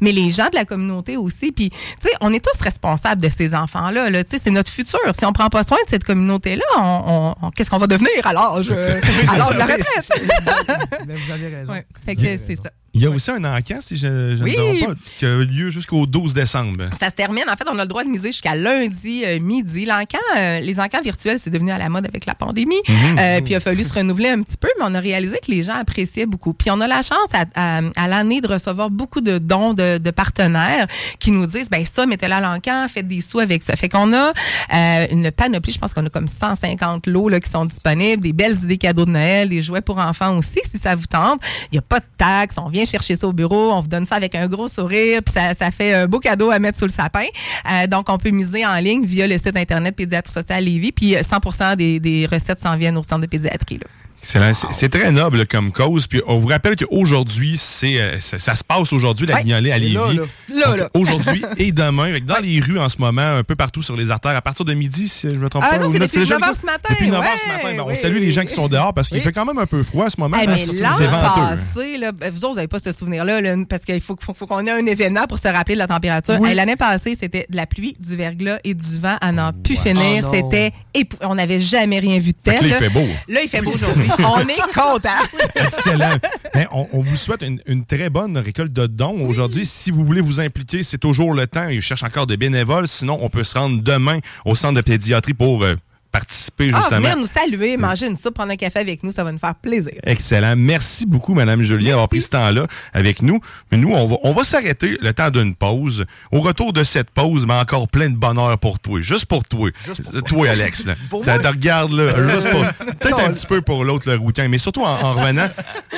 Speaker 17: Mais les gens de la communauté aussi. Puis, tu sais, on est tous responsables de ces enfants-là. là. Tu sais, c'est notre futur. Si on prend pas soin de cette communauté-là, on, on- on- qu'est-ce qu'on va devenir à l'âge, euh, à l'âge de la retraite?
Speaker 9: Mais vous avez raison.
Speaker 17: Ouais. Fait que c'est ça.
Speaker 8: Il y a aussi un encan, si je, je
Speaker 17: Oui.
Speaker 8: ne me trompe pas, qui a lieu jusqu'au 12 décembre.
Speaker 17: Ça se termine. En fait, on a le droit de miser jusqu'à lundi euh, midi. L'encan, euh, les encans virtuels, c'est devenu à la mode avec la pandémie.
Speaker 8: Mhm.
Speaker 17: Euh, puis il a fallu se renouveler un petit peu, mais on a réalisé que les gens appréciaient beaucoup. Puis on a la chance à, à- à l'année de recevoir beaucoup de dons de, de partenaires qui nous disent, ben ça, mettez-la à l'encan, faites des sous avec ça. Fait qu'on a euh, une panoplie, je pense qu'on a comme 150 lots là, qui sont disponibles, des belles idées cadeaux de Noël, des jouets pour enfants aussi, si ça vous tente. Il n'y a pas de taxes, on vient chercher ça au bureau, on vous donne ça avec un gros sourire, puis ça, ça fait un beau cadeau à mettre sous le sapin. Euh, donc, on peut miser en ligne via le site Internet Pédiatre Social Lévis, puis euh, 100 des, des recettes s'en viennent au centre de pédiatrie. là.
Speaker 8: Excellent. C'est c'est très noble comme cause. Puis on vous rappelle qu'aujourd'hui, c'est, euh, ça, ça se passe aujourd'hui, la
Speaker 17: Ouais,
Speaker 8: guignolée à
Speaker 17: c'est
Speaker 8: Lévis.
Speaker 17: là, là. Là,
Speaker 8: Donc,
Speaker 17: là.
Speaker 8: Aujourd'hui et demain. Fait que dans les rues en ce moment, un peu partout sur les artères, à partir de midi, si je me trompe
Speaker 17: Ah
Speaker 8: pas.
Speaker 17: non,
Speaker 8: ou
Speaker 17: c'est
Speaker 8: là,
Speaker 17: depuis
Speaker 8: le jeune
Speaker 17: 9 heures
Speaker 8: coup.
Speaker 17: ce matin,
Speaker 8: Depuis 9 heures ce
Speaker 17: ouais,
Speaker 8: matin. Ben, on
Speaker 17: oui,
Speaker 8: salue les gens qui sont dehors parce qu'il
Speaker 17: Oui.
Speaker 8: fait quand même un peu froid en ce moment.
Speaker 17: Eh,
Speaker 8: dans la
Speaker 17: mais
Speaker 8: sortie des hein.
Speaker 17: l'an
Speaker 8: éventeurs.
Speaker 17: passé, là, ben, vous autres, vous n'avez pas ce souvenir-là, là, parce qu'il faut, faut- faut qu'on ait un événement pour se rappeler de la température.
Speaker 18: Oui.
Speaker 17: Eh, L'année passée, c'était de la pluie, du verglas et du vent à n'en plus
Speaker 18: wow.
Speaker 17: finir.
Speaker 18: Oh non.
Speaker 17: c'était épou- On n'avait jamais rien vu de
Speaker 8: Ah, Fait
Speaker 17: tel.
Speaker 8: que là, il fait beau.
Speaker 17: Là, il fait beau aujourd'hui. On est content.
Speaker 8: Excellent. Ben, on, on vous souhaite une, une très bonne récolte de dons aujourd'hui. Si vous voulez vous impliquer, c'est toujours le temps. Je cherche encore des bénévoles. Sinon, on peut se rendre demain au centre de pédiatrie pour euh, participer
Speaker 17: Ah,
Speaker 8: justement.
Speaker 17: venir nous saluer, manger une soupe, prendre un café avec nous, ça va nous faire plaisir.
Speaker 8: Excellent. Merci beaucoup, Madame Julien, d'avoir pris ce temps-là avec nous. Mais nous, on va, on va s'arrêter le temps d'une pause. Au retour de cette pause, mais encore plein de bonheur pour toi. Juste pour toi. Euh, toi. Alex. Là.
Speaker 3: Pour
Speaker 8: T'as-
Speaker 3: moi?
Speaker 8: t'as- Regarde, là. juste pour- Peut-être un petit peu pour l'autre, le routin. Mais surtout en, en revenant.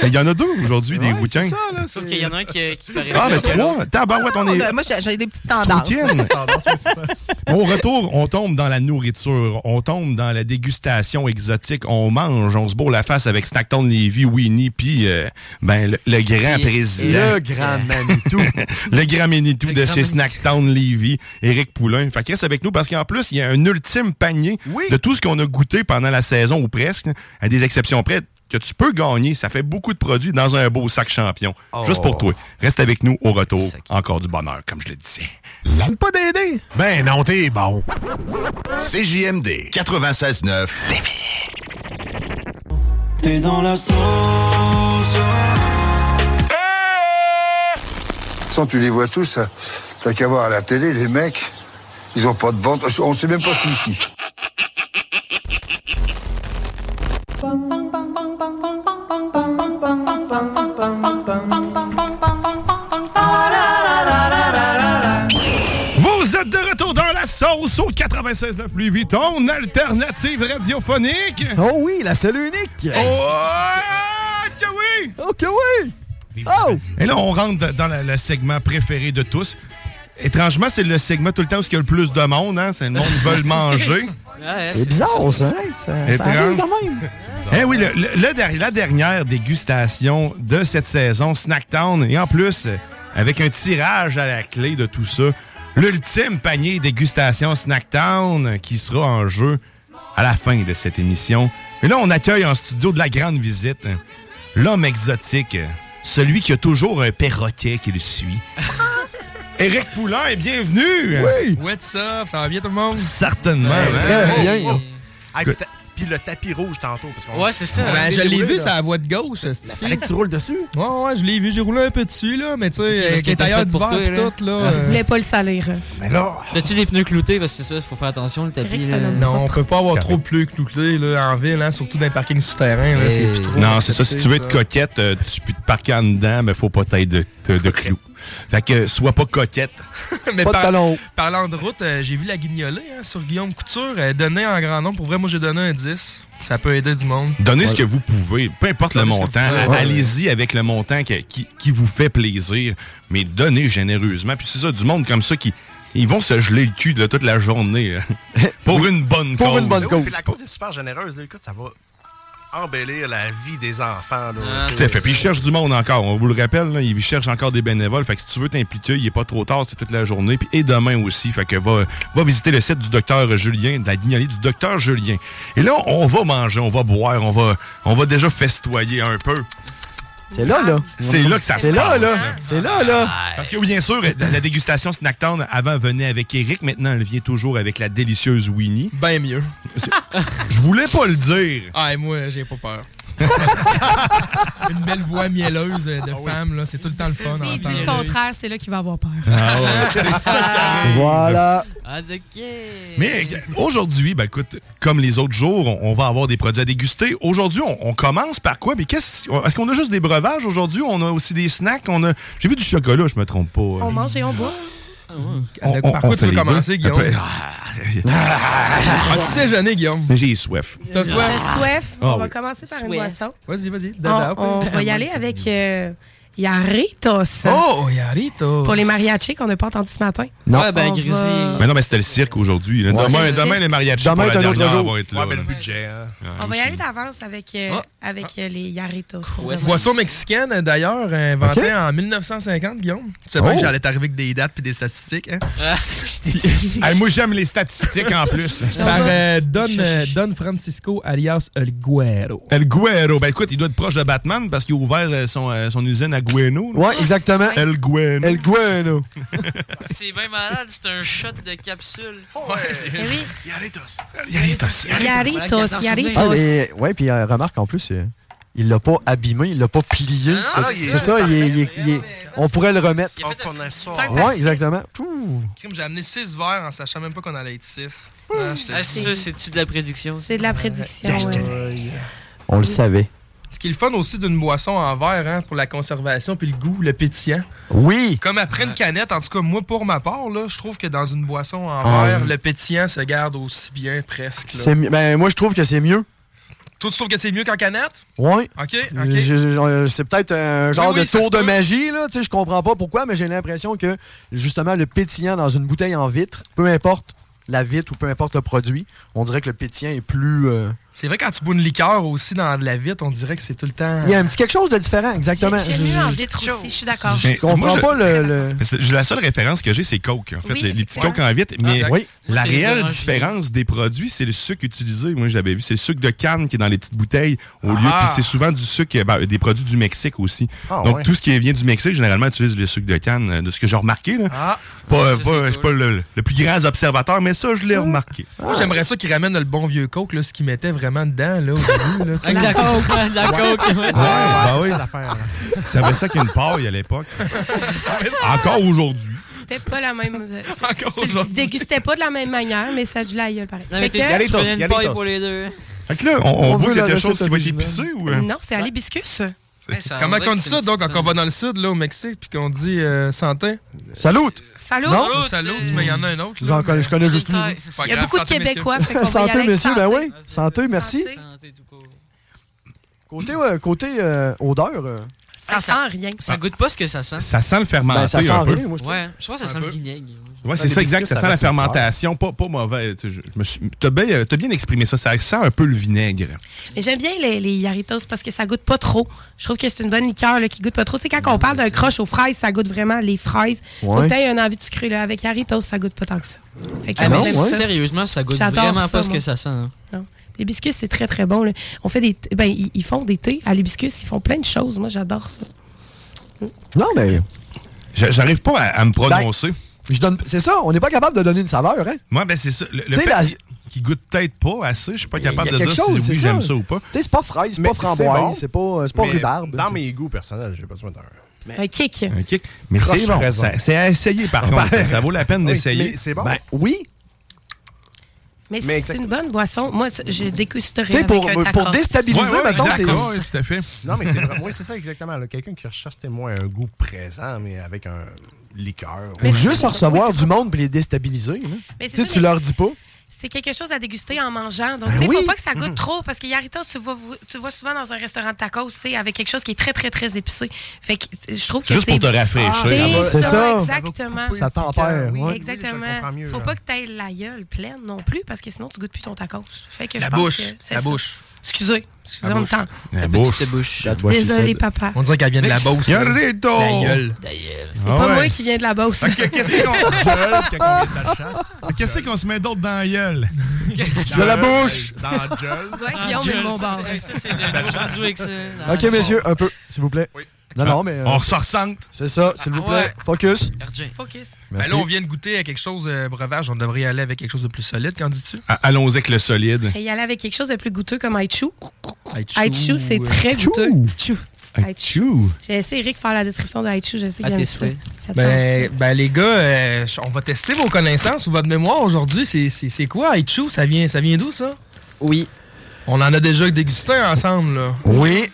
Speaker 8: Il y en a deux aujourd'hui, des routins.
Speaker 10: Sauf qu'il y en a un qui, qui paraît.
Speaker 8: Ah, mais
Speaker 10: plus que l'autre.
Speaker 8: trois. Tabarouette, on est.
Speaker 17: Ah, Moi, j'ai j'ai des petites tendances.
Speaker 8: Troutienne. Au retour, on tombe dans la nourriture, on tombe dans la dégustation exotique, on mange, on se bourre la face avec Snackton Levy, Winnie, puis euh, ben, le, le grand
Speaker 9: Et-
Speaker 8: président.
Speaker 9: le grand Manitou.
Speaker 8: le grand Manitou
Speaker 9: Le
Speaker 8: de
Speaker 9: grand
Speaker 8: chez
Speaker 9: Manitou.
Speaker 8: Snacktown Levy, Éric Poulain. Fait qu'il reste avec nous parce qu'en plus, il y a un ultime panier de tout ce qu'on a goûté pendant la saison ou presque, à des exceptions près que tu peux gagner, ça fait beaucoup de produits dans un beau sac champion.
Speaker 9: Oh.
Speaker 8: Juste pour toi. Reste avec nous au retour. Encore du bonheur, comme je le disais.
Speaker 6: Pas d'aider.
Speaker 8: Ben non, t'es bon.
Speaker 14: CJMD 96.9.
Speaker 13: T'es dans la sauce.
Speaker 1: Sans tu les vois tous, hein. t'as qu'à voir à la télé, les mecs, ils ont pas de ventre, on sait même pas s'ils chient.
Speaker 3: Vous êtes de retour dans la sauce au 96.9 Louis Vuitton, alternative radiophonique.
Speaker 9: Oh oui, la seule unique.
Speaker 8: ah,
Speaker 3: Oh, que oui!
Speaker 9: Oh, que oui!
Speaker 3: Oh!
Speaker 8: Et là, on rentre dans la- le segment préféré de tous. Étrangement, c'est le segment tout le temps où il y a le plus de monde. Hein? C'est le monde veut le manger.
Speaker 10: Ouais,
Speaker 9: C'est bizarre, ça. hein? Ça, ça
Speaker 8: Étrange.
Speaker 9: arrive quand même.
Speaker 8: Eh oui, le- le- le der- la dernière dégustation de cette saison, Snacktown, et en plus, euh, avec un tirage à la clé de tout ça, l'ultime panier dégustation Snacktown euh, qui sera en jeu à la fin de cette émission. Et là, on accueille en studio de la grande visite hein, l'homme exotique, euh, celui qui a toujours un perroquet qui le suit. Éric Poulain est bienvenu!
Speaker 16: What's up? Ça va bien tout le monde?
Speaker 8: Certainement! hein?
Speaker 16: Ah,
Speaker 8: Que-
Speaker 16: putain.
Speaker 6: Puis le tapis rouge tantôt. Parce qu'on-
Speaker 16: Ouais, c'est ça.
Speaker 6: on
Speaker 16: Ben,
Speaker 6: avait
Speaker 16: je l'ai
Speaker 6: déroulé,
Speaker 16: vu,
Speaker 6: là.
Speaker 16: c'est à la voie de gauche. Il
Speaker 6: fallait que tu roules dessus.
Speaker 16: Ouais, ouais, je l'ai vu. J'ai roulé un peu dessus, là. Mais tu
Speaker 10: Ok,
Speaker 16: sais,
Speaker 10: parce
Speaker 16: avec
Speaker 10: qu'il
Speaker 16: les
Speaker 10: était
Speaker 16: tailleurs
Speaker 10: fait
Speaker 16: du
Speaker 10: pour
Speaker 16: vent
Speaker 10: toi,
Speaker 16: pis
Speaker 10: là.
Speaker 16: tout, là.
Speaker 10: Ouais.
Speaker 16: euh,
Speaker 10: Il
Speaker 2: voulait pas le salir. hein.
Speaker 16: Mais là.
Speaker 10: T'as-tu des pneus cloutés? Parce que c'est ça, faut faire attention, le
Speaker 8: euh,
Speaker 10: tapis. là.
Speaker 16: Non, on peut pas avoir trop de pleux cloutés, là, en ville, hein, surtout dans les parkings souterrains, là. C'est plus trop.
Speaker 8: Non, c'est ça. Si tu veux être
Speaker 16: ça.
Speaker 8: coquette, euh, tu peux te parquer en dedans, mais faut pas t'être de, de, de clous. Fait que sois pas coquette.
Speaker 16: Mais
Speaker 8: Pas de
Speaker 16: par-
Speaker 8: talons.
Speaker 16: Parlant de route, euh, j'ai vu la guignolée hein, sur Guillaume Couture. Euh, donner en grand nombre. Pour vrai, moi, j'ai donné un 10. Ça peut aider du monde.
Speaker 8: Donnez ce
Speaker 16: Ouais.
Speaker 8: que vous pouvez, peu importe le
Speaker 16: Donnez ce que
Speaker 8: montant.
Speaker 16: vous pouvez.
Speaker 8: Allez-y avec le montant que- qui, qui vous fait plaisir, mais donnez généreusement. Puis c'est ça, du monde comme ça qui. Ils vont se geler le cul de toute la journée. hein. Pour une bonne cause.
Speaker 6: Oui, puis la cause est super généreuse. là. Écoute, ça va embellir la vie des enfants.
Speaker 16: Ah,
Speaker 6: là.
Speaker 8: Tout à fait. Puis ils cherchent du monde encore. On vous le rappelle, là, ils cherchent encore des bénévoles. Fait que si tu veux t'impliquer, il n'est pas trop tard, c'est toute la journée. Puis, et demain aussi. Fait que va, va visiter le site du docteur Julien, de la guignolée du docteur Julien. Et là, on va manger, on va boire, on va, on va déjà festoyer un peu.
Speaker 9: C'est là, là.
Speaker 8: C'est là que ça se
Speaker 9: C'est là,
Speaker 8: passe.
Speaker 9: là. C'est là, là.
Speaker 8: Parce que bien sûr, la la dégustation Snacktown avant venait avec Eric, maintenant elle vient toujours avec la délicieuse Winnie.
Speaker 16: Ben mieux.
Speaker 8: Je voulais pas le dire.
Speaker 16: Ah, et moi, j'ai pas peur. Une belle voix mielleuse euh, de
Speaker 6: Ah
Speaker 16: femme, là, c'est tout le temps le fun.
Speaker 2: S'il dit
Speaker 16: d'entendre.
Speaker 2: le contraire, c'est là qu'il va avoir peur.
Speaker 8: Ah ouais, c'est ça qui arrive.
Speaker 9: Voilà.
Speaker 8: Mais euh, aujourd'hui, ben écoute, comme les autres jours, on, on va avoir des produits à déguster. Aujourd'hui, on, on commence par quoi? Mais qu'est-ce, est-ce qu'on a juste des breuvages aujourd'hui? On a aussi des snacks? On a, j'ai vu du chocolat, je me trompe pas.
Speaker 2: On mange et on boit.
Speaker 8: On-
Speaker 16: Par quoi
Speaker 8: on
Speaker 16: tu
Speaker 8: fait
Speaker 16: veux
Speaker 8: les
Speaker 16: commencer,
Speaker 8: deux.
Speaker 16: Guillaume?
Speaker 8: Ah,
Speaker 16: As-tu déjeuné, Guillaume?
Speaker 8: Mais j'ai soif.
Speaker 16: T'as soif?
Speaker 2: Le soif,
Speaker 8: Ah
Speaker 2: on va
Speaker 8: oui.
Speaker 2: commencer par une
Speaker 16: Soif.
Speaker 2: boisson.
Speaker 16: Vas-y, vas-y. Dada,
Speaker 2: On, on
Speaker 16: après.
Speaker 2: va y aller avec euh, Yarritos.
Speaker 16: Oh, Yarritos.
Speaker 2: Pour les mariachis qu'on n'a pas entendu ce matin.
Speaker 8: Ouais, ben,
Speaker 2: On
Speaker 8: Grizzly.
Speaker 2: va-
Speaker 8: Mais non, mais c'était le cirque aujourd'hui. là.
Speaker 6: Ouais,
Speaker 8: Demain,
Speaker 6: c'est le
Speaker 8: demain,
Speaker 6: cirque.
Speaker 8: les mariachis.
Speaker 6: Demain
Speaker 8: pour
Speaker 6: est
Speaker 8: la
Speaker 6: un autre
Speaker 8: dernière
Speaker 6: jour.
Speaker 8: vont être là,
Speaker 6: Ouais, mais le
Speaker 8: là.
Speaker 6: budget, hein.
Speaker 2: On va y aller d'avance avec, euh,
Speaker 8: Ah.
Speaker 2: avec euh, les Yarritos. pour demain.
Speaker 16: Boisson mexicaine, euh, d'ailleurs, inventée
Speaker 2: Ok.
Speaker 16: en 1950, Guillaume. Tu sais bien
Speaker 2: Oh.
Speaker 16: que j'allais t'arriver avec des dates puis des statistiques. Hein?
Speaker 6: Ah.
Speaker 3: Hey, moi, j'aime les statistiques en plus.
Speaker 16: Par euh, Don, euh, Don Francisco alias El Guero.
Speaker 8: El Guero. Ben écoute, il doit être proche de Batman parce qu'il a ouvert euh, son, euh, son usine à Gueno. là.
Speaker 9: Ouais, exactement.
Speaker 8: El Gueno. El
Speaker 9: Gueno.
Speaker 10: C'est bien malade, c'est un shot de capsule.
Speaker 2: Eh oui.
Speaker 8: Yarritos.
Speaker 2: Yarritos, Yarritos.
Speaker 9: Ah, mais, ouais, puis euh, remarque en plus, euh, il l'a pas abîmé, il l'a pas plié.
Speaker 2: Ah,
Speaker 9: C'est-
Speaker 2: il est-
Speaker 9: c'est ça, il est- il est- il est- on pourrait le remettre. Ouais, exactement. Ouh.
Speaker 16: Crime, J'ai amené 6 verres en sachant même pas qu'on allait être 6.
Speaker 10: Ah, ça, c'est-tu de la prédiction?
Speaker 2: C'est de la prédiction.
Speaker 9: On le savait.
Speaker 16: Ce qui est le fun aussi d'une boisson en verre, hein, pour la conservation puis le goût, le pétillant.
Speaker 9: Oui.
Speaker 16: Comme après une canette, en tout cas, moi, pour ma part, là, je trouve que dans une boisson en
Speaker 9: Ah.
Speaker 16: verre, le pétillant se garde aussi bien presque. là.
Speaker 9: C'est mi- ben, moi, je trouve que c'est mieux.
Speaker 16: Toi, tu trouves que c'est mieux qu'en canette?
Speaker 9: Ouais. Euh,
Speaker 16: OK,
Speaker 9: Je-
Speaker 16: OK.
Speaker 9: je- je- C'est peut-être un genre
Speaker 16: Oui, oui,
Speaker 9: de
Speaker 16: ça se
Speaker 9: tour de
Speaker 16: peut.
Speaker 9: magie, là. Tu sais, je comprends pas pourquoi, mais j'ai l'impression que, justement, le pétillant dans une bouteille en vitre, peu importe la vitre ou peu importe le produit, on dirait que le pétillant est plus. euh,
Speaker 16: C'est vrai, quand tu bois une liqueur aussi dans de la vitre, on dirait que c'est tout le temps...
Speaker 9: Il y a un petit quelque chose de différent, exactement.
Speaker 2: J'ai
Speaker 9: Je-
Speaker 2: mieux en
Speaker 9: je-
Speaker 2: vitre aussi, je suis d'accord.
Speaker 9: Je
Speaker 8: Mais
Speaker 9: comprends
Speaker 8: moi, je-
Speaker 9: pas le. le-
Speaker 8: Parce que La seule référence que j'ai, c'est Coke. En fait,
Speaker 9: Oui,
Speaker 8: les, les petits
Speaker 9: effectivement.
Speaker 8: Coke en vite.
Speaker 9: Ah,
Speaker 8: Mais
Speaker 9: d'accord. Oui.
Speaker 8: la
Speaker 9: C'est les
Speaker 8: réelle
Speaker 9: oranges.
Speaker 8: différence des produits, c'est le sucre utilisé. Moi, j'avais vu, c'est le sucre de canne qui est dans les petites bouteilles. Au lieu,
Speaker 6: Ah.
Speaker 8: puis c'est souvent du sucre, ben, des produits du Mexique aussi.
Speaker 6: Ah,
Speaker 8: Donc,
Speaker 6: ouais.
Speaker 8: tout ce qui vient du Mexique, généralement, utilise le sucre de canne, euh, de ce que j'ai remarqué. Là.
Speaker 9: Ah.
Speaker 8: Pas, euh, pas- je suis pas le, le plus grand observateur, mais ça,
Speaker 9: Ah.
Speaker 8: je l'ai remarqué.
Speaker 16: Moi, j'aimerais ça qu'ils ramènent le bon vieux Coke, là, ce qu'ils mettaient vraiment dedans, là, au début. Là, tu sais.
Speaker 10: Avec de la coke, hein, de la coke.
Speaker 8: Ouais,
Speaker 19: Ah,
Speaker 8: ben oui. Ça avait ça qu'une paille à l'époque. Encore aujourd'hui.
Speaker 2: C'était pas la même. euh, Tu le dégustais pas de la même manière, mais ça, je l'ai aïeul, pareil.
Speaker 10: Non, mais t'es-
Speaker 2: Fait que-
Speaker 10: tu prenais une paille pour les deux.
Speaker 8: Fait que là, on, on
Speaker 16: On
Speaker 8: boit
Speaker 16: veut la
Speaker 8: quelque chose
Speaker 16: recette
Speaker 8: qui va être
Speaker 16: originale.
Speaker 8: épicé ou. euh?
Speaker 2: Non, c'est à l'hibiscus.
Speaker 16: Comment qu'on dit ça, donc, quand on va dans le sud, là, au Mexique, puis qu'on dit euh, santé?
Speaker 9: Salut!
Speaker 2: Salut!
Speaker 9: Non?
Speaker 16: Salut! Mais il y en a un autre, là.
Speaker 9: J'en connais, je connais juste lui.
Speaker 16: C'est pas grave, santé, messieurs.
Speaker 9: Santé, messieurs, ben oui. Santé, merci. Côté, euh, côté euh, odeur. euh,
Speaker 2: Ça sent rien.
Speaker 10: Ça goûte pas ce que ça sent.
Speaker 8: Ah, Ça sent le fermenté
Speaker 9: Ben, ça sent
Speaker 8: un peu.
Speaker 9: rien, moi, je trouve.
Speaker 10: Ouais, je pense que ça sent le vinaigre.
Speaker 8: Ouais, c'est ça, exact. Ça sent la fermentation. Pas, pas mauvais. Tu je- je me suis- T'as bien, euh, t'as bien exprimé ça. Ça sent un peu le vinaigre.
Speaker 2: Mais j'aime bien les, les Yarritos parce que ça goûte pas trop. Je trouve que c'est une bonne liqueur là, qui goûte pas trop. C'est quand on parle d'un croche aux fraises, ça goûte vraiment les fraises.
Speaker 10: Ouais.
Speaker 2: Faut que t'aies une envie de sucrer là. Avec Yarritos, ça goûte pas tant que ça. Fait que
Speaker 10: Ah, mais
Speaker 2: j'aime ça.
Speaker 10: Sérieusement, ça goûte
Speaker 2: J'adore
Speaker 10: vraiment
Speaker 2: ça,
Speaker 10: pas ce
Speaker 2: moi.
Speaker 10: que ça sent. hein.
Speaker 2: Non. L'hibiscus, c'est très très bon. là. On fait des th- ben, ils ils font des thés à l'hibiscus, ils font plein de choses. Moi, j'adore ça.
Speaker 9: Non, mais.
Speaker 8: Je- J'arrive pas à, à me prononcer.
Speaker 9: Ben, Je donne... C'est ça, on n'est pas capable de donner une saveur, hein?
Speaker 8: Moi, ben c'est ça. Le, le
Speaker 9: T'sais,
Speaker 8: fait
Speaker 9: la-
Speaker 8: qu'il- qu'il goûte peut-être pas assez, je suis pas
Speaker 9: Il y a
Speaker 8: capable de
Speaker 9: quelque
Speaker 8: dire
Speaker 9: chose,
Speaker 8: si
Speaker 9: c'est
Speaker 8: oui,
Speaker 9: ça.
Speaker 8: j'aime ça ou pas.
Speaker 9: Tu sais, c'est pas fraise, c'est pas framboise, c'est pas, euh, c'est pas
Speaker 19: Mais
Speaker 9: rhubarbe.
Speaker 19: Dans mes goûts personnels, j'ai besoin d'un.
Speaker 2: Un kick.
Speaker 8: Un kick. Mais
Speaker 19: Croche
Speaker 8: c'est bon.
Speaker 19: raisin.
Speaker 8: Ça- C'est à essayer, par
Speaker 19: Ben,
Speaker 8: contre. Ça vaut la peine
Speaker 19: oui,
Speaker 8: d'essayer.
Speaker 19: mais c'est bon.
Speaker 9: Ben, oui.
Speaker 2: Mais,
Speaker 9: Mais
Speaker 2: c'est une bonne boisson. Moi, c- je dégusterais.
Speaker 9: Tu sais, pour-
Speaker 2: avec un
Speaker 9: pour
Speaker 2: tacos.
Speaker 9: déstabiliser, Ouais, ouais, mettons, t'es-
Speaker 19: d'accord,
Speaker 9: ouais,
Speaker 8: tout à fait.
Speaker 19: Non, mais c'est vrai. Oui, c'est ça exactement. là. Quelqu'un qui recherche c'est moi un goût présent, mais avec un liqueur.
Speaker 9: Ou juste en recevoir du monde et les déstabiliser. là. Tu
Speaker 2: Mais c'est
Speaker 9: sais,
Speaker 2: ça,
Speaker 9: tu
Speaker 2: mais-
Speaker 9: leur dis pas.
Speaker 2: C'est quelque chose à déguster en mangeant. Donc,
Speaker 9: Ben
Speaker 2: tu sais, faut
Speaker 9: oui.
Speaker 2: pas que ça goûte trop parce que Yarritos, tu vois, tu vois souvent dans un restaurant de tacos, tu sais, avec quelque chose qui est très, très, très épicé. Fait que euh, je trouve que
Speaker 8: Juste
Speaker 2: c'est-
Speaker 8: pour te rafraîchir.
Speaker 2: Ah,
Speaker 8: Ça va-
Speaker 2: C'est
Speaker 8: ça
Speaker 2: ça,
Speaker 8: va-
Speaker 2: exactement.
Speaker 9: Ça tempère, oui.
Speaker 8: Oui, je le
Speaker 2: Exactement.
Speaker 8: comprends mieux,
Speaker 2: faut
Speaker 8: là.
Speaker 2: pas que tu aies la gueule pleine non plus parce que sinon, tu goûtes plus ton tacos. Fait que
Speaker 16: La
Speaker 2: je pense
Speaker 16: bouche,
Speaker 2: que c'est
Speaker 16: la
Speaker 2: ça.
Speaker 16: bouche.
Speaker 2: Excusez, excusez,
Speaker 16: La
Speaker 2: on le
Speaker 16: bouche.
Speaker 2: temps.
Speaker 8: La
Speaker 16: bouche.
Speaker 8: bouche.
Speaker 2: Désolé, papa.
Speaker 16: On dirait qu'elle vient de la Beauce. là.
Speaker 8: Yarrito!
Speaker 16: La gueule.
Speaker 8: Ah
Speaker 2: C'est pas moi qui viens de la Beauce.
Speaker 8: Qu'est-ce qu'on Ah, Qu'est-ce qu'on se met d'autre dans la gueule?
Speaker 9: De la bouche!
Speaker 19: Dans la gueule.
Speaker 2: Ouais, Guillaume est de mon bord.
Speaker 9: Ok, messieurs, un peu, s'il vous plaît. Non, non, mais. euh,
Speaker 8: On se ressente.
Speaker 9: C'est ça, s'il vous plaît.
Speaker 16: Ouais.
Speaker 2: Ah
Speaker 9: Focus.
Speaker 2: Focus.
Speaker 16: Ben
Speaker 9: Merci.
Speaker 16: là, on vient de goûter à quelque chose de breuvage. On devrait y aller avec quelque chose de plus solide, qu'en dis-tu?
Speaker 8: Allons-y Ah, avec le solide.
Speaker 2: Et y aller avec quelque chose de plus goûteux comme Aichu. Aichu, c'est très goûteux.
Speaker 16: Achou.
Speaker 2: J'ai laissé Eric faire la description de Aichu, je sais
Speaker 16: À
Speaker 2: qu'il aime
Speaker 16: tes
Speaker 2: ça.
Speaker 16: souhaits.
Speaker 2: Attends.
Speaker 16: Ben, ben, les gars, euh, on va tester vos connaissances ou votre mémoire aujourd'hui. C'est- C'est c'est quoi, Aichu? Ça vient, ça vient d'où, ça?
Speaker 10: Oui.
Speaker 16: On en a déjà dégusté ensemble, là.
Speaker 8: Oui.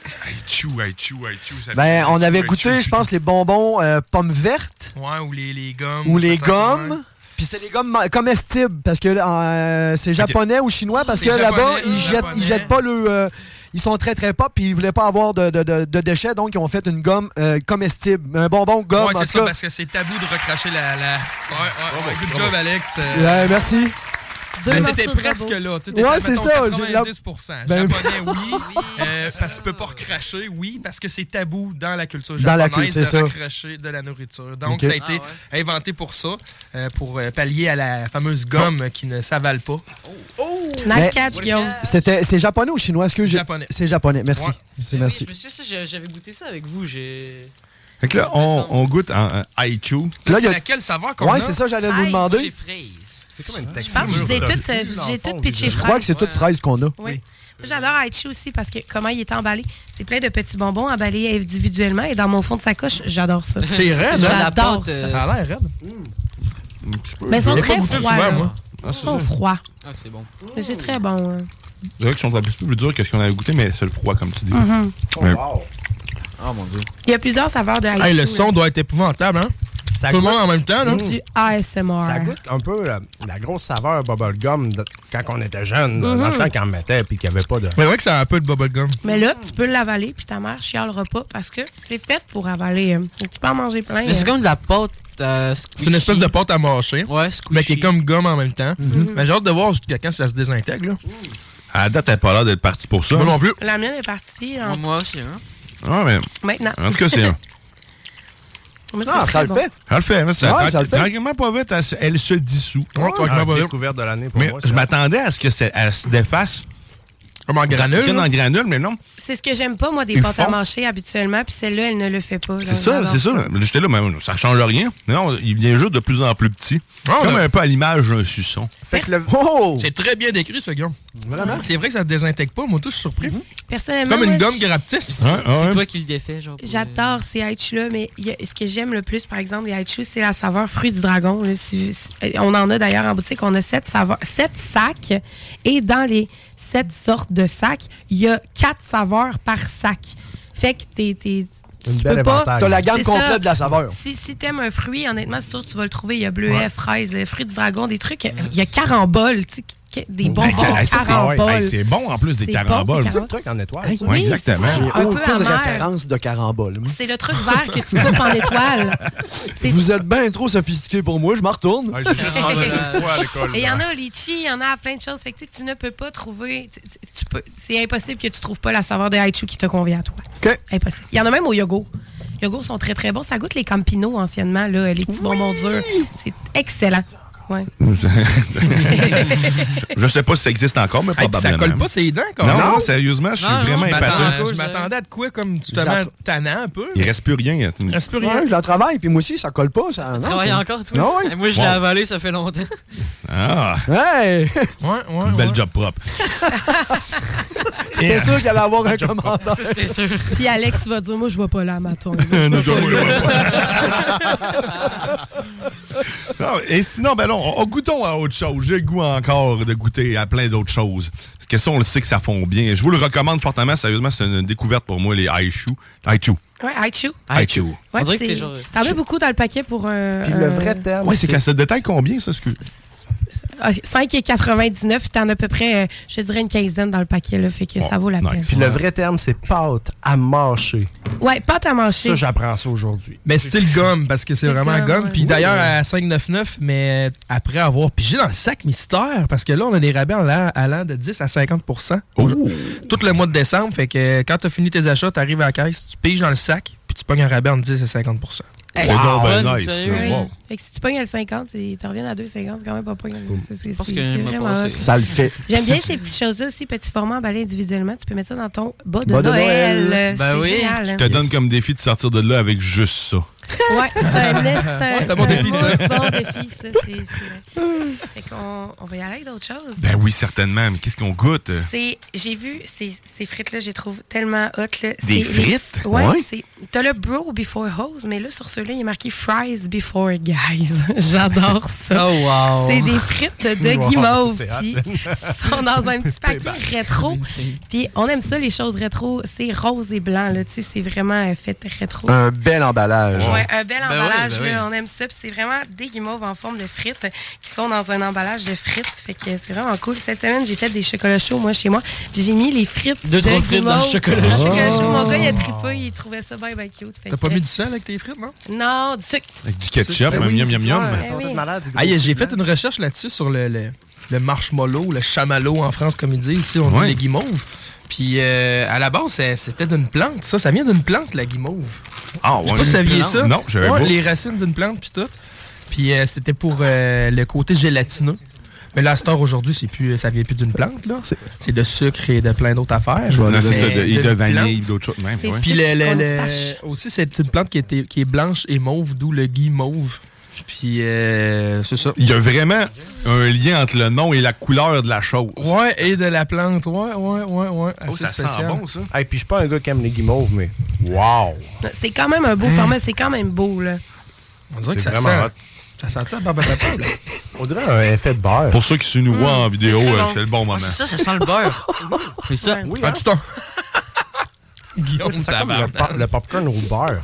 Speaker 8: Aichu, Aichu, Aichu. ça-
Speaker 9: Ben, on
Speaker 8: Aichu,
Speaker 9: avait
Speaker 8: Aichu,
Speaker 9: goûté,
Speaker 8: Aichu.
Speaker 9: je pense, les bonbons euh, pommes vertes
Speaker 16: Ouais, ou les, les gommes.
Speaker 9: ou les
Speaker 16: peut-être, ouais.
Speaker 9: gommes. Puis c'était les gommes ma- comestibles parce que euh, c'est japonais ou chinois parce
Speaker 16: Les
Speaker 9: que là-bas,
Speaker 16: Japonais,
Speaker 9: ils
Speaker 16: les
Speaker 9: jettent, ils
Speaker 16: Japonais.
Speaker 9: jettent pas le. euh, ils sont très très pop puis ils voulaient pas avoir de, de- de- de déchets donc ils ont fait une gomme euh, comestible, un bonbon gomme
Speaker 16: Ouais,
Speaker 9: en
Speaker 16: c'est
Speaker 9: tout
Speaker 16: ça,
Speaker 9: cas. Oh
Speaker 16: parce que c'est tabou de recracher la. la... Ouais, ouais, ouais. Good job, Alex. Euh,
Speaker 9: Ouais, merci.
Speaker 16: Ben, t'étais presque là. tu sais, t'étais,
Speaker 9: Ouais, c'est
Speaker 16: mettons,
Speaker 9: ça. j'ai la-
Speaker 16: 90%.
Speaker 9: Ben-
Speaker 16: Japonais, oui. Euh, parce que tu peux pas recracher, oui, parce que c'est tabou dans la culture
Speaker 9: Dans la
Speaker 16: japonaise
Speaker 9: culture,
Speaker 16: de
Speaker 9: c'est ça.
Speaker 16: recracher de la nourriture. Donc,
Speaker 9: Ok.
Speaker 16: ça a été
Speaker 2: Ah
Speaker 16: inventé pour ça, euh, pour euh, pallier à la fameuse gomme euh, qui ne s'avale pas.
Speaker 10: Oh!
Speaker 9: Mais-
Speaker 2: Nice catch, Guillaume.
Speaker 9: C'était, c'est japonais ou chinois? Est-ce que j'ai-
Speaker 16: Japonais.
Speaker 9: C'est japonais, merci.
Speaker 10: Ouais.
Speaker 9: C'est merci.
Speaker 10: Je me suis dit, ça, j'avais goûté ça avec vous. J'ai.
Speaker 8: Fait que là, on, on goûte en euh, Aichu.
Speaker 10: Là, c'est laquelle saveur qu'on
Speaker 9: Ouais,
Speaker 10: a?
Speaker 9: c'est ça, j'allais vous
Speaker 10: Aïe,
Speaker 9: demander.
Speaker 10: j'ai fraise.
Speaker 19: C'est comme une
Speaker 2: Je pense que je les ai toutes, euh, j'ai toutes pitchées
Speaker 9: Je crois que c'est toute fraise qu'on a.
Speaker 2: Oui. Moi, J'adore Aichi aussi parce que comment il est emballé. C'est plein de petits bonbons emballés individuellement et dans mon fond de sacoche, j'adore ça.
Speaker 16: C'est raide, hein? La
Speaker 2: J'adore
Speaker 16: pâte,
Speaker 2: ça.
Speaker 16: euh, ça a l'air raide.
Speaker 2: Mais ils sont
Speaker 8: Je l'ai
Speaker 2: très
Speaker 8: pas goûté
Speaker 2: froids.
Speaker 8: souvent,
Speaker 2: là.
Speaker 8: moi.
Speaker 16: Ah,
Speaker 2: Ils sont froids.
Speaker 10: Ah, c'est bon.
Speaker 2: Mais c'est très bon. hein.
Speaker 8: C'est vrai qu'ils sont un petit peu plus durs que ce qu'on avait goûté, mais c'est le froid, comme tu dis.
Speaker 2: Mhm.
Speaker 8: Ouais.
Speaker 10: Oh mon dieu.
Speaker 2: Il y a plusieurs saveurs de Aichi.
Speaker 16: Hey, le
Speaker 2: là.
Speaker 16: son doit être épouvantable, hein? Tout le
Speaker 19: goûte- Mm.
Speaker 16: monde en même temps, là.
Speaker 2: C'est du ASMR.
Speaker 19: Ça goûte un peu la, la grosse saveur bubblegum de- quand on était jeune, là, dans le
Speaker 16: Mm-hmm.
Speaker 2: Mhm.
Speaker 19: temps qu'on mettait puis qu'il n'y avait pas de.
Speaker 16: Mais vrai que ça a un peu de bubblegum.
Speaker 2: Mais là, tu peux l'avaler, puis ta mère chialera pas parce que c'est fait pour avaler. hein. Tu peux en manger plein.
Speaker 10: Mais c'est
Speaker 2: hein.
Speaker 10: comme de la pâte. euh,
Speaker 16: C'est une espèce de pâte à mâcher. Mais qui est comme gomme en même temps.
Speaker 2: Mhm.
Speaker 16: Mais j'ai hâte de voir jusqu'à quand ça se désintègre, là.
Speaker 8: À la date, t'as pas l'air d'être parti pour ça.
Speaker 16: Moi non plus.
Speaker 2: La mienne est partie en-
Speaker 10: Moi aussi, hein.
Speaker 8: Ah, mais.
Speaker 2: maintenant.
Speaker 8: En tout cas, c'est.
Speaker 2: Mais c'est
Speaker 9: Ah,
Speaker 2: très
Speaker 9: ça le
Speaker 2: bon.
Speaker 9: fait.
Speaker 8: Ça le fait, mais ça-
Speaker 9: Ouais, ça le fait.
Speaker 8: Tranquillement, pas vite, elle, se- elle se dissout.
Speaker 19: Ouais, tranquillement,
Speaker 8: Ah,
Speaker 19: pas vite.
Speaker 8: découverte
Speaker 19: de l'année
Speaker 8: pour mais
Speaker 19: moi,
Speaker 8: Je m'attendais à ce que c'est- elle se défasse.
Speaker 16: Comme en
Speaker 8: granule. Comme en granule, mais non.
Speaker 2: C'est ce que j'aime pas, moi, des
Speaker 8: Ils
Speaker 2: pâtes à
Speaker 8: font.
Speaker 2: manger habituellement, puis celle-là, elle ne le fait pas.
Speaker 8: C'est ça, c'est ça. J'étais là, mais ça change rien. Non, il vient juste de plus en plus petit. Comme
Speaker 16: là.
Speaker 8: un peu à l'image d'un suçon. Oh!
Speaker 16: C'est très bien décrit, ce gomme. C'est vrai que ça ne désintègre pas. Moi, tout, je suis surpris.
Speaker 2: Personnellement,
Speaker 16: Comme une
Speaker 2: Mm-hmm. moi,
Speaker 16: gomme
Speaker 2: je-
Speaker 16: gratis.
Speaker 10: C'est- c'est toi qui le défais, genre.
Speaker 2: J'adore ces haïchus-là, mais il y a- ce que j'aime le plus, par exemple, les haïchus, c'est la saveur fruit du dragon. là. Si- si- euh, on en a d'ailleurs en boutique, on a sept, saveurs, sept sacs, et dans les sept sortes de sacs, il y a quatre saveurs par sac. Fait que t'es... t'es-
Speaker 9: Une
Speaker 2: tu
Speaker 9: belle
Speaker 2: peux pas-
Speaker 9: éventail. T'as la gamme
Speaker 2: C'est
Speaker 9: complète de la saveur.
Speaker 2: Si, si t'aimes un fruit, honnêtement, c'est sûr que tu vas le trouver. Il y a bleuet,
Speaker 9: Ouais.
Speaker 2: fraise, le fruit du dragon, des trucs. Il y a carambole, tu sais, qui- des bonbons
Speaker 8: Hey, hey, ça, c'est-
Speaker 2: caramboles.
Speaker 8: hey, c'est bon en plus des
Speaker 2: C'est bon,
Speaker 8: caramboles.
Speaker 2: des
Speaker 8: C'est
Speaker 2: caramboles.
Speaker 19: truc en étoile.
Speaker 2: ça. Oui,
Speaker 8: exactement.
Speaker 2: c'est
Speaker 9: J'ai
Speaker 2: un peu
Speaker 9: aucun de
Speaker 2: amer.
Speaker 9: références de carambole. moi.
Speaker 2: C'est le truc vert que tu coupes en étoile.
Speaker 9: Vous êtes bien trop sophistiqué pour moi, je m'en retourne.
Speaker 2: Et il y en a au litchi, il y en a à plein de choses. Fait que tu sais, tu ne peux pas trouver. tu- tu- tu peux- C'est impossible que tu trouves pas la saveur de Haichu qui te convient à toi. Impossible. Il y en a même au yogourt. Les yogourts sont très très bons. Ça goûte les Campinos anciennement, là, les petits bonbons durs. C'est excellent. Ouais.
Speaker 8: Je- je sais pas si ça existe encore, mais
Speaker 16: Hey, puis
Speaker 8: probablement.
Speaker 16: ça colle pas ses dents, quand
Speaker 8: Non,
Speaker 16: même.
Speaker 8: non, sérieusement, je suis
Speaker 16: Non, non,
Speaker 8: vraiment
Speaker 16: je
Speaker 8: épaté.
Speaker 16: m'attends- Je m'attendais à de quoi comme justement
Speaker 9: l'attends.
Speaker 16: tannant un peu.
Speaker 8: Il reste plus rien. Il
Speaker 16: reste plus rien.
Speaker 9: Ouais, je la travaille, puis moi aussi, ça colle pas. Ça, non,
Speaker 10: Travaille
Speaker 9: ça-
Speaker 10: encore, toi?
Speaker 9: Non, oui.
Speaker 10: Eh, Moi, je l'ai avalé, ça fait longtemps.
Speaker 8: Ah!
Speaker 9: Hey!
Speaker 8: Belle job propre.
Speaker 9: C'était sûr qu'il allait avoir un commentaire.
Speaker 10: c'était sûr.
Speaker 2: Puis Alex va dire Moi, je vois pas là, maton.
Speaker 8: Non, et sinon, ben non, on, on goûtons à autre chose. J'ai le goût encore de goûter à plein d'autres choses. Parce que ça, on le sait que ça fond bien. Je vous le recommande fortement. Sérieusement, c'est une découverte pour moi, les Aishu. Aishu.
Speaker 2: Ouais, Haichu.
Speaker 8: Aishu.
Speaker 2: Ouais,
Speaker 10: On dirait que
Speaker 2: c'est-
Speaker 10: t'es genre- euh,
Speaker 2: T'en mets beaucoup dans le paquet pour. euh, un
Speaker 9: Puis le vrai terme.
Speaker 8: Euh, Ouais, c'est qu'à ce détail combien, ça, ce que.
Speaker 2: ah, 5,99, puis t'en as à peu près, euh, je dirais, une quinzaine dans le paquet, là, fait que ça vaut la peine.
Speaker 19: Puis le vrai terme, c'est pâte à mâcher.
Speaker 2: Ouais, pâte à manger.
Speaker 19: Ça, j'apprends ça aujourd'hui.
Speaker 16: Mais style gomme, parce que c'est
Speaker 2: Style
Speaker 16: vraiment
Speaker 2: gomme,
Speaker 16: gomme.
Speaker 2: ouais.
Speaker 16: Puis
Speaker 2: Oui.
Speaker 16: d'ailleurs, à 5,99, mais après avoir pigé dans le sac mystère, parce que là, on a des rabais en allant- allant de 10 à 50 Tout le mois de décembre, fait que quand t'as fini tes achats, t'arrives à la caisse, tu piges dans le sac, puis tu pognes un rabais entre 10 et 50
Speaker 8: C'est donc ben nice, ça.
Speaker 2: Ouais.
Speaker 8: Wow.
Speaker 2: Fait que si tu pognes le 50, tu reviens à 2,50, c'est quand même pas pogné. C'est- c'est-
Speaker 10: Parce
Speaker 2: c'est-
Speaker 10: que
Speaker 2: c'est
Speaker 10: moi,
Speaker 2: vraiment
Speaker 10: pas,
Speaker 2: hot.
Speaker 10: c'est- Ça le fait.
Speaker 2: J'aime bien ces petites choses-là aussi, petits formats emballés individuellement. Tu peux mettre ça dans ton bas de
Speaker 8: Bas de
Speaker 2: Noël.
Speaker 8: Noël.
Speaker 2: C'est
Speaker 8: Ben oui.
Speaker 2: génial.
Speaker 8: Je te donne comme défi de sortir de là avec juste ça.
Speaker 2: Ouais, c'est un
Speaker 7: Ouais,
Speaker 2: essai.
Speaker 7: c'est un bon défi, ça.
Speaker 2: bon défi, ça. c'est- c'est vrai. Fait qu'on on va y aller avec d'autres choses.
Speaker 8: Ben oui, certainement, mais qu'est-ce qu'on goûte?
Speaker 2: C'est, j'ai vu ces, ces frites-là, je les trouve tellement hot. Là. C'est
Speaker 8: Des
Speaker 2: les-
Speaker 8: frites?
Speaker 2: Ouais.
Speaker 8: Ouais.
Speaker 2: c'est- T'as le bro before hose, mais là, sur celui-là, il est marqué fries before guys. J'adore ça.
Speaker 7: Oh, wow.
Speaker 2: C'est des frites de
Speaker 7: Wow,
Speaker 2: guimauve.
Speaker 7: c'est hot.
Speaker 2: Puis,
Speaker 8: hein.
Speaker 2: sont dans un petit paquet rétro. Puis, on aime ça, les choses rétro. C'est rose et blanc, là. Tu sais, c'est vraiment euh, fait rétro.
Speaker 18: Un bel emballage.
Speaker 2: Ouais, un bel
Speaker 18: Ben oui,
Speaker 2: emballage,
Speaker 18: ben
Speaker 2: là,
Speaker 18: oui.
Speaker 2: on aime ça. Puis c'est vraiment des guimauves en forme de frites euh, qui sont dans un emballage de frites. Fait que c'est vraiment cool. Cette semaine, j'ai fait des chocolats chauds, moi, chez moi. Puis j'ai mis les frites.
Speaker 10: Deux,
Speaker 2: de
Speaker 10: trois frites dans le
Speaker 2: guimauve
Speaker 10: chocolat
Speaker 2: dans le
Speaker 10: chaud.
Speaker 2: chocolat chaud. Mon
Speaker 10: Oh.
Speaker 2: gars, il a trippé, il trouvait ça bien, bien cute. Fait
Speaker 16: Ah. T'as pas
Speaker 2: que-
Speaker 16: mis du sel avec tes frites, non?
Speaker 2: Non, du sucre.
Speaker 8: Avec du ketchup,
Speaker 16: Ben
Speaker 8: hein,
Speaker 16: oui,
Speaker 8: miam,
Speaker 16: c'est
Speaker 8: miam, miam.
Speaker 2: clair.
Speaker 8: Ils sont
Speaker 2: Ben
Speaker 8: tous
Speaker 2: oui.
Speaker 8: malades, du gros
Speaker 16: Ah, j'ai
Speaker 8: sucre
Speaker 16: fait une recherche là-dessus sur le, le, le marshmallow, le chamallow en France, comme ils disent. Ici, on
Speaker 8: Ouais.
Speaker 16: dit les guimauves. Puis euh, à la base, c'est- c'était d'une plante. Ça, ça vient d'une plante, la guimauve.
Speaker 8: Ah,
Speaker 16: Je sais pas
Speaker 8: ouais,
Speaker 16: si
Speaker 8: une
Speaker 16: vous saviez
Speaker 8: plante.
Speaker 16: ça.
Speaker 8: Non, j'avais
Speaker 16: Ouais,
Speaker 8: pas.
Speaker 16: Les racines d'une plante, puis tout. Puis euh, c'était pour euh, le côté gélatineux. Mais la star aujourd'hui, c'est plus, ça vient plus d'une plante, là. C'est de sucre et de plein d'autres affaires.
Speaker 8: Je vais aller
Speaker 16: Mais
Speaker 8: c'est ça, de- et de
Speaker 16: d'une
Speaker 8: vanille,
Speaker 16: plante.
Speaker 8: d'autres choses même, C'est ouais.
Speaker 16: Puis
Speaker 8: sucre
Speaker 16: le- le-
Speaker 8: qu'on
Speaker 16: le-
Speaker 8: stache.
Speaker 16: aussi, c'est une plante qui, était, qui est blanche et mauve, d'où le guimauve. Puis euh, c'est ça.
Speaker 8: Il y a vraiment un lien entre le nom et la couleur de la chose.
Speaker 16: Ouais, et de la plante. Ouais, ouais, ouais, ouais.
Speaker 8: Oh,
Speaker 16: Assez
Speaker 8: ça sent
Speaker 16: spécial.
Speaker 8: bon, ça.
Speaker 19: Et puis je suis pas un gars qui aime les guimauves, mais wow!
Speaker 2: C'est quand même un beau
Speaker 10: Hein?
Speaker 19: Mm.
Speaker 2: format, c'est quand même beau, là.
Speaker 16: On dirait
Speaker 19: C'est
Speaker 16: que ça
Speaker 19: vraiment
Speaker 16: sent.
Speaker 19: hot.
Speaker 16: Ça sent la barbe à papa, là.
Speaker 19: On dirait
Speaker 8: Ah,
Speaker 19: un effet de beurre.
Speaker 8: Pour ceux qui
Speaker 10: Mmh,
Speaker 8: nous
Speaker 16: Mm.
Speaker 8: voient en vidéo,
Speaker 19: C'est très
Speaker 8: euh,
Speaker 19: bon.
Speaker 8: c'est le
Speaker 16: Ah,
Speaker 8: bon moment.
Speaker 10: Ah, c'est ça, ça sent le beurre. C'est ça.
Speaker 19: Oui,
Speaker 8: Ah,
Speaker 19: hein?
Speaker 8: putain.
Speaker 16: Guillaume,
Speaker 19: Ça sent comme le,
Speaker 10: tabarnak.
Speaker 19: pop- le popcorn au beurre.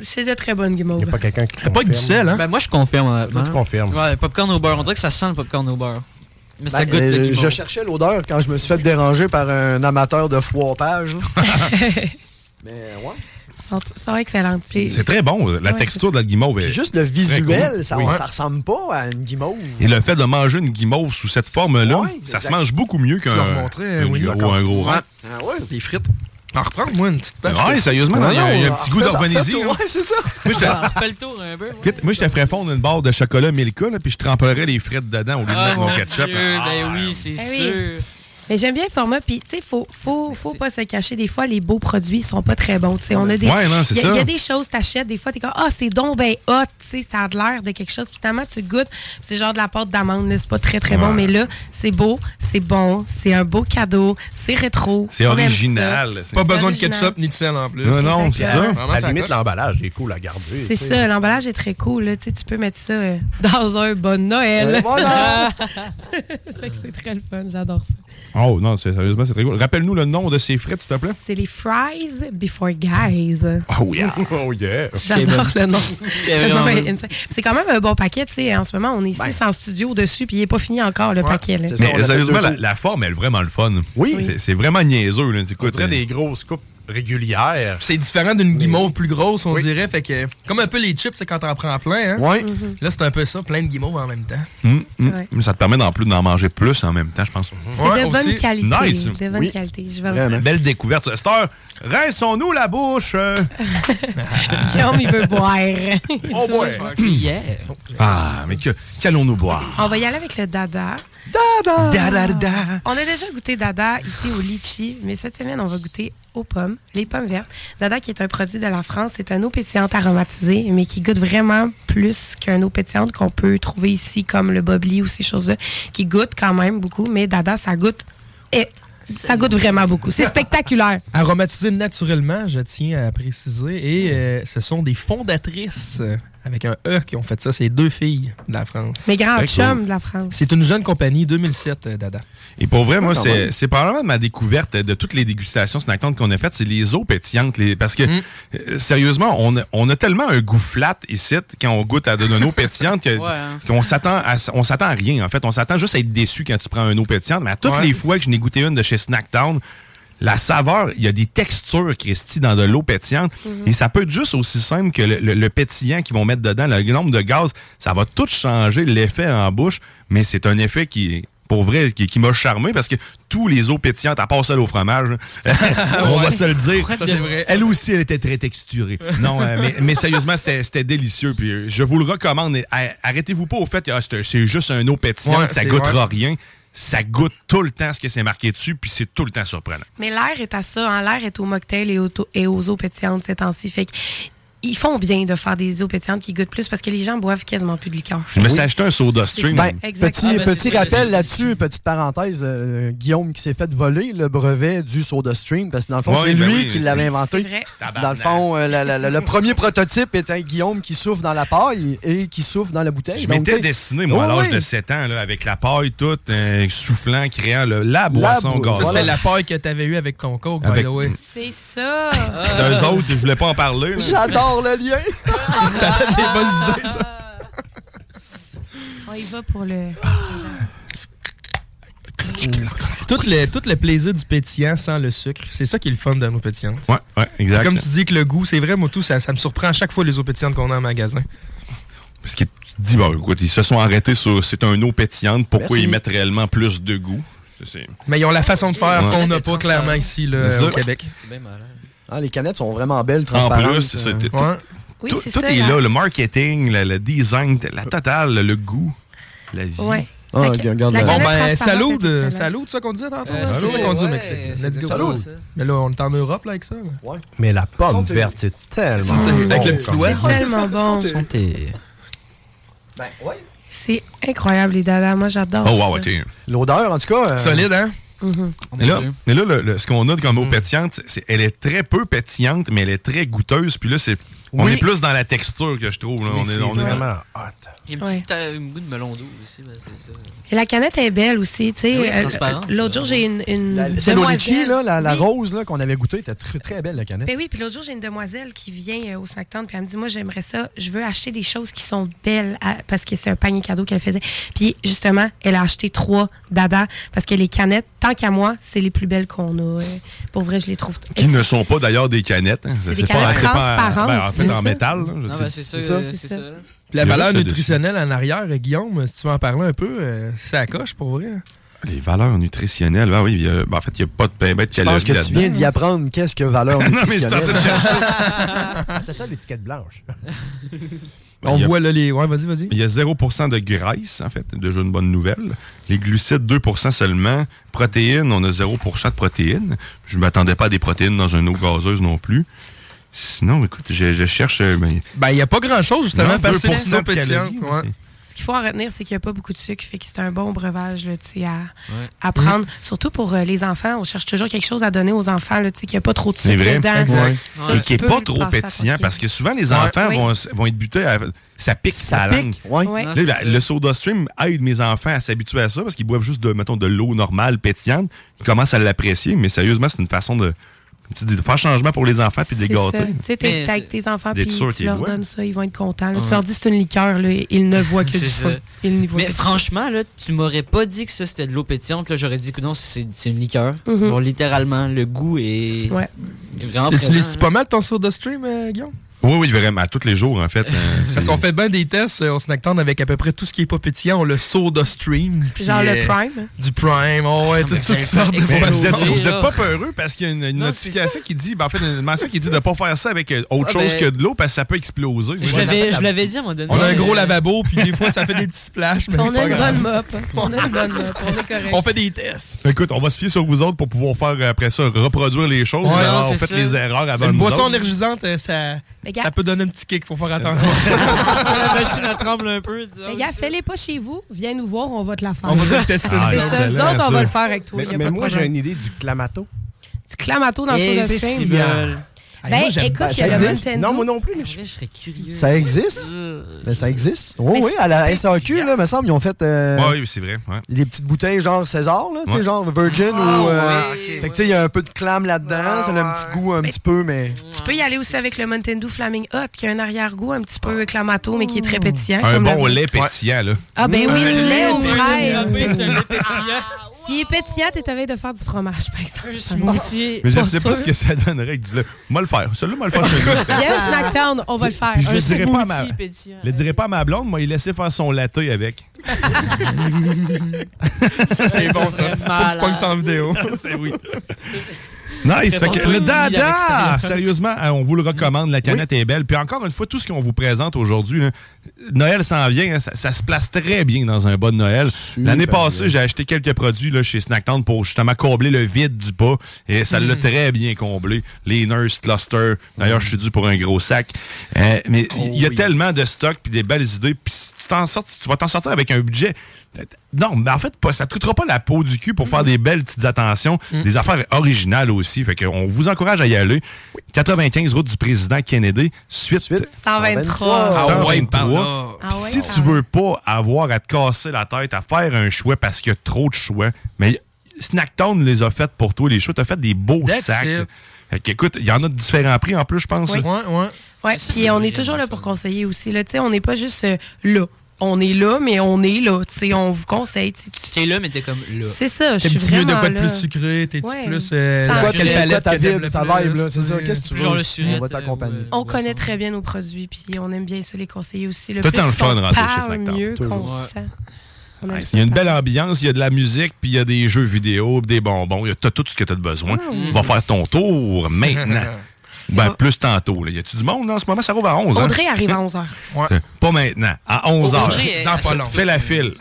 Speaker 2: C'est de très bonnes guimauves.
Speaker 19: Il n'y a pas quelqu'un qui.
Speaker 10: pas
Speaker 19: confirme.
Speaker 10: du sel, hein? Ben, moi, je confirme.
Speaker 19: Toi, tu confirmes.
Speaker 10: Ouais, popcorn au beurre. On dirait que ça sent le popcorn au beurre. Mais ça
Speaker 9: Ben,
Speaker 10: goûte
Speaker 9: euh,
Speaker 10: le guimauve.
Speaker 9: je cherchais l'odeur quand je me suis fait déranger par un amateur de foirepage. Mais ouais.
Speaker 2: Sont, sont excellentes.
Speaker 8: C'est très bon. La
Speaker 9: Ouais.
Speaker 8: texture de la guimauve est.
Speaker 9: Puis juste le
Speaker 8: très
Speaker 9: visuel,
Speaker 8: cool.
Speaker 9: ça,
Speaker 8: Oui.
Speaker 9: ça ressemble pas à une guimauve.
Speaker 8: Et le fait de manger une guimauve sous cette forme-là, ça se
Speaker 9: exact.
Speaker 8: mange beaucoup mieux qu'un
Speaker 16: Tu l'as montré,
Speaker 8: un,
Speaker 16: oui,
Speaker 8: gros-
Speaker 16: d'accord.
Speaker 8: un gros
Speaker 16: Ouais.
Speaker 8: rang.
Speaker 9: Ah ouais?
Speaker 16: Les frites. En reprendre, moi, une petite page.
Speaker 8: Ouais, sérieusement, hein, il y a- il y a un petit goût hein. d'Orbanésie, là.
Speaker 9: Ouais, c'est ça.
Speaker 8: Moi, j'étais-
Speaker 10: Ah, Fais le tour un peu. ouais.
Speaker 8: Écoute, Moi, je te ferais fondre une barre de chocolat Milka, là, puis je tremperais les frites dedans au lieu de
Speaker 10: Ah,
Speaker 8: mettre mon
Speaker 10: mon
Speaker 8: ketchup.
Speaker 10: Dieu,
Speaker 8: Ah,
Speaker 10: ben oui, c'est
Speaker 2: Ben oui.
Speaker 10: sûr.
Speaker 2: Mais j'aime bien le format. Puis, tu sais, faut, faut, faut pas se cacher. Des fois, les beaux produits sont pas très bons. Tu sais, on a des.
Speaker 8: Ouais, non, c'est
Speaker 2: il y a-
Speaker 8: ça.
Speaker 2: Il y a des choses que t'achètes. Des fois, t'es comme, ah, c'est donc ben hot. Tu sais, ça a de l'air de quelque chose. Puis, finalement, tu goûtes. Puis c'est genre de la pâte d'amande. là, C'est pas très, très bon.
Speaker 8: Ouais.
Speaker 2: Mais là, c'est beau, c'est bon, c'est un beau cadeau, c'est rétro.
Speaker 8: C'est
Speaker 2: on aime
Speaker 8: original.
Speaker 2: ça.
Speaker 16: Pas besoin de
Speaker 2: Original.
Speaker 16: ketchup ni de sel en plus.
Speaker 8: Non, non, c'est ça.
Speaker 16: Vraiment,
Speaker 19: À la limite,
Speaker 16: colle.
Speaker 19: l'emballage est cool à garder.
Speaker 2: C'est
Speaker 19: tu sais.
Speaker 2: ça, l'emballage est très cool. là. Tu sais, tu peux mettre ça euh, dans un bon Noël.
Speaker 7: Euh, voilà.
Speaker 2: c'est que c'est très le fun, j'adore ça.
Speaker 8: Oh non, c'est- sérieusement, c'est très cool. Rappelle-nous le nom de ces frites, s'il te plaît.
Speaker 2: C'est les fries before guys.
Speaker 8: Oh yeah. oh yeah.
Speaker 2: J'adore le nom.
Speaker 8: C'est
Speaker 2: Le nom
Speaker 8: vraiment-
Speaker 2: est insane. C'est quand même un bon paquet, tu sais. En ce moment, on est
Speaker 8: Ben.
Speaker 2: ici en studio dessus, puis il n'est pas fini encore le paquet. là.
Speaker 8: Mais sérieusement, la, la forme, elle est vraiment le fun. Oui. C'est, c'est vraiment niaiseux. Là.
Speaker 19: On dirait des grosses coupes régulières.
Speaker 16: C'est différent d'une guimauve plus grosse, on dirait. Fait que, comme un peu les chips, c'est quand t'en prends plein. Hein?
Speaker 8: Ouais.
Speaker 10: Mm-hmm.
Speaker 16: Là, c'est un peu ça, plein de guimauves en même temps.
Speaker 8: Hum, hum.
Speaker 2: Ouais.
Speaker 8: Mais Ça te permet d'en plus d'en manger plus en même temps, je pense.
Speaker 2: C'est de bonne qualité. De bonne qualité. Je vais vous dire.
Speaker 8: Belle découverte. Cette heure, rinçons-nous la bouche.
Speaker 2: Guillaume, il veut boire.
Speaker 8: On boit. Ah, mais que, qu'allons-nous boire?
Speaker 2: On va y aller avec le dada.
Speaker 7: Dada!
Speaker 2: On a déjà goûté dada ici au litchi, mais cette semaine, on va goûter aux pommes, les pommes vertes. Dada, qui est un produit de la France, c'est un eau pétillante aromatisée, mais qui goûte vraiment plus qu'un eau pétillante qu'on peut trouver ici, comme le bobli ou ces choses-là, qui goûte quand même beaucoup, mais dada, ça goûte. Et ça goûte vraiment beaucoup. C'est spectaculaire.
Speaker 16: Aromatisées naturellement, je tiens à préciser. Et euh, ce sont des fondatrices euh, avec un E qui ont fait ça. C'est deux filles de la France.
Speaker 2: Mes grands
Speaker 16: Très
Speaker 2: chums
Speaker 16: cool.
Speaker 2: de la France.
Speaker 16: C'est une jeune compagnie, 2007, euh, Dada.
Speaker 8: Et pour vrai, moi,
Speaker 16: Ah, quand
Speaker 8: c'est,
Speaker 16: même.
Speaker 8: c'est probablement ma découverte de toutes les dégustations snacktantes qu'on a faites, c'est les eaux pétillantes. les- parce que,
Speaker 16: Mm.
Speaker 8: euh, sérieusement, on a, on a tellement un goût flat ici, quand on goûte à de, d'une eau pétillante, que-
Speaker 10: Ouais, hein.
Speaker 8: qu'on s'attend à, on s'attend à rien, en fait. On s'attend juste à être déçu quand tu prends une eau pétillante. Mais à toutes
Speaker 16: Ouais.
Speaker 8: les fois que je n'ai goûté une de chez Snacktown, la saveur, il y a des textures, Christy, dans de l'eau pétillante. Et ça peut être juste aussi simple que le, le- le pétillant qu'ils vont mettre dedans, le nombre de gaz, ça va tout changer l'effet en bouche, mais c'est un effet qui, pour vrai, qui, qui m'a charmé parce que tous les eaux pétillantes, à part celle au fromage, là, on va
Speaker 16: Ouais.
Speaker 8: se le dire.
Speaker 16: Ça, c'est vrai.
Speaker 8: Elle aussi, elle était très texturée. Non, euh, mais, mais sérieusement, c'était c'était délicieux. Puis euh, je vous le recommande. Et, euh, Arrêtez-vous pas au fait, ah, c'est c'est juste un eau pétillante,
Speaker 16: Ouais,
Speaker 8: ça
Speaker 16: c'est
Speaker 8: goûtera
Speaker 16: vrai.
Speaker 8: rien. Ça goûte tout le temps ce que c'est marqué dessus, puis c'est tout le temps surprenant.
Speaker 2: Mais l'air est à ça. hein. L'air est au mocktail et, au- et aux eaux pétillantes ces temps-ci. Fait que ils font bien de faire des eaux pétillantes qui goûtent plus parce que les gens boivent quasiment plus de liqueur.
Speaker 8: Je me suis acheté un soda stream.
Speaker 2: Ben,
Speaker 9: Petit, petit rappel là-dessus, petite parenthèse, euh, Guillaume qui s'est fait voler le brevet du SodaStream, parce que dans le fond,
Speaker 8: Ouais,
Speaker 9: c'est
Speaker 8: ben
Speaker 9: lui
Speaker 8: oui.
Speaker 9: qui l'avait
Speaker 8: Oui,
Speaker 9: inventé.
Speaker 8: c'est vrai.
Speaker 9: Dans le fond, euh, la- la- la- le premier prototype était Guillaume qui souffle dans la paille et qui souffle dans la bouteille.
Speaker 8: Je
Speaker 16: ben,
Speaker 9: Donc,
Speaker 8: m'étais
Speaker 9: t'sais-
Speaker 8: dessiné, moi, à
Speaker 9: Oui,
Speaker 8: l'âge
Speaker 9: oui.
Speaker 8: de 7 ans, là, avec la paille toute, euh, soufflant, créant le, la boisson
Speaker 16: Ça,
Speaker 8: gazée.
Speaker 16: c'était la paille que t'avais eue avec ton coke, by
Speaker 8: Avec-
Speaker 16: the way.
Speaker 2: C'est ça.
Speaker 8: D'eux autres, je voulais pas en parler. là.
Speaker 9: J'adore le lien.
Speaker 16: Ça fait des bonnes idées, ça.
Speaker 2: On y va pour le.
Speaker 9: Ah,
Speaker 16: Tout le, tout le plaisir du pétillant sans le sucre. C'est ça qui est le fun de nos pétillantes.
Speaker 8: Ouais, ouais, exact.
Speaker 16: Comme tu dis que le goût, c'est vrai, moi, tout, ça, ça me surprend à chaque fois les eaux pétillantes qu'on a en magasin.
Speaker 8: Parce que tu te dis, bon, écoute, ils se sont arrêtés sur c'est un eau pétillante, pourquoi
Speaker 16: Merci.
Speaker 8: ils mettent réellement plus de goût? Ça, c'est-
Speaker 16: Mais ils ont la façon de faire
Speaker 8: Ouais.
Speaker 16: qu'on n'a pas clairement ici, là,
Speaker 8: C'est
Speaker 16: au
Speaker 8: ça.
Speaker 16: Québec.
Speaker 9: Ah, les canettes sont vraiment belles,
Speaker 8: En
Speaker 9: transparentes. euh.
Speaker 8: plus, c'est ça, t'es- tout,
Speaker 2: Oui,
Speaker 8: tout-
Speaker 2: c'est
Speaker 8: Euh, tout
Speaker 2: ça,
Speaker 8: est
Speaker 2: la-
Speaker 8: là, le marketing, le, le design, la totale, le goût, la vie.
Speaker 2: Ouais.
Speaker 9: Ah, regarde
Speaker 16: Bon, ben,
Speaker 8: salut
Speaker 16: salut, euh, salut, ça qu'on dit tantôt.
Speaker 8: Euh,
Speaker 16: là? c'est
Speaker 8: salut,
Speaker 16: ça qu'on dit au
Speaker 8: ouais,
Speaker 16: Mexique.
Speaker 8: c'est
Speaker 16: Let's go.
Speaker 8: bien ça,
Speaker 16: Salut.
Speaker 8: ça.
Speaker 16: Mais là, on est en Europe, là, avec ça. là.
Speaker 19: Mais la pomme
Speaker 16: Santé.
Speaker 19: verte, c'est tellement
Speaker 16: Santé.
Speaker 19: bon.
Speaker 16: Avec le petit doigt.
Speaker 19: Ah, c'est ça,
Speaker 10: bah,
Speaker 2: bon.
Speaker 19: santé.
Speaker 9: ben,
Speaker 2: C'est incroyable, les dadas. Moi, j'adore.
Speaker 8: Oh, wow,
Speaker 2: ça.
Speaker 8: ok.
Speaker 9: L'odeur, en tout cas. euh,
Speaker 8: Solide, hein?
Speaker 2: Mhm.
Speaker 8: Mais là, mais là, le- le- ce qu'on a comme eau pétillante, c'est- c'est- elle est très peu pétillante, mais elle est très goûteuse. Puis là, c'est, on
Speaker 10: Oui.
Speaker 8: est plus dans la texture que je trouve. là.
Speaker 10: Mais
Speaker 8: On est,
Speaker 10: c'est
Speaker 8: on est
Speaker 10: vrai.
Speaker 8: vraiment hot.
Speaker 10: Il y a un petit ta- un goût de melon d'eau aussi, ben, c'est ça.
Speaker 2: Et la canette est belle aussi, tu sais.
Speaker 10: Oui,
Speaker 2: Euh,
Speaker 10: transparente,
Speaker 2: L'autre jour, j'ai une, une
Speaker 9: C'est l'eau litchi,
Speaker 2: demoiselle.
Speaker 9: là, la, la
Speaker 2: Oui.
Speaker 9: rose là, qu'on avait goûtée était très, très belle, la canette.
Speaker 2: Ben oui, puis l'autre jour, j'ai une demoiselle qui vient euh, au 50 puis elle me dit Moi, j'aimerais ça, je veux acheter des choses qui sont belles à- parce que c'est un panier cadeau qu'elle faisait. Puis justement, elle a acheté trois dada parce que les canettes, tant qu'à moi, c'est les plus belles qu'on a. euh. Pour vrai, je les trouve.
Speaker 8: Qui ne sont pas d'ailleurs des canettes. hein.
Speaker 2: C'est des
Speaker 8: pas-
Speaker 2: canettes
Speaker 8: c'est pas-
Speaker 2: transparentes,
Speaker 8: ben, en fait,
Speaker 2: c'est
Speaker 8: en
Speaker 2: ça.
Speaker 8: métal. là.
Speaker 2: Non,
Speaker 8: Je-
Speaker 2: ben, c'est ça, euh, c'est ça.
Speaker 16: Puis La
Speaker 8: Il y a
Speaker 16: valeur
Speaker 8: juste le
Speaker 16: nutritionnelle en arrière, euh, Guillaume, si tu veux en parler un peu, euh, ça coche pour vrai.
Speaker 8: Les valeurs nutritionnelles, ben oui, il y a- ben, en fait, il n'y a pas de pain bête
Speaker 9: Je pense que tu viens d'y apprendre qu'est-ce que valeur
Speaker 8: Non, mais je suis en
Speaker 9: nutritionnelle.
Speaker 8: train de
Speaker 19: C'est ça, l'étiquette blanche.
Speaker 8: On
Speaker 16: voit là les. Ouais, vas-y, vas-y.
Speaker 8: Il y a 0% de graisse, en fait, déjà une bonne nouvelle. Les glucides, 2% seulement. Protéines, on a 0% de protéines. Je ne m'attendais pas à des protéines dans une eau gazeuse non plus. Sinon, écoute, je, je cherche. euh, ben,
Speaker 16: Ben, il n'y a pas grand-chose, justement,
Speaker 8: Non,
Speaker 16: parce que
Speaker 8: 2%
Speaker 16: c'est
Speaker 8: de calories,
Speaker 16: pétillante. Ouais.
Speaker 2: Ce qu'il faut en retenir, c'est qu'il n'y a pas beaucoup de sucre, fait que c'est un bon breuvage là, tu sais, à,
Speaker 8: Ouais.
Speaker 2: à prendre. Surtout pour euh, les enfants, on cherche toujours quelque chose à donner aux enfants, là, tu sais, qu'il n'y a pas trop de sucre dedans. Ça,
Speaker 8: Et
Speaker 2: tu
Speaker 8: qui n'est
Speaker 2: peux
Speaker 8: pas
Speaker 2: le
Speaker 8: trop
Speaker 2: passer à
Speaker 8: pétillant,
Speaker 2: côté.
Speaker 8: parce que souvent, les
Speaker 2: Ouais.
Speaker 8: enfants
Speaker 2: Oui.
Speaker 8: vont, s- vont être butés à. Ça pique ça la langue.
Speaker 2: Ouais.
Speaker 8: Là,
Speaker 2: Non, c'est
Speaker 8: la-
Speaker 2: ça.
Speaker 8: le soda stream aide mes enfants à s'habituer à ça parce qu'ils boivent juste de, mettons, de l'eau normale pétillante. Ils commencent à l'apprécier, mais sérieusement, c'est une façon de, une petite- de faire changement pour les enfants puis de les
Speaker 2: C'est ça.
Speaker 8: gâter.
Speaker 2: Tu sais, t'es t'es avec tes enfants,
Speaker 8: D'être
Speaker 2: puis
Speaker 8: sûr
Speaker 2: tu
Speaker 8: qu'ils
Speaker 2: leur
Speaker 8: voient.
Speaker 2: donnes ça, ils vont être contents. là.
Speaker 10: Ouais.
Speaker 2: Tu leur dis c'est une liqueur, là, ils ne voient que
Speaker 10: C'est
Speaker 2: du
Speaker 10: ça.
Speaker 2: feu. Ils ne voient
Speaker 10: Mais
Speaker 2: que du
Speaker 10: franchement, là, tu m'aurais pas dit que ça c'était de l'eau pétillante. Là, j'aurais dit que non, c'est c'est une liqueur.
Speaker 2: Mhm.
Speaker 10: Genre, littéralement, le goût est,
Speaker 2: Ouais.
Speaker 10: est
Speaker 16: Tu
Speaker 10: vraiment présent,
Speaker 2: hein.
Speaker 16: utilises
Speaker 10: là.
Speaker 16: pas mal ton soda stream, euh, Guillaume?
Speaker 8: Oui, oui, vraiment, à tous les jours, en fait. euh, c'est-
Speaker 16: Parce qu'on fait bien des tests, euh, on se nactande avec à peu près tout ce qui est pas pétillant. On le soda stream. puis,
Speaker 2: Genre le
Speaker 16: euh,
Speaker 2: Prime.
Speaker 16: Du prime, oh ouais,
Speaker 8: Ah,
Speaker 16: tout-
Speaker 8: mais vous
Speaker 16: toutes
Speaker 8: avez
Speaker 16: sortes
Speaker 8: fait
Speaker 16: de
Speaker 8: exploser,
Speaker 16: boissons.
Speaker 8: là. Vous êtes pas peureux parce qu'il y a une, une notification qui dit, ben, en fait, une mention qui dit de ne pas faire ça avec euh, autre
Speaker 10: Ah,
Speaker 8: chose
Speaker 10: ben-
Speaker 8: que de l'eau parce que ça peut exploser.
Speaker 10: Je l'avais- je l'avais dit à un moment donné.
Speaker 16: On a un gros
Speaker 10: Euh,
Speaker 16: lavabo, puis des fois, ça fait des petits splashes. Mais
Speaker 2: On
Speaker 16: c'est pas
Speaker 2: a une
Speaker 16: grave.
Speaker 2: bonne mop. On a une bonne mop. On est correct.
Speaker 16: On fait des tests.
Speaker 8: Écoute, on va se fier sur vous autres pour pouvoir faire euh, après ça, reproduire les choses.
Speaker 16: Ouais,
Speaker 8: Alors,
Speaker 16: Oh, non,
Speaker 8: on
Speaker 16: c'est
Speaker 8: fait
Speaker 16: ça.
Speaker 8: les erreurs avant
Speaker 16: Une
Speaker 8: nous
Speaker 16: boisson
Speaker 8: autres.
Speaker 16: énergisante, euh, ça,
Speaker 2: Mais gars-
Speaker 16: ça peut donner un petit kick, faut faire attention.
Speaker 10: la machine elle tremble un peu. tu sais,
Speaker 2: Les
Speaker 10: oh,
Speaker 2: gars, fais-les pas chez vous. Viens nous voir, on va te la faire.
Speaker 16: On va te le tester.
Speaker 2: C'est
Speaker 16: Ah,
Speaker 2: ça. Nous
Speaker 16: excellent,
Speaker 2: autres, on
Speaker 16: ça.
Speaker 2: va le faire avec toi.
Speaker 19: Mais,
Speaker 2: y a
Speaker 19: mais
Speaker 2: pas de
Speaker 19: moi, j'ai
Speaker 2: problème.
Speaker 19: une idée du clamato.
Speaker 2: Du clamato dans
Speaker 19: Et
Speaker 2: le
Speaker 19: si
Speaker 2: soda
Speaker 19: bien.
Speaker 2: stream.
Speaker 19: Hey,
Speaker 2: Ben,
Speaker 19: moi, j'aime-
Speaker 2: écoute,
Speaker 19: Ben,
Speaker 2: il y
Speaker 19: ça
Speaker 2: a le
Speaker 19: existe?
Speaker 2: Nintendo.
Speaker 19: Non, moi non plus.
Speaker 10: Ah, Je serais curieux.
Speaker 9: Ça existe? Mais ça existe. Oh, oui, à la SAQ, là, me semble, ils ont fait. euh,
Speaker 8: Ouais, oui, c'est vrai. ouais.
Speaker 9: Les petites bouteilles genre César, là, tu sais,
Speaker 8: Ouais.
Speaker 9: genre Virgin
Speaker 8: Ah,
Speaker 9: ou. euh,
Speaker 8: ouais,
Speaker 9: fait que tu sais, il y a un peu de clam là-dedans, ça a un petit goût un petit peu, mais.
Speaker 10: hein.
Speaker 2: Tu peux y aller aussi avec le Mountain Dew Flaming Hot, qui a un arrière-goût un petit
Speaker 10: Ah.
Speaker 2: peu clamato, mais qui est très pétillant.
Speaker 8: Un
Speaker 2: comme
Speaker 8: bon
Speaker 2: le-
Speaker 8: lait pétillant, là.
Speaker 2: Ah, ben oui,
Speaker 8: Un
Speaker 2: du lait aux
Speaker 8: lait
Speaker 2: fraises.
Speaker 8: c'est un lait
Speaker 2: S'il est pétillant, t'es à veille de faire du fromage, par exemple. Un Ah,
Speaker 10: smoothie.
Speaker 8: Mais je ne sais pas ce que ça donnerait avec du lait. Moi, le faire. Celui-là, moi, le faire chez nous.
Speaker 2: Viens au Snacktown, on va le faire.
Speaker 8: Puis je
Speaker 2: Un
Speaker 8: le dirai pas à ma-
Speaker 2: smoothie pétillant.
Speaker 8: Je le dirais pas à ma blonde, moi, il laissait faire son latte avec.
Speaker 16: ça, c'est bon, ça. Faut
Speaker 8: serait
Speaker 16: que tu pognes ça en vidéo.
Speaker 8: c'est oui. Nice. Fait que
Speaker 20: Antoine
Speaker 8: le
Speaker 20: Lee à
Speaker 8: dada,
Speaker 20: l'extérieur.
Speaker 8: sérieusement, euh, on vous le recommande. La canette est belle. Puis encore une fois, tout ce qu'on vous présente aujourd'hui, là, Noël s'en vient. hein, ça, ça se place très bien dans un bas de Noël. L'année passée, j'ai acheté quelques produits là, chez Snacktown pour justement combler le vide du bas. Et ça l'a très bien comblé. Les Nurse Cluster. D'ailleurs, je suis dû pour un gros sac. Euh, mais il y a tellement de stocks puis des belles idées. Puis si tu t'en sortes, tu vas t'en sortir avec un budget. Non, mais en fait, pas, ça ne te coûtera pas la peau du cul pour faire des belles petites attentions, des affaires originales aussi. Fait qu'on vous encourage à y aller. 95 route du président Kennedy, suite,
Speaker 7: 123.
Speaker 8: Ah ouais,
Speaker 20: 123.
Speaker 8: par là.
Speaker 7: Ah
Speaker 8: Puis si tu veux pas avoir à te casser la tête, à faire un choix parce qu'il y a trop de choix, mais Snacktown les a faites pour toi, les choix. T'as fait des beaux
Speaker 16: That's
Speaker 8: sacs.
Speaker 16: it.
Speaker 8: Fait qu'écoute, il y en a de différents prix en plus, je pense.
Speaker 2: Oui. Ouais, puis on est toujours là pour conseiller aussi. Là, Tu sais, on n'est pas juste euh, là. On est là, mais on est là. Tu sais, on vous conseille. tu sais, tu-
Speaker 10: T'es là, mais t'es comme là.
Speaker 2: C'est ça, je
Speaker 10: T'es
Speaker 2: suis
Speaker 10: petit mieux de
Speaker 2: vraiment
Speaker 10: quoi de
Speaker 2: là.
Speaker 10: plus sucré, t'es
Speaker 2: Ouais.
Speaker 10: petit plus. euh,
Speaker 2: Ça
Speaker 10: la
Speaker 2: arrive.
Speaker 10: quelle
Speaker 2: C'est quoi
Speaker 10: palette
Speaker 9: ta
Speaker 10: que t'aimes
Speaker 9: vibe,
Speaker 10: le
Speaker 9: ta
Speaker 10: plus,
Speaker 9: vibe, là, c'est ça,
Speaker 10: euh,
Speaker 9: qu'est-ce que tu veux?
Speaker 10: Genre le
Speaker 9: On
Speaker 10: surette.
Speaker 9: va t'accompagner.
Speaker 2: On connaît très bien nos produits, puis on aime bien ça les conseiller aussi. Le
Speaker 8: Tout
Speaker 2: plus
Speaker 8: le temps le fun de
Speaker 2: qu'on
Speaker 8: rentrer chez
Speaker 2: parle,
Speaker 8: Snacktown.
Speaker 2: mieux qu'on
Speaker 8: Toujours.
Speaker 2: se sent. On aime ça.
Speaker 8: Il y a une belle ambiance, il y a de la musique, puis il y a des jeux vidéo, puis des bonbons. Il y a t'as tout ce que tu as besoin.
Speaker 2: Mm.
Speaker 8: Va faire ton tour maintenant. ben, plus tantôt. Là. Y a-tu du monde là, en ce moment? Ça rouvre à 11 hein?
Speaker 2: Audrey arrive à 11h.
Speaker 8: C'est Pas maintenant, à 11 heures.
Speaker 2: Audrey, elle-
Speaker 8: Dans
Speaker 2: elle
Speaker 8: pas long.
Speaker 2: s'occupe.
Speaker 8: Fais la file.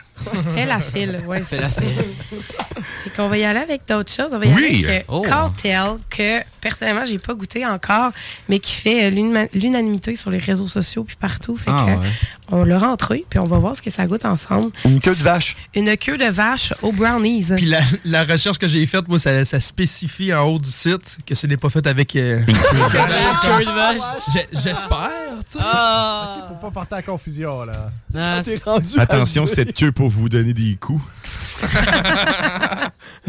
Speaker 2: Fais la file, ouais, c'est ça. Fait qu'on va y aller avec d'autres choses. On va y
Speaker 8: Oui.
Speaker 2: aller avec euh,
Speaker 8: Oh.
Speaker 2: Cartel, que personnellement, j'ai pas goûté encore, mais qui fait euh, l'unima- l'unanimité sur les réseaux sociaux puis partout. Fait
Speaker 9: Ah,
Speaker 2: que,
Speaker 9: ouais.
Speaker 2: on l'a rentré, puis on va voir ce que ça goûte ensemble.
Speaker 9: Une queue de vache.
Speaker 2: Une queue de vache aux brownies.
Speaker 16: Puis la, la recherche que j'ai faite, moi, ça, ça spécifie en haut du site que ce n'est pas fait avec. euh,
Speaker 6: Ah,
Speaker 21: Queue de vache.
Speaker 16: J'ai- J'espère.
Speaker 21: Ah!
Speaker 6: Pour pas porter à confusion, là.
Speaker 21: Ah,
Speaker 6: T'es
Speaker 21: c'est-
Speaker 6: rendu à
Speaker 8: Attention,
Speaker 6: Dieu.
Speaker 8: cette queue pour vous donner des coups.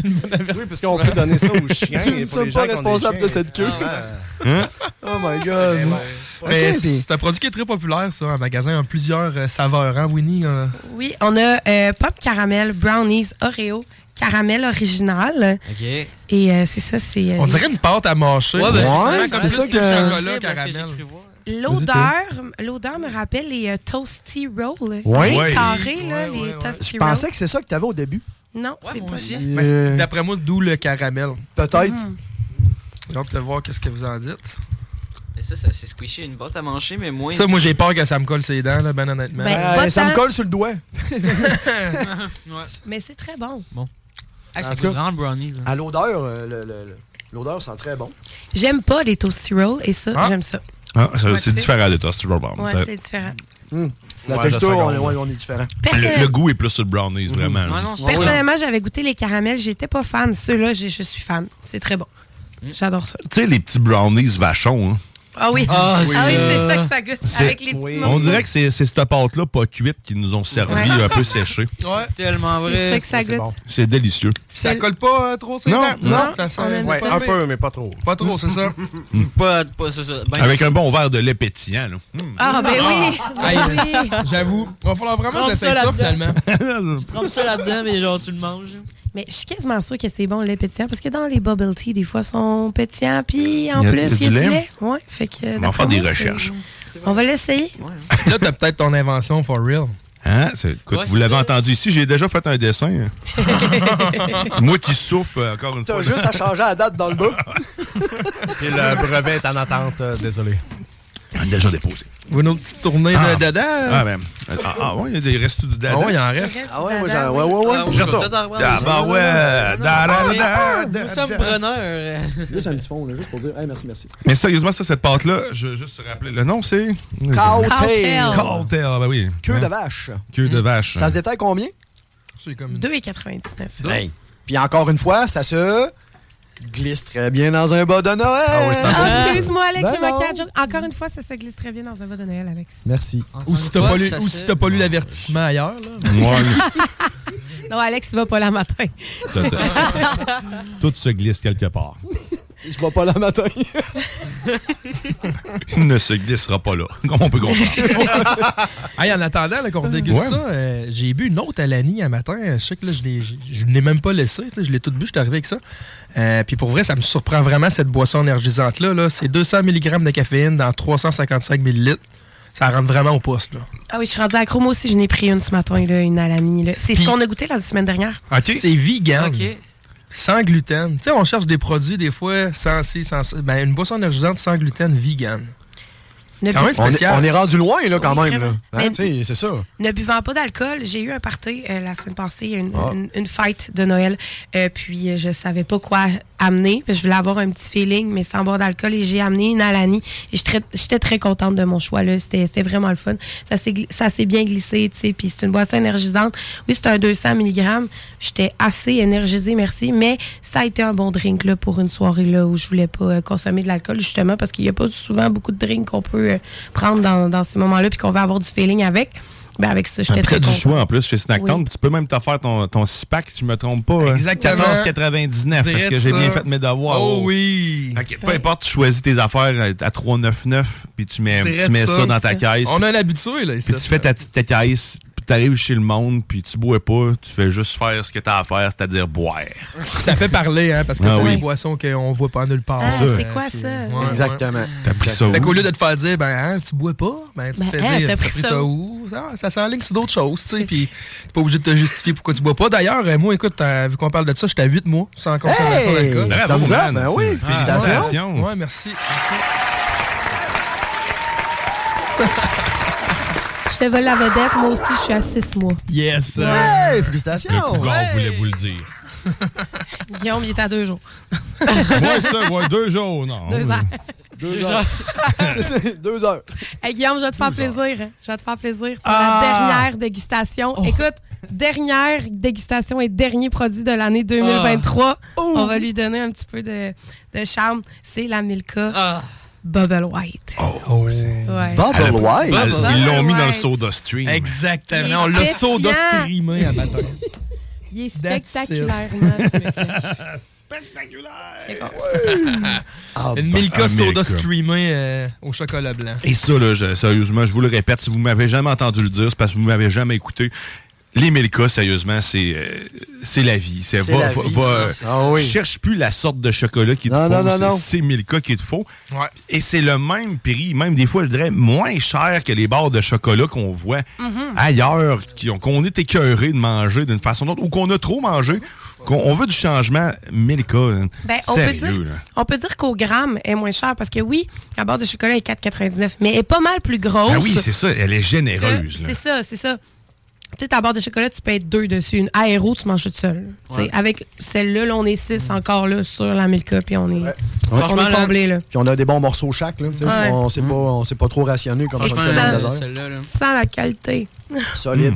Speaker 6: Oui, parce qu'on peut donner ça aux chiens.
Speaker 9: Tu ne
Speaker 6: pour
Speaker 9: sommes
Speaker 6: les gens
Speaker 9: pas
Speaker 6: qui ont des
Speaker 9: responsable
Speaker 6: chiens.
Speaker 9: de cette queue.
Speaker 8: Hein?
Speaker 9: Oh my god.
Speaker 8: Eh ben,
Speaker 16: Mais
Speaker 9: Ok,
Speaker 16: c'est c'est un produit qui est très populaire, ça, en magasin. Il y a plusieurs euh, saveurs, hein, Winnie? euh?
Speaker 2: Oui, on a euh, pop caramel, brownies, Oreo, caramel original.
Speaker 16: OK.
Speaker 2: Et euh, c'est ça, c'est. euh,
Speaker 16: On dirait une pâte à mâcher.
Speaker 9: Ouais, ben, c'est
Speaker 16: Vraiment
Speaker 9: ça,
Speaker 16: comme
Speaker 9: c'est
Speaker 16: plus
Speaker 9: ça
Speaker 16: du
Speaker 9: que-
Speaker 16: chocolat,
Speaker 9: c'est parce que
Speaker 16: caramel.
Speaker 2: L'odeur, l'odeur me rappelle les euh, Toasty Rolls.
Speaker 9: Ouais.
Speaker 2: Les
Speaker 9: Ouais.
Speaker 2: carrés, là, les Toasty
Speaker 9: Je
Speaker 2: Rolls.
Speaker 9: pensais que c'est ça que tu avais au début.
Speaker 2: Non, c'est pas ça.
Speaker 16: Mais c'est- D'après moi, d'où le caramel.
Speaker 9: Peut-être.
Speaker 16: J'ai hâte de voir qu'est-ce que vous en dites.
Speaker 10: Mais ça, ça s'est squishé une botte à manger, mais moins.
Speaker 16: Ça, moi, j'ai peur que ça me colle ses dents, là, ben honnêtement.
Speaker 9: Ben, pas ça me tant. colle sur le doigt.
Speaker 8: Ah,
Speaker 2: Mais c'est très bon.
Speaker 16: Bon.
Speaker 10: Ah,
Speaker 9: En
Speaker 10: c'est
Speaker 9: tout cas,
Speaker 10: grand brownie.
Speaker 9: À l'odeur, euh, le- le- le- l'odeur sent très bon.
Speaker 2: J'aime pas les Toasty Rolls et ça, j'aime ça.
Speaker 8: Ah, ça,
Speaker 2: Ouais,
Speaker 8: c'est
Speaker 2: c'est-
Speaker 8: différent de Toaster Brown.
Speaker 2: Ouais,
Speaker 8: Ça-
Speaker 2: c'est différent.
Speaker 9: La
Speaker 8: Ouais,
Speaker 9: texture,
Speaker 8: je
Speaker 9: on,
Speaker 8: seconde.
Speaker 9: ouais, on est différent. Mhm. Ah,
Speaker 2: Personnellement-
Speaker 8: Le, le goût est plus sur le brownies,
Speaker 16: Ah
Speaker 8: vraiment.
Speaker 9: Ouais, non,
Speaker 8: Ouais, ouais.
Speaker 2: Personnellement, j'avais goûté les caramels, j'étais pas fan. Ceux-là, j'ai- je suis fan. C'est très bon. J'adore ça.
Speaker 8: Tu sais, les petits brownies vachons. hein.
Speaker 2: Ah oui.
Speaker 10: Ah,
Speaker 2: Ah oui,
Speaker 10: oui,
Speaker 2: c'est
Speaker 10: euh,
Speaker 2: ça que ça goûte.
Speaker 8: C'est-
Speaker 2: Avec les petits
Speaker 8: On
Speaker 2: morceaux.
Speaker 8: dirait que c'est c'est cette pâte-là pas cuite qui nous ont servi
Speaker 2: Ouais.
Speaker 8: un peu séchée.
Speaker 16: Ouais.
Speaker 10: Tellement vrai.
Speaker 2: C'est ça que ça
Speaker 10: Ouais, c'est
Speaker 2: goûte.
Speaker 10: bon.
Speaker 8: C'est délicieux.
Speaker 16: Ça colle pas euh, trop ses
Speaker 8: Non,
Speaker 16: dents.
Speaker 8: non.
Speaker 16: Ça sent-
Speaker 6: Ouais,
Speaker 16: ça
Speaker 6: un
Speaker 16: fait-
Speaker 6: peu, mais pas trop.
Speaker 16: Pas trop, c'est ça.
Speaker 10: Pas, pas ça, ça. Ben,
Speaker 8: Avec un bon verre de lait pétillant. là. Mm.
Speaker 2: Ah, ben oui.
Speaker 16: Hey,
Speaker 2: oui.
Speaker 16: J'avoue. Va falloir vraiment
Speaker 10: Trempe
Speaker 16: que j'essaie
Speaker 10: ça
Speaker 16: ça,
Speaker 10: là-dedans.
Speaker 16: finalement.
Speaker 10: Tu trempes ça là-dedans, mais genre, tu le manges.
Speaker 2: Mais je suis quasiment sûre que c'est bon, le lait pétillant, parce que dans les bubble tea, des fois, sont pétillants, puis en
Speaker 16: Il y a-
Speaker 2: plus,
Speaker 16: il y a du lait.
Speaker 2: Ouais, fait que, euh,
Speaker 16: On va
Speaker 2: d'après
Speaker 16: faire des
Speaker 2: moi,
Speaker 16: recherches.
Speaker 2: c'est- On va l'essayer.
Speaker 16: Là, t'as peut-être ton invention for real.
Speaker 8: Hein? C'est- écoute,
Speaker 16: Ouais,
Speaker 8: vous
Speaker 16: c'est
Speaker 8: l'avez
Speaker 16: ça.
Speaker 8: entendu ici, j'ai déjà fait un dessin. Moi qui souffre euh, encore une fois.
Speaker 9: T'as juste à changer la date dans le bas.
Speaker 6: Et le brevet est en attente, euh, désolé.
Speaker 8: Déjà déposé.
Speaker 16: Une autre petite tournée
Speaker 8: Ah.
Speaker 16: de dada.
Speaker 8: Ah, ben. Ah, ah, ouais, il y a des restes du dada.
Speaker 16: Ah ouais, il en reste.
Speaker 9: Ah ouais, moi, j'en. Ouais, ouais, Ah, ouais.
Speaker 8: Je retourne. Ah, bah ouais. Da, da, da, da, da,
Speaker 10: Nous sommes
Speaker 8: da.
Speaker 10: preneurs.
Speaker 9: Juste un petit fond, là, juste pour dire, hey, merci, merci.
Speaker 8: Mais sérieusement, ça, cette pâte-là, je veux juste rappeler. Le nom, c'est.
Speaker 9: Cowtail.
Speaker 8: Cowtail, ah, ben oui.
Speaker 9: Queue de
Speaker 8: Hein?
Speaker 9: vache. Hmm.
Speaker 8: Queue de vache.
Speaker 9: Ça se détaille combien?
Speaker 16: C'est comme
Speaker 2: 2,99.
Speaker 9: Hey. Puis encore une fois, ça se glisse très bien dans un bas de Noël.
Speaker 2: Ah, excuse-moi, Alex,
Speaker 9: Ben
Speaker 2: j'ai manqué
Speaker 9: non.
Speaker 2: la joke. Encore une fois, ça se glisse très bien dans un bas de Noël, Alex.
Speaker 9: Merci.
Speaker 16: Ou si t'as
Speaker 9: fois,
Speaker 16: pas lu,
Speaker 9: ça
Speaker 16: ou
Speaker 9: se-
Speaker 16: si t'as pas lu l'avertissement ailleurs, là.
Speaker 2: Non, Alex, il va pas la matin.
Speaker 8: Tout se glisse quelque part.
Speaker 9: Je ne vais pas là matin.
Speaker 8: Il ne se glissera pas là. Comme on peut comprendre.
Speaker 16: Hey, en attendant là, qu'on déguste
Speaker 8: Ouais.
Speaker 16: ça, euh, j'ai bu une autre à l'année un matin. euh, Je sais que là, je l'ai- je- je ne l'ai même pas laissé. tu sais, Je l'ai toute bu, je suis arrivé avec ça. Euh, Puis pour vrai, ça me surprend vraiment cette boisson énergisante-là. Là. C'est 200 mg de caféine dans 355 ml. Ça rentre vraiment au poste. Là.
Speaker 2: Ah oui, je suis rendue accro. Moi aussi, je n'ai pris une ce matin, là, une à l'ami. là. C'est ce qu'on a goûté la semaine dernière.
Speaker 16: C'est vegan. sans gluten. Tu sais, on cherche des produits des fois sans ci, sans ça. Ben, une boisson énergisante sans gluten vegan.
Speaker 2: Ne
Speaker 16: Quand même
Speaker 2: bu-
Speaker 16: spécial.
Speaker 2: On est- on est rendu
Speaker 19: loin, là, quand
Speaker 2: Oui,
Speaker 19: même,
Speaker 2: vraiment.
Speaker 19: là. Hein,
Speaker 2: Mais-
Speaker 19: tu sais, c'est ça.
Speaker 2: Ne buvant pas d'alcool, j'ai eu un party euh, la semaine passée, une,
Speaker 19: Ah.
Speaker 2: une, une fête de Noël. Euh, puis euh, je savais pas quoi amener. Puis je voulais avoir un petit feeling, mais sans boire d'alcool. Et j'ai amené une Alani. Et j'étais très- j'étais très contente de mon choix. là. C'était c'était vraiment le fun. Ça s'est gli- Ça s'est bien glissé. tu sais. Puis c'est une boisson énergisante. Oui, c'est un 200 mg. J'étais assez énergisée, merci. Mais ça a été un bon drink là, pour une soirée là, où je voulais pas euh, consommer de l'alcool, justement, parce qu'il n'y a pas souvent beaucoup de drinks qu'on peut euh, prendre dans, dans ces moments-là. Puis qu'on va avoir du feeling avec. Ben avec ça, j'étais
Speaker 8: Après
Speaker 2: très
Speaker 8: du
Speaker 2: contente.
Speaker 8: choix en plus chez Snacktown,
Speaker 2: Oui.
Speaker 8: puis tu peux même te faire ton, ton six pack si tu me trompes pas. hein.
Speaker 16: Exactement.
Speaker 8: 14,99 parce que
Speaker 16: Drette
Speaker 8: j'ai
Speaker 16: ça.
Speaker 8: bien fait mes devoirs.
Speaker 16: Oh oui.
Speaker 8: Fait que peu importe, tu choisis tes affaires à 3,99 puis tu mets, tu mets ça, dans ta caisse.
Speaker 16: On
Speaker 8: puis
Speaker 16: a un
Speaker 8: tu-
Speaker 16: habitué, là. ici.
Speaker 8: Puis tu fais ta petite caisse, puis t'arrives chez le monde, puis tu bois pas, tu fais juste faire ce que t'as à faire, c'est-à-dire boire.
Speaker 16: Ça fait parler, hein, parce que
Speaker 8: Ah
Speaker 16: t'as
Speaker 8: oui.
Speaker 16: des boissons qu'on voit pas nulle part.
Speaker 2: Ah,
Speaker 8: C'est ça.
Speaker 2: c'est quoi ça?
Speaker 8: Exactement. T'as pris ça
Speaker 16: Fait
Speaker 8: où?
Speaker 16: qu'au lieu de te faire dire, ben, hein, tu bois pas, ben, tu
Speaker 2: Ben,
Speaker 16: te fais
Speaker 2: hein,
Speaker 16: dire,
Speaker 2: t'as
Speaker 16: t'as
Speaker 2: pris
Speaker 16: pris,
Speaker 2: ça
Speaker 16: ça où? Ça, ça s'enligne sur d'autres choses, tu sais, puis t'es pas obligé de te justifier pourquoi tu bois pas. D'ailleurs, euh, moi, écoute, t'as- vu qu'on parle de ça, j'étais à 8 mois sans consommation
Speaker 8: Hey!
Speaker 16: d'alcool.
Speaker 8: Bravo, Thumbs up, man. ben oui,
Speaker 16: Ah,
Speaker 8: félicitations.
Speaker 16: ouais. Ouais, merci.
Speaker 2: Je te vole la vedette, moi aussi, je suis à 6 mois.
Speaker 16: Yes!
Speaker 9: Hey, félicitations!
Speaker 8: Le Cougar
Speaker 9: Hey!
Speaker 8: voulait vous le dire.
Speaker 2: Guillaume, il est à 2 jours.
Speaker 8: ouais, ça, ouais, deux jours, non.
Speaker 2: 2 heures.
Speaker 8: Deux heures.
Speaker 9: C'est ça, deux heures.
Speaker 2: Hey, Guillaume, je vais te faire plaisir. hein. Je vais te faire plaisir pour
Speaker 9: Ah!
Speaker 2: la dernière dégustation.
Speaker 8: Oh.
Speaker 2: Écoute, dernière dégustation et dernier produit de l'année 2023.
Speaker 8: Ah!
Speaker 2: On va lui donner un petit peu de, de charme. C'est la Milka
Speaker 8: Ah!
Speaker 2: Bubble White.
Speaker 16: Oh, c'est-
Speaker 2: Ouais.
Speaker 8: Elle a-
Speaker 16: White?
Speaker 8: elle-
Speaker 16: Bubble
Speaker 8: Ils l'ont mis dans le
Speaker 2: White.
Speaker 8: soda stream.
Speaker 2: Il est
Speaker 16: Exactement, on l'a
Speaker 2: pétillant.
Speaker 16: soda streamé à matin.
Speaker 2: Il est
Speaker 16: That's it.
Speaker 2: spectaculairement.
Speaker 8: Ah,
Speaker 16: Une
Speaker 8: bah,
Speaker 16: Milka
Speaker 8: ah,
Speaker 16: soda
Speaker 8: Milka.
Speaker 16: streamée euh, au chocolat blanc.
Speaker 8: Et ça, là, je- sérieusement, je vous le répète, si vous m'avez jamais entendu le dire, c'est parce que vous m'avez jamais écouté. Les Milka, sérieusement, c'est euh, c'est la vie. C'est
Speaker 6: C'est
Speaker 8: va,
Speaker 6: la
Speaker 8: va-
Speaker 6: vie,
Speaker 8: va- euh,
Speaker 6: ça. Ah oui.
Speaker 8: cherche plus la sorte de chocolat qui te
Speaker 6: Non,
Speaker 8: faut.
Speaker 6: non, non,
Speaker 8: c'est-
Speaker 6: non.
Speaker 8: C'est Milka qui te faut. Et c'est le même prix, même des fois, je dirais, moins cher que les barres de chocolat qu'on voit
Speaker 2: Mm-hmm.
Speaker 6: Mhm.
Speaker 8: ailleurs, qui ont- qu'on est écœuré de manger d'une façon ou d'une autre, ou qu'on a trop mangé, qu'on on veut du changement. Milka, hein,
Speaker 2: Ben, on, peut
Speaker 8: sérieux,
Speaker 2: dire,
Speaker 8: là.
Speaker 2: on peut dire qu'au gramme, elle est moins chère parce que oui, la barre de chocolat est 4,99, mais elle est pas mal plus grosse.
Speaker 8: Ben oui, c'est ça, elle est
Speaker 2: que-
Speaker 8: généreuse. là.
Speaker 2: C'est ça, c'est ça. Tu sais, ta barre de chocolat, tu peux être deux dessus. Une aéro, tu manges toute seule. Tu sais,
Speaker 9: Ouais.
Speaker 2: Avec celle-là, là, on est six
Speaker 8: Mm.
Speaker 2: encore là sur la Milka, puis on est, on est
Speaker 9: Franchement,
Speaker 2: comblé. Là.
Speaker 9: Puis on a des bons morceaux chaque, là. tu sais,
Speaker 2: Ouais.
Speaker 9: On s'est pas, on s'est pas trop rationné comme on
Speaker 10: Franchement,
Speaker 9: fait dans le désert.
Speaker 10: celle-là, là.
Speaker 2: Sans la qualité.
Speaker 9: Solide.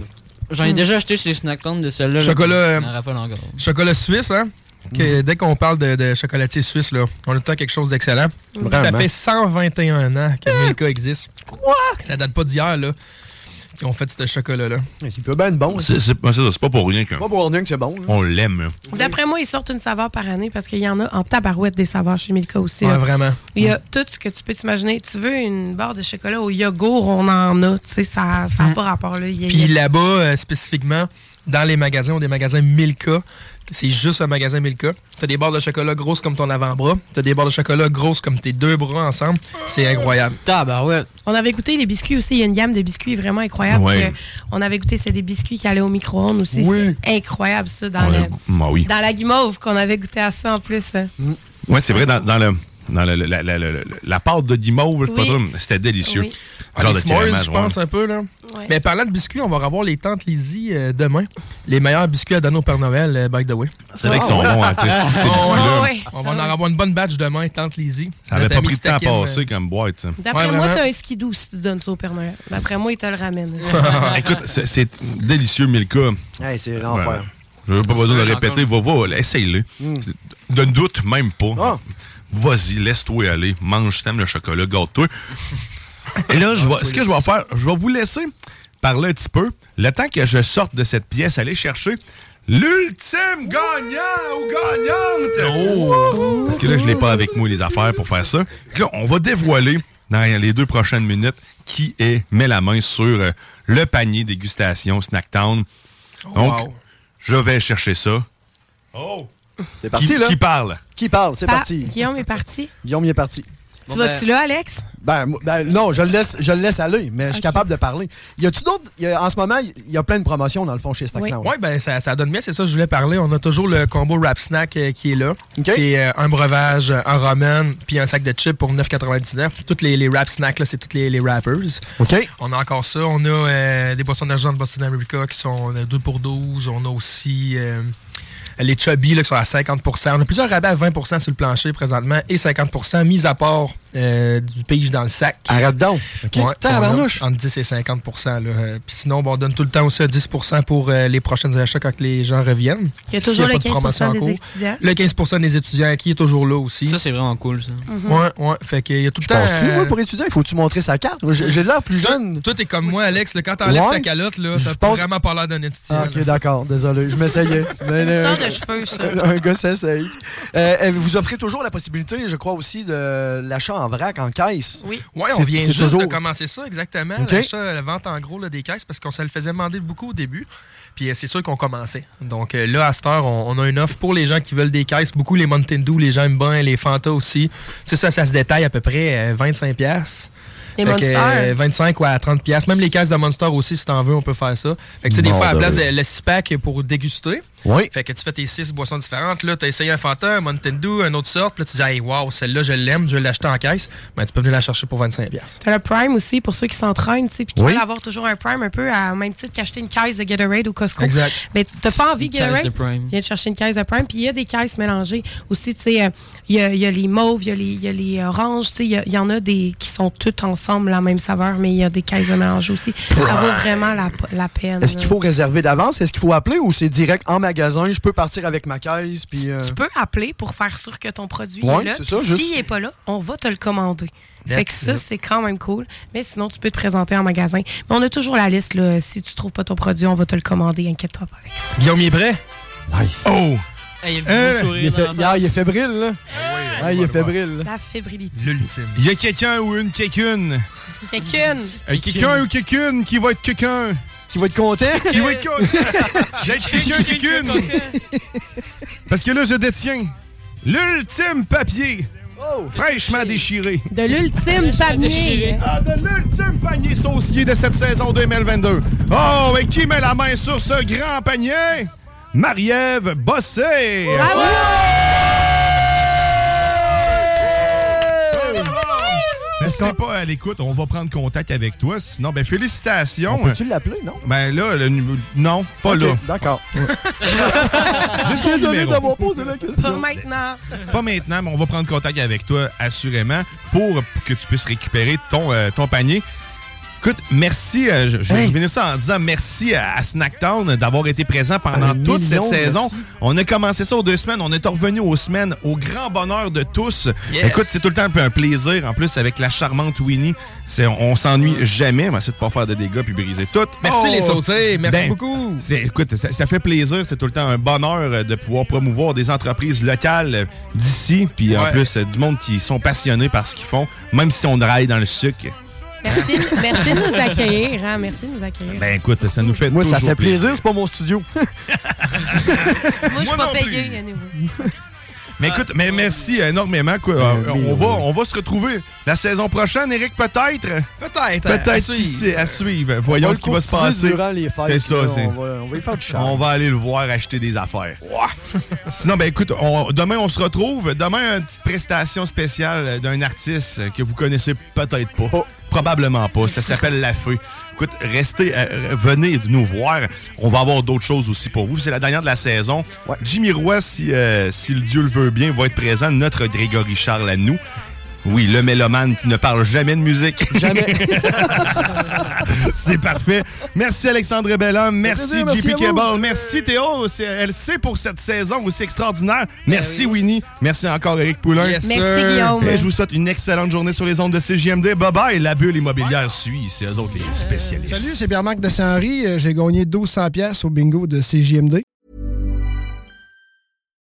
Speaker 10: J'en ai déjà acheté chez Snacktown de celle-là. là.
Speaker 16: Chocolat, euh,
Speaker 10: On en raffole encore.
Speaker 16: Chocolat suisse, hein? Que Dès qu'on parle de, de chocolatier suisse, là, on a tout le temps quelque chose d'excellent.
Speaker 10: Mm.
Speaker 16: Ça
Speaker 10: Vraiment.
Speaker 16: fait 121 ans que Milka existe. Quoi? Ça date pas d'hier, là, qu'ils ont fait ce chocolat-là.
Speaker 9: Il peut bien être bon.
Speaker 8: C'est c'est- c'est ça, c'est pas pour rien que
Speaker 9: Pas pour hein. rien que c'est bon. là.
Speaker 8: on l'aime. là.
Speaker 2: D'après moi, ils sortent une saveur par année parce qu'il y en a en tabarouette des saveurs chez Milka aussi.
Speaker 16: Ouais,
Speaker 2: là.
Speaker 16: vraiment.
Speaker 2: Il y a tout ce que tu peux t'imaginer. Tu veux une barre de chocolat au yogourt, on en a. Tu sais, ça n'a pas rapport. Là. Il y a-
Speaker 16: Puis là-bas, euh, spécifiquement, dans les magasins, on a des magasins Milka. C'est juste un magasin Milka. T'as des barres de chocolat grosses comme ton avant-bras. T'as des barres de chocolat grosses comme tes deux bras ensemble. C'est incroyable.
Speaker 10: Tabarouette.
Speaker 2: On avait goûté les biscuits aussi. Il y a une gamme de biscuits vraiment incroyable.
Speaker 16: Ouais.
Speaker 2: que on avait goûté, c'est des biscuits qui allaient au micro-ondes aussi. C'est incroyable, ça, dans,
Speaker 8: Ouais,
Speaker 2: le-
Speaker 8: bah oui.
Speaker 2: dans la guimauve qu'on avait goûté à ça en plus.
Speaker 8: Oui, c'est vrai, dans, dans le. Dans le- le- la, la, la- la pâte de guimauve, je sais pas
Speaker 2: Oui.
Speaker 8: trop, mais c'était délicieux.
Speaker 2: Oui.
Speaker 16: Ah, les S'mores, je pense un peu. là.
Speaker 2: Ouais.
Speaker 16: Mais parlant de biscuits, on va revoir les tantes Lizzie euh, demain. Les meilleurs biscuits à donner au Père Noël, euh, by the way. Ah.
Speaker 8: C'est vrai qu'ils sont bons, hein, tu sais, ces biscuits-là.
Speaker 2: Ah
Speaker 16: Oh, ouais. On va en avoir une bonne batch demain, tante Lizzie.
Speaker 8: Ça avait
Speaker 16: Notre
Speaker 8: pas
Speaker 16: ami
Speaker 8: pris de temps à
Speaker 16: Staken,
Speaker 8: passer
Speaker 16: euh,
Speaker 8: comme boîte, ça.
Speaker 2: D'après
Speaker 16: Ouais,
Speaker 2: moi,
Speaker 16: vraiment.
Speaker 2: t'as un skidoo si tu donnes ça au Père Noël. D'après moi, il te le ramène.
Speaker 8: Écoute, c'est- c'est délicieux, Milka.
Speaker 9: Hey, c'est
Speaker 8: Ouais.
Speaker 9: l'enfer.
Speaker 8: Je n'ai pas
Speaker 9: On
Speaker 8: besoin de
Speaker 9: se
Speaker 8: le
Speaker 9: lâche
Speaker 8: répéter. Va, va, essaye-le.
Speaker 9: Mm. Ah.
Speaker 8: Ne doute même pas. Vas-y, laisse-toi aller. Mange, t'aimes le chocolat, garde-toi. Et là, je vais- ce que je vais faire, je vais vous laisser parler un petit peu. Le temps que je sorte de cette pièce, aller chercher l'ultime gagnant ou gagnante.
Speaker 16: Oh!
Speaker 8: Parce que là, je ne l'ai pas avec moi, les affaires, pour faire ça. Donc là, on va dévoiler dans les deux prochaines minutes qui est met la main sur euh, le panier dégustation Snacktown. Donc,
Speaker 9: wow.
Speaker 8: je vais chercher ça.
Speaker 9: Oh! C'est
Speaker 8: Qui-
Speaker 9: parti, là?
Speaker 8: Qui parle?
Speaker 9: Qui parle? C'est
Speaker 2: Pa-
Speaker 9: parti.
Speaker 2: Guillaume est parti.
Speaker 9: Guillaume, il est parti.
Speaker 2: Tu vas-tu là, Alex?
Speaker 9: Ben, moi- ben, non, je le laisse, je le laisse aller, mais je suis capable de parler. Y a-tu d'autres y a- En ce moment, il y a plein de promotions dans le fond chez Stackland.
Speaker 16: Oui, ben, ça, ça donne bien, c'est ça que je voulais parler. On a toujours le combo Rap Snack euh, qui est là. Qui est euh, un breuvage, euh, un ramen, puis un sac de chips pour 9,99. Toutes les, les Rap Snacks, là, c'est toutes les, les rappers.
Speaker 9: OK.
Speaker 16: On a encore ça. On a euh, des boissons d'argent de Boston America qui sont 2 pour 12. On a aussi euh, les Chubby là, qui sont à 50 On a plusieurs rabais à 20 sur le plancher présentement et 50 mis à part euh, du pige dans le sac.
Speaker 9: Arrête donc. OK.
Speaker 16: Ouais,
Speaker 9: Tabarnouche.
Speaker 16: on a Entre 10 et 50 là. Euh, Puis sinon, bon, on donne tout le temps aussi à 10 pour euh, les prochaines achats quand les gens reviennent.
Speaker 18: Il y a
Speaker 16: S'il
Speaker 18: toujours
Speaker 16: pas
Speaker 18: le
Speaker 16: de
Speaker 18: 15
Speaker 16: promotion en
Speaker 18: des
Speaker 16: cours.
Speaker 18: étudiants.
Speaker 16: Le 15 des étudiants qui est toujours là aussi.
Speaker 10: Ça, c'est vraiment cool, ça.
Speaker 18: Mhm.
Speaker 16: Ouais, ouais. Fait qu'il y a tout le temps.
Speaker 9: Penses-tu,
Speaker 16: euh,
Speaker 9: moi, pour étudiant, il faut-tu montrer sa carte? Moi, J'ai j'ai l'air plus jeune.
Speaker 16: Toi, t'es comme moi, Alex. là, quand t'enlèves
Speaker 9: Ouais.
Speaker 16: ta calotte, là,
Speaker 9: Je
Speaker 16: t'as
Speaker 9: pense-
Speaker 16: vraiment pas l'air d'un étudiant.
Speaker 9: Ah,
Speaker 16: là.
Speaker 9: ok, d'accord, désolé, je m'essayais. Mais, euh,
Speaker 18: histoire de cheveux, ça.
Speaker 9: Un gars s'essaye. Euh, euh, vous offrez toujours la possibilité, je crois aussi, de l'achat en vrac, en caisse.
Speaker 18: Oui,
Speaker 16: Ouais, on
Speaker 9: C'est-
Speaker 16: vient
Speaker 9: c'est
Speaker 16: juste
Speaker 9: toujours-
Speaker 16: de commencer ça, exactement.
Speaker 9: Ok.
Speaker 16: L'achat, la vente en gros là, des caisses, parce qu'on se le faisait demander beaucoup au début. Puis euh, c'est sûr qu'on commençait. Donc euh, là, à cette heure, on, on a une offre pour les gens qui veulent des caisses. Beaucoup les Mountain Dew, les gens aiment bien, les Fanta aussi. C'est ça, ça se détaille à peu près euh, 25 pièces.
Speaker 18: Les Monster.
Speaker 16: 25 euh, ou à 30 pièces. Même les caisses de Monster aussi, si t'en veux, on peut faire ça. Fait que tu sais, des
Speaker 8: Bon,
Speaker 16: fois, à la
Speaker 8: de
Speaker 16: place de
Speaker 8: vrai.
Speaker 16: le 6-pack pour déguster.
Speaker 8: Oui.
Speaker 16: Fait que tu fais tes 6 boissons différentes. Là, t'as essayé un Fanta, un Mountain Dew, un autre sorte. Puis là, tu dis, hey, wow, celle-là, je l'aime, je vais l'acheter en caisse. Ben, tu peux venir la chercher pour 25 pièces.
Speaker 18: T'as le Prime aussi pour ceux qui s'entraînent, tu sais, puis qui
Speaker 16: Oui.
Speaker 18: veulent avoir toujours un Prime un peu à au même titre qu'acheter une caisse de Gatorade au Costco.
Speaker 16: Exact.
Speaker 18: Mais t'as pas envie
Speaker 10: Une caisse
Speaker 18: Gatorade?
Speaker 10: de Prime.
Speaker 18: Viens te chercher une caisse de Prime, puis il y a des caisses mélangées. Aussi, tu sais, euh, il y, a- il y a les mauves, il y a les- il y, a les oranges, tu sais, il y a- il y, en a des qui sont toutes ensemble la même saveur, mais il y a des caisses de mélange aussi. Ça vaut vraiment la, la peine.
Speaker 9: Est-ce qu'il faut réserver d'avance? Est-ce qu'il faut appeler ou c'est direct en magasin? Je peux partir avec ma caisse, puis... euh,
Speaker 18: Tu peux appeler pour faire sûr que ton produit
Speaker 9: Ouais,
Speaker 18: est là.
Speaker 9: c'est ça,
Speaker 18: Puis
Speaker 9: juste-
Speaker 18: S'il n'est pas là, on va te le commander.
Speaker 9: That's
Speaker 18: fait que ça,
Speaker 9: it.
Speaker 18: c'est quand même cool. Mais sinon, tu peux te présenter en magasin. Mais on a toujours la liste. Là. Si tu trouves pas ton produit, on va te le commander. Inquiète-toi pas.
Speaker 16: Guillaume il est prêt?
Speaker 9: Nice.
Speaker 16: Oh!
Speaker 10: il
Speaker 9: Hein? Il est fait- hier, il est fébrile, là. Ah, il est fébrile.
Speaker 18: La fébrilité.
Speaker 16: L'ultime.
Speaker 8: Il y a quelqu'un ou une quelqu'une.
Speaker 18: Quelqu'un.
Speaker 8: Euh, quelqu'un ou quelqu'une qui va être quelqu'un.
Speaker 9: Qui va être content.
Speaker 8: Qui va être content. J'ai être quelqu'un quelqu'une. Parce que là, je détiens l'ultime papier.
Speaker 9: Oh,
Speaker 8: Fraîchement déchiré.
Speaker 18: De l'ultime panier.
Speaker 8: Ah, de l'ultime panier saucier de cette saison 2022. Oh, mais qui met la main sur ce grand panier? Marie-Ève Bossé! Ben, si t'es pas à l'écoute, on va prendre contact avec toi. Sinon, ben félicitations.
Speaker 9: On peut-tu l'appeler, non?
Speaker 8: Ben là, le numéro- Non, pas
Speaker 9: Ok,
Speaker 8: là.
Speaker 9: D'accord.
Speaker 8: J'ai son
Speaker 9: Désolé
Speaker 8: numéro.
Speaker 9: d'avoir posé la
Speaker 18: Pas
Speaker 9: question.
Speaker 18: maintenant.
Speaker 8: Pas maintenant, mais on va prendre contact avec toi, assurément, pour que tu puisses récupérer ton, euh, ton panier. Écoute, merci, euh, je, je vais finir ça en disant merci à, à Snacktown d'avoir été présent pendant
Speaker 6: Un
Speaker 8: toute
Speaker 6: million,
Speaker 8: cette saison.
Speaker 6: merci.
Speaker 8: On a commencé ça aux deux semaines, on est revenu aux semaines au grand bonheur de tous.
Speaker 6: Yes.
Speaker 8: Écoute, c'est tout le temps un peu un plaisir. En plus, avec la charmante Winnie, c'est- on s'ennuie jamais. On va essayer de pas faire de dégâts puis briser tout.
Speaker 16: Merci les saucés, merci
Speaker 8: Ben,
Speaker 16: beaucoup.
Speaker 8: c'est- écoute, ça, ça fait plaisir. C'est tout le temps un bonheur euh, de pouvoir promouvoir des entreprises locales euh, d'ici. Puis en
Speaker 16: Ouais.
Speaker 8: plus, euh, du monde qui sont passionnés par ce qu'ils font, même si on raille dans le sucre.
Speaker 18: Merci, merci de nous accueillir. hein. Merci de nous accueillir.
Speaker 8: Ben écoute, ça nous fait
Speaker 9: Moi, ça
Speaker 8: toujours
Speaker 9: fait plaisir, c'est pas mon studio.
Speaker 18: Moi, je suis pas
Speaker 8: non
Speaker 18: payée. anyway.
Speaker 8: Mais écoute, mais merci énormément.
Speaker 9: Ben,
Speaker 8: quoi. Euh, on, va, on va se retrouver la saison prochaine, Eric, peut-être.
Speaker 16: Peut-être. hein, à
Speaker 8: Peut-être
Speaker 16: suivre.
Speaker 8: ici, à suivre. Voyons
Speaker 9: On va
Speaker 8: ce qui va
Speaker 9: le
Speaker 8: se
Speaker 9: courtiser
Speaker 8: passer.
Speaker 9: durant les fêtes,
Speaker 8: C'est ça,
Speaker 9: là,
Speaker 8: c'est-
Speaker 9: on va- on va y faire du charme.
Speaker 8: On va aller le voir acheter des affaires. Ouah! Sinon, ben écoute, on- demain on se retrouve. Demain, une petite prestation spéciale d'un artiste que vous connaissez peut-être pas. Probablement pas. Ça s'appelle La Feu. Écoute, restez, euh, venez nous voir. On va avoir d'autres choses aussi pour vous. C'est la dernière de la saison. Jimmy Roy, si, euh, si le Dieu le veut bien, va être présent. Notre Grégory Charles à nous. Oui, le mélomane qui ne parle jamais de musique.
Speaker 9: Jamais.
Speaker 8: C'est parfait. Merci Alexandre Bellum. Merci
Speaker 6: plaisir, merci
Speaker 8: JP
Speaker 6: à vous. Euh,
Speaker 8: Cable. Merci Théo, LC pour cette saison aussi extraordinaire. Merci Winnie. Merci encore Eric Poulin.
Speaker 6: Ben Yes, Merci, sir. Guillaume.
Speaker 8: Et je vous souhaite une excellente journée sur les ondes de CJMD. Bye bye. La bulle immobilière suit. C'est eux autres les spécialistes.
Speaker 5: Salut, c'est Pierre-Marc de Saint-Henri. Euh, J'ai gagné 1200 pièces au bingo de CJMD.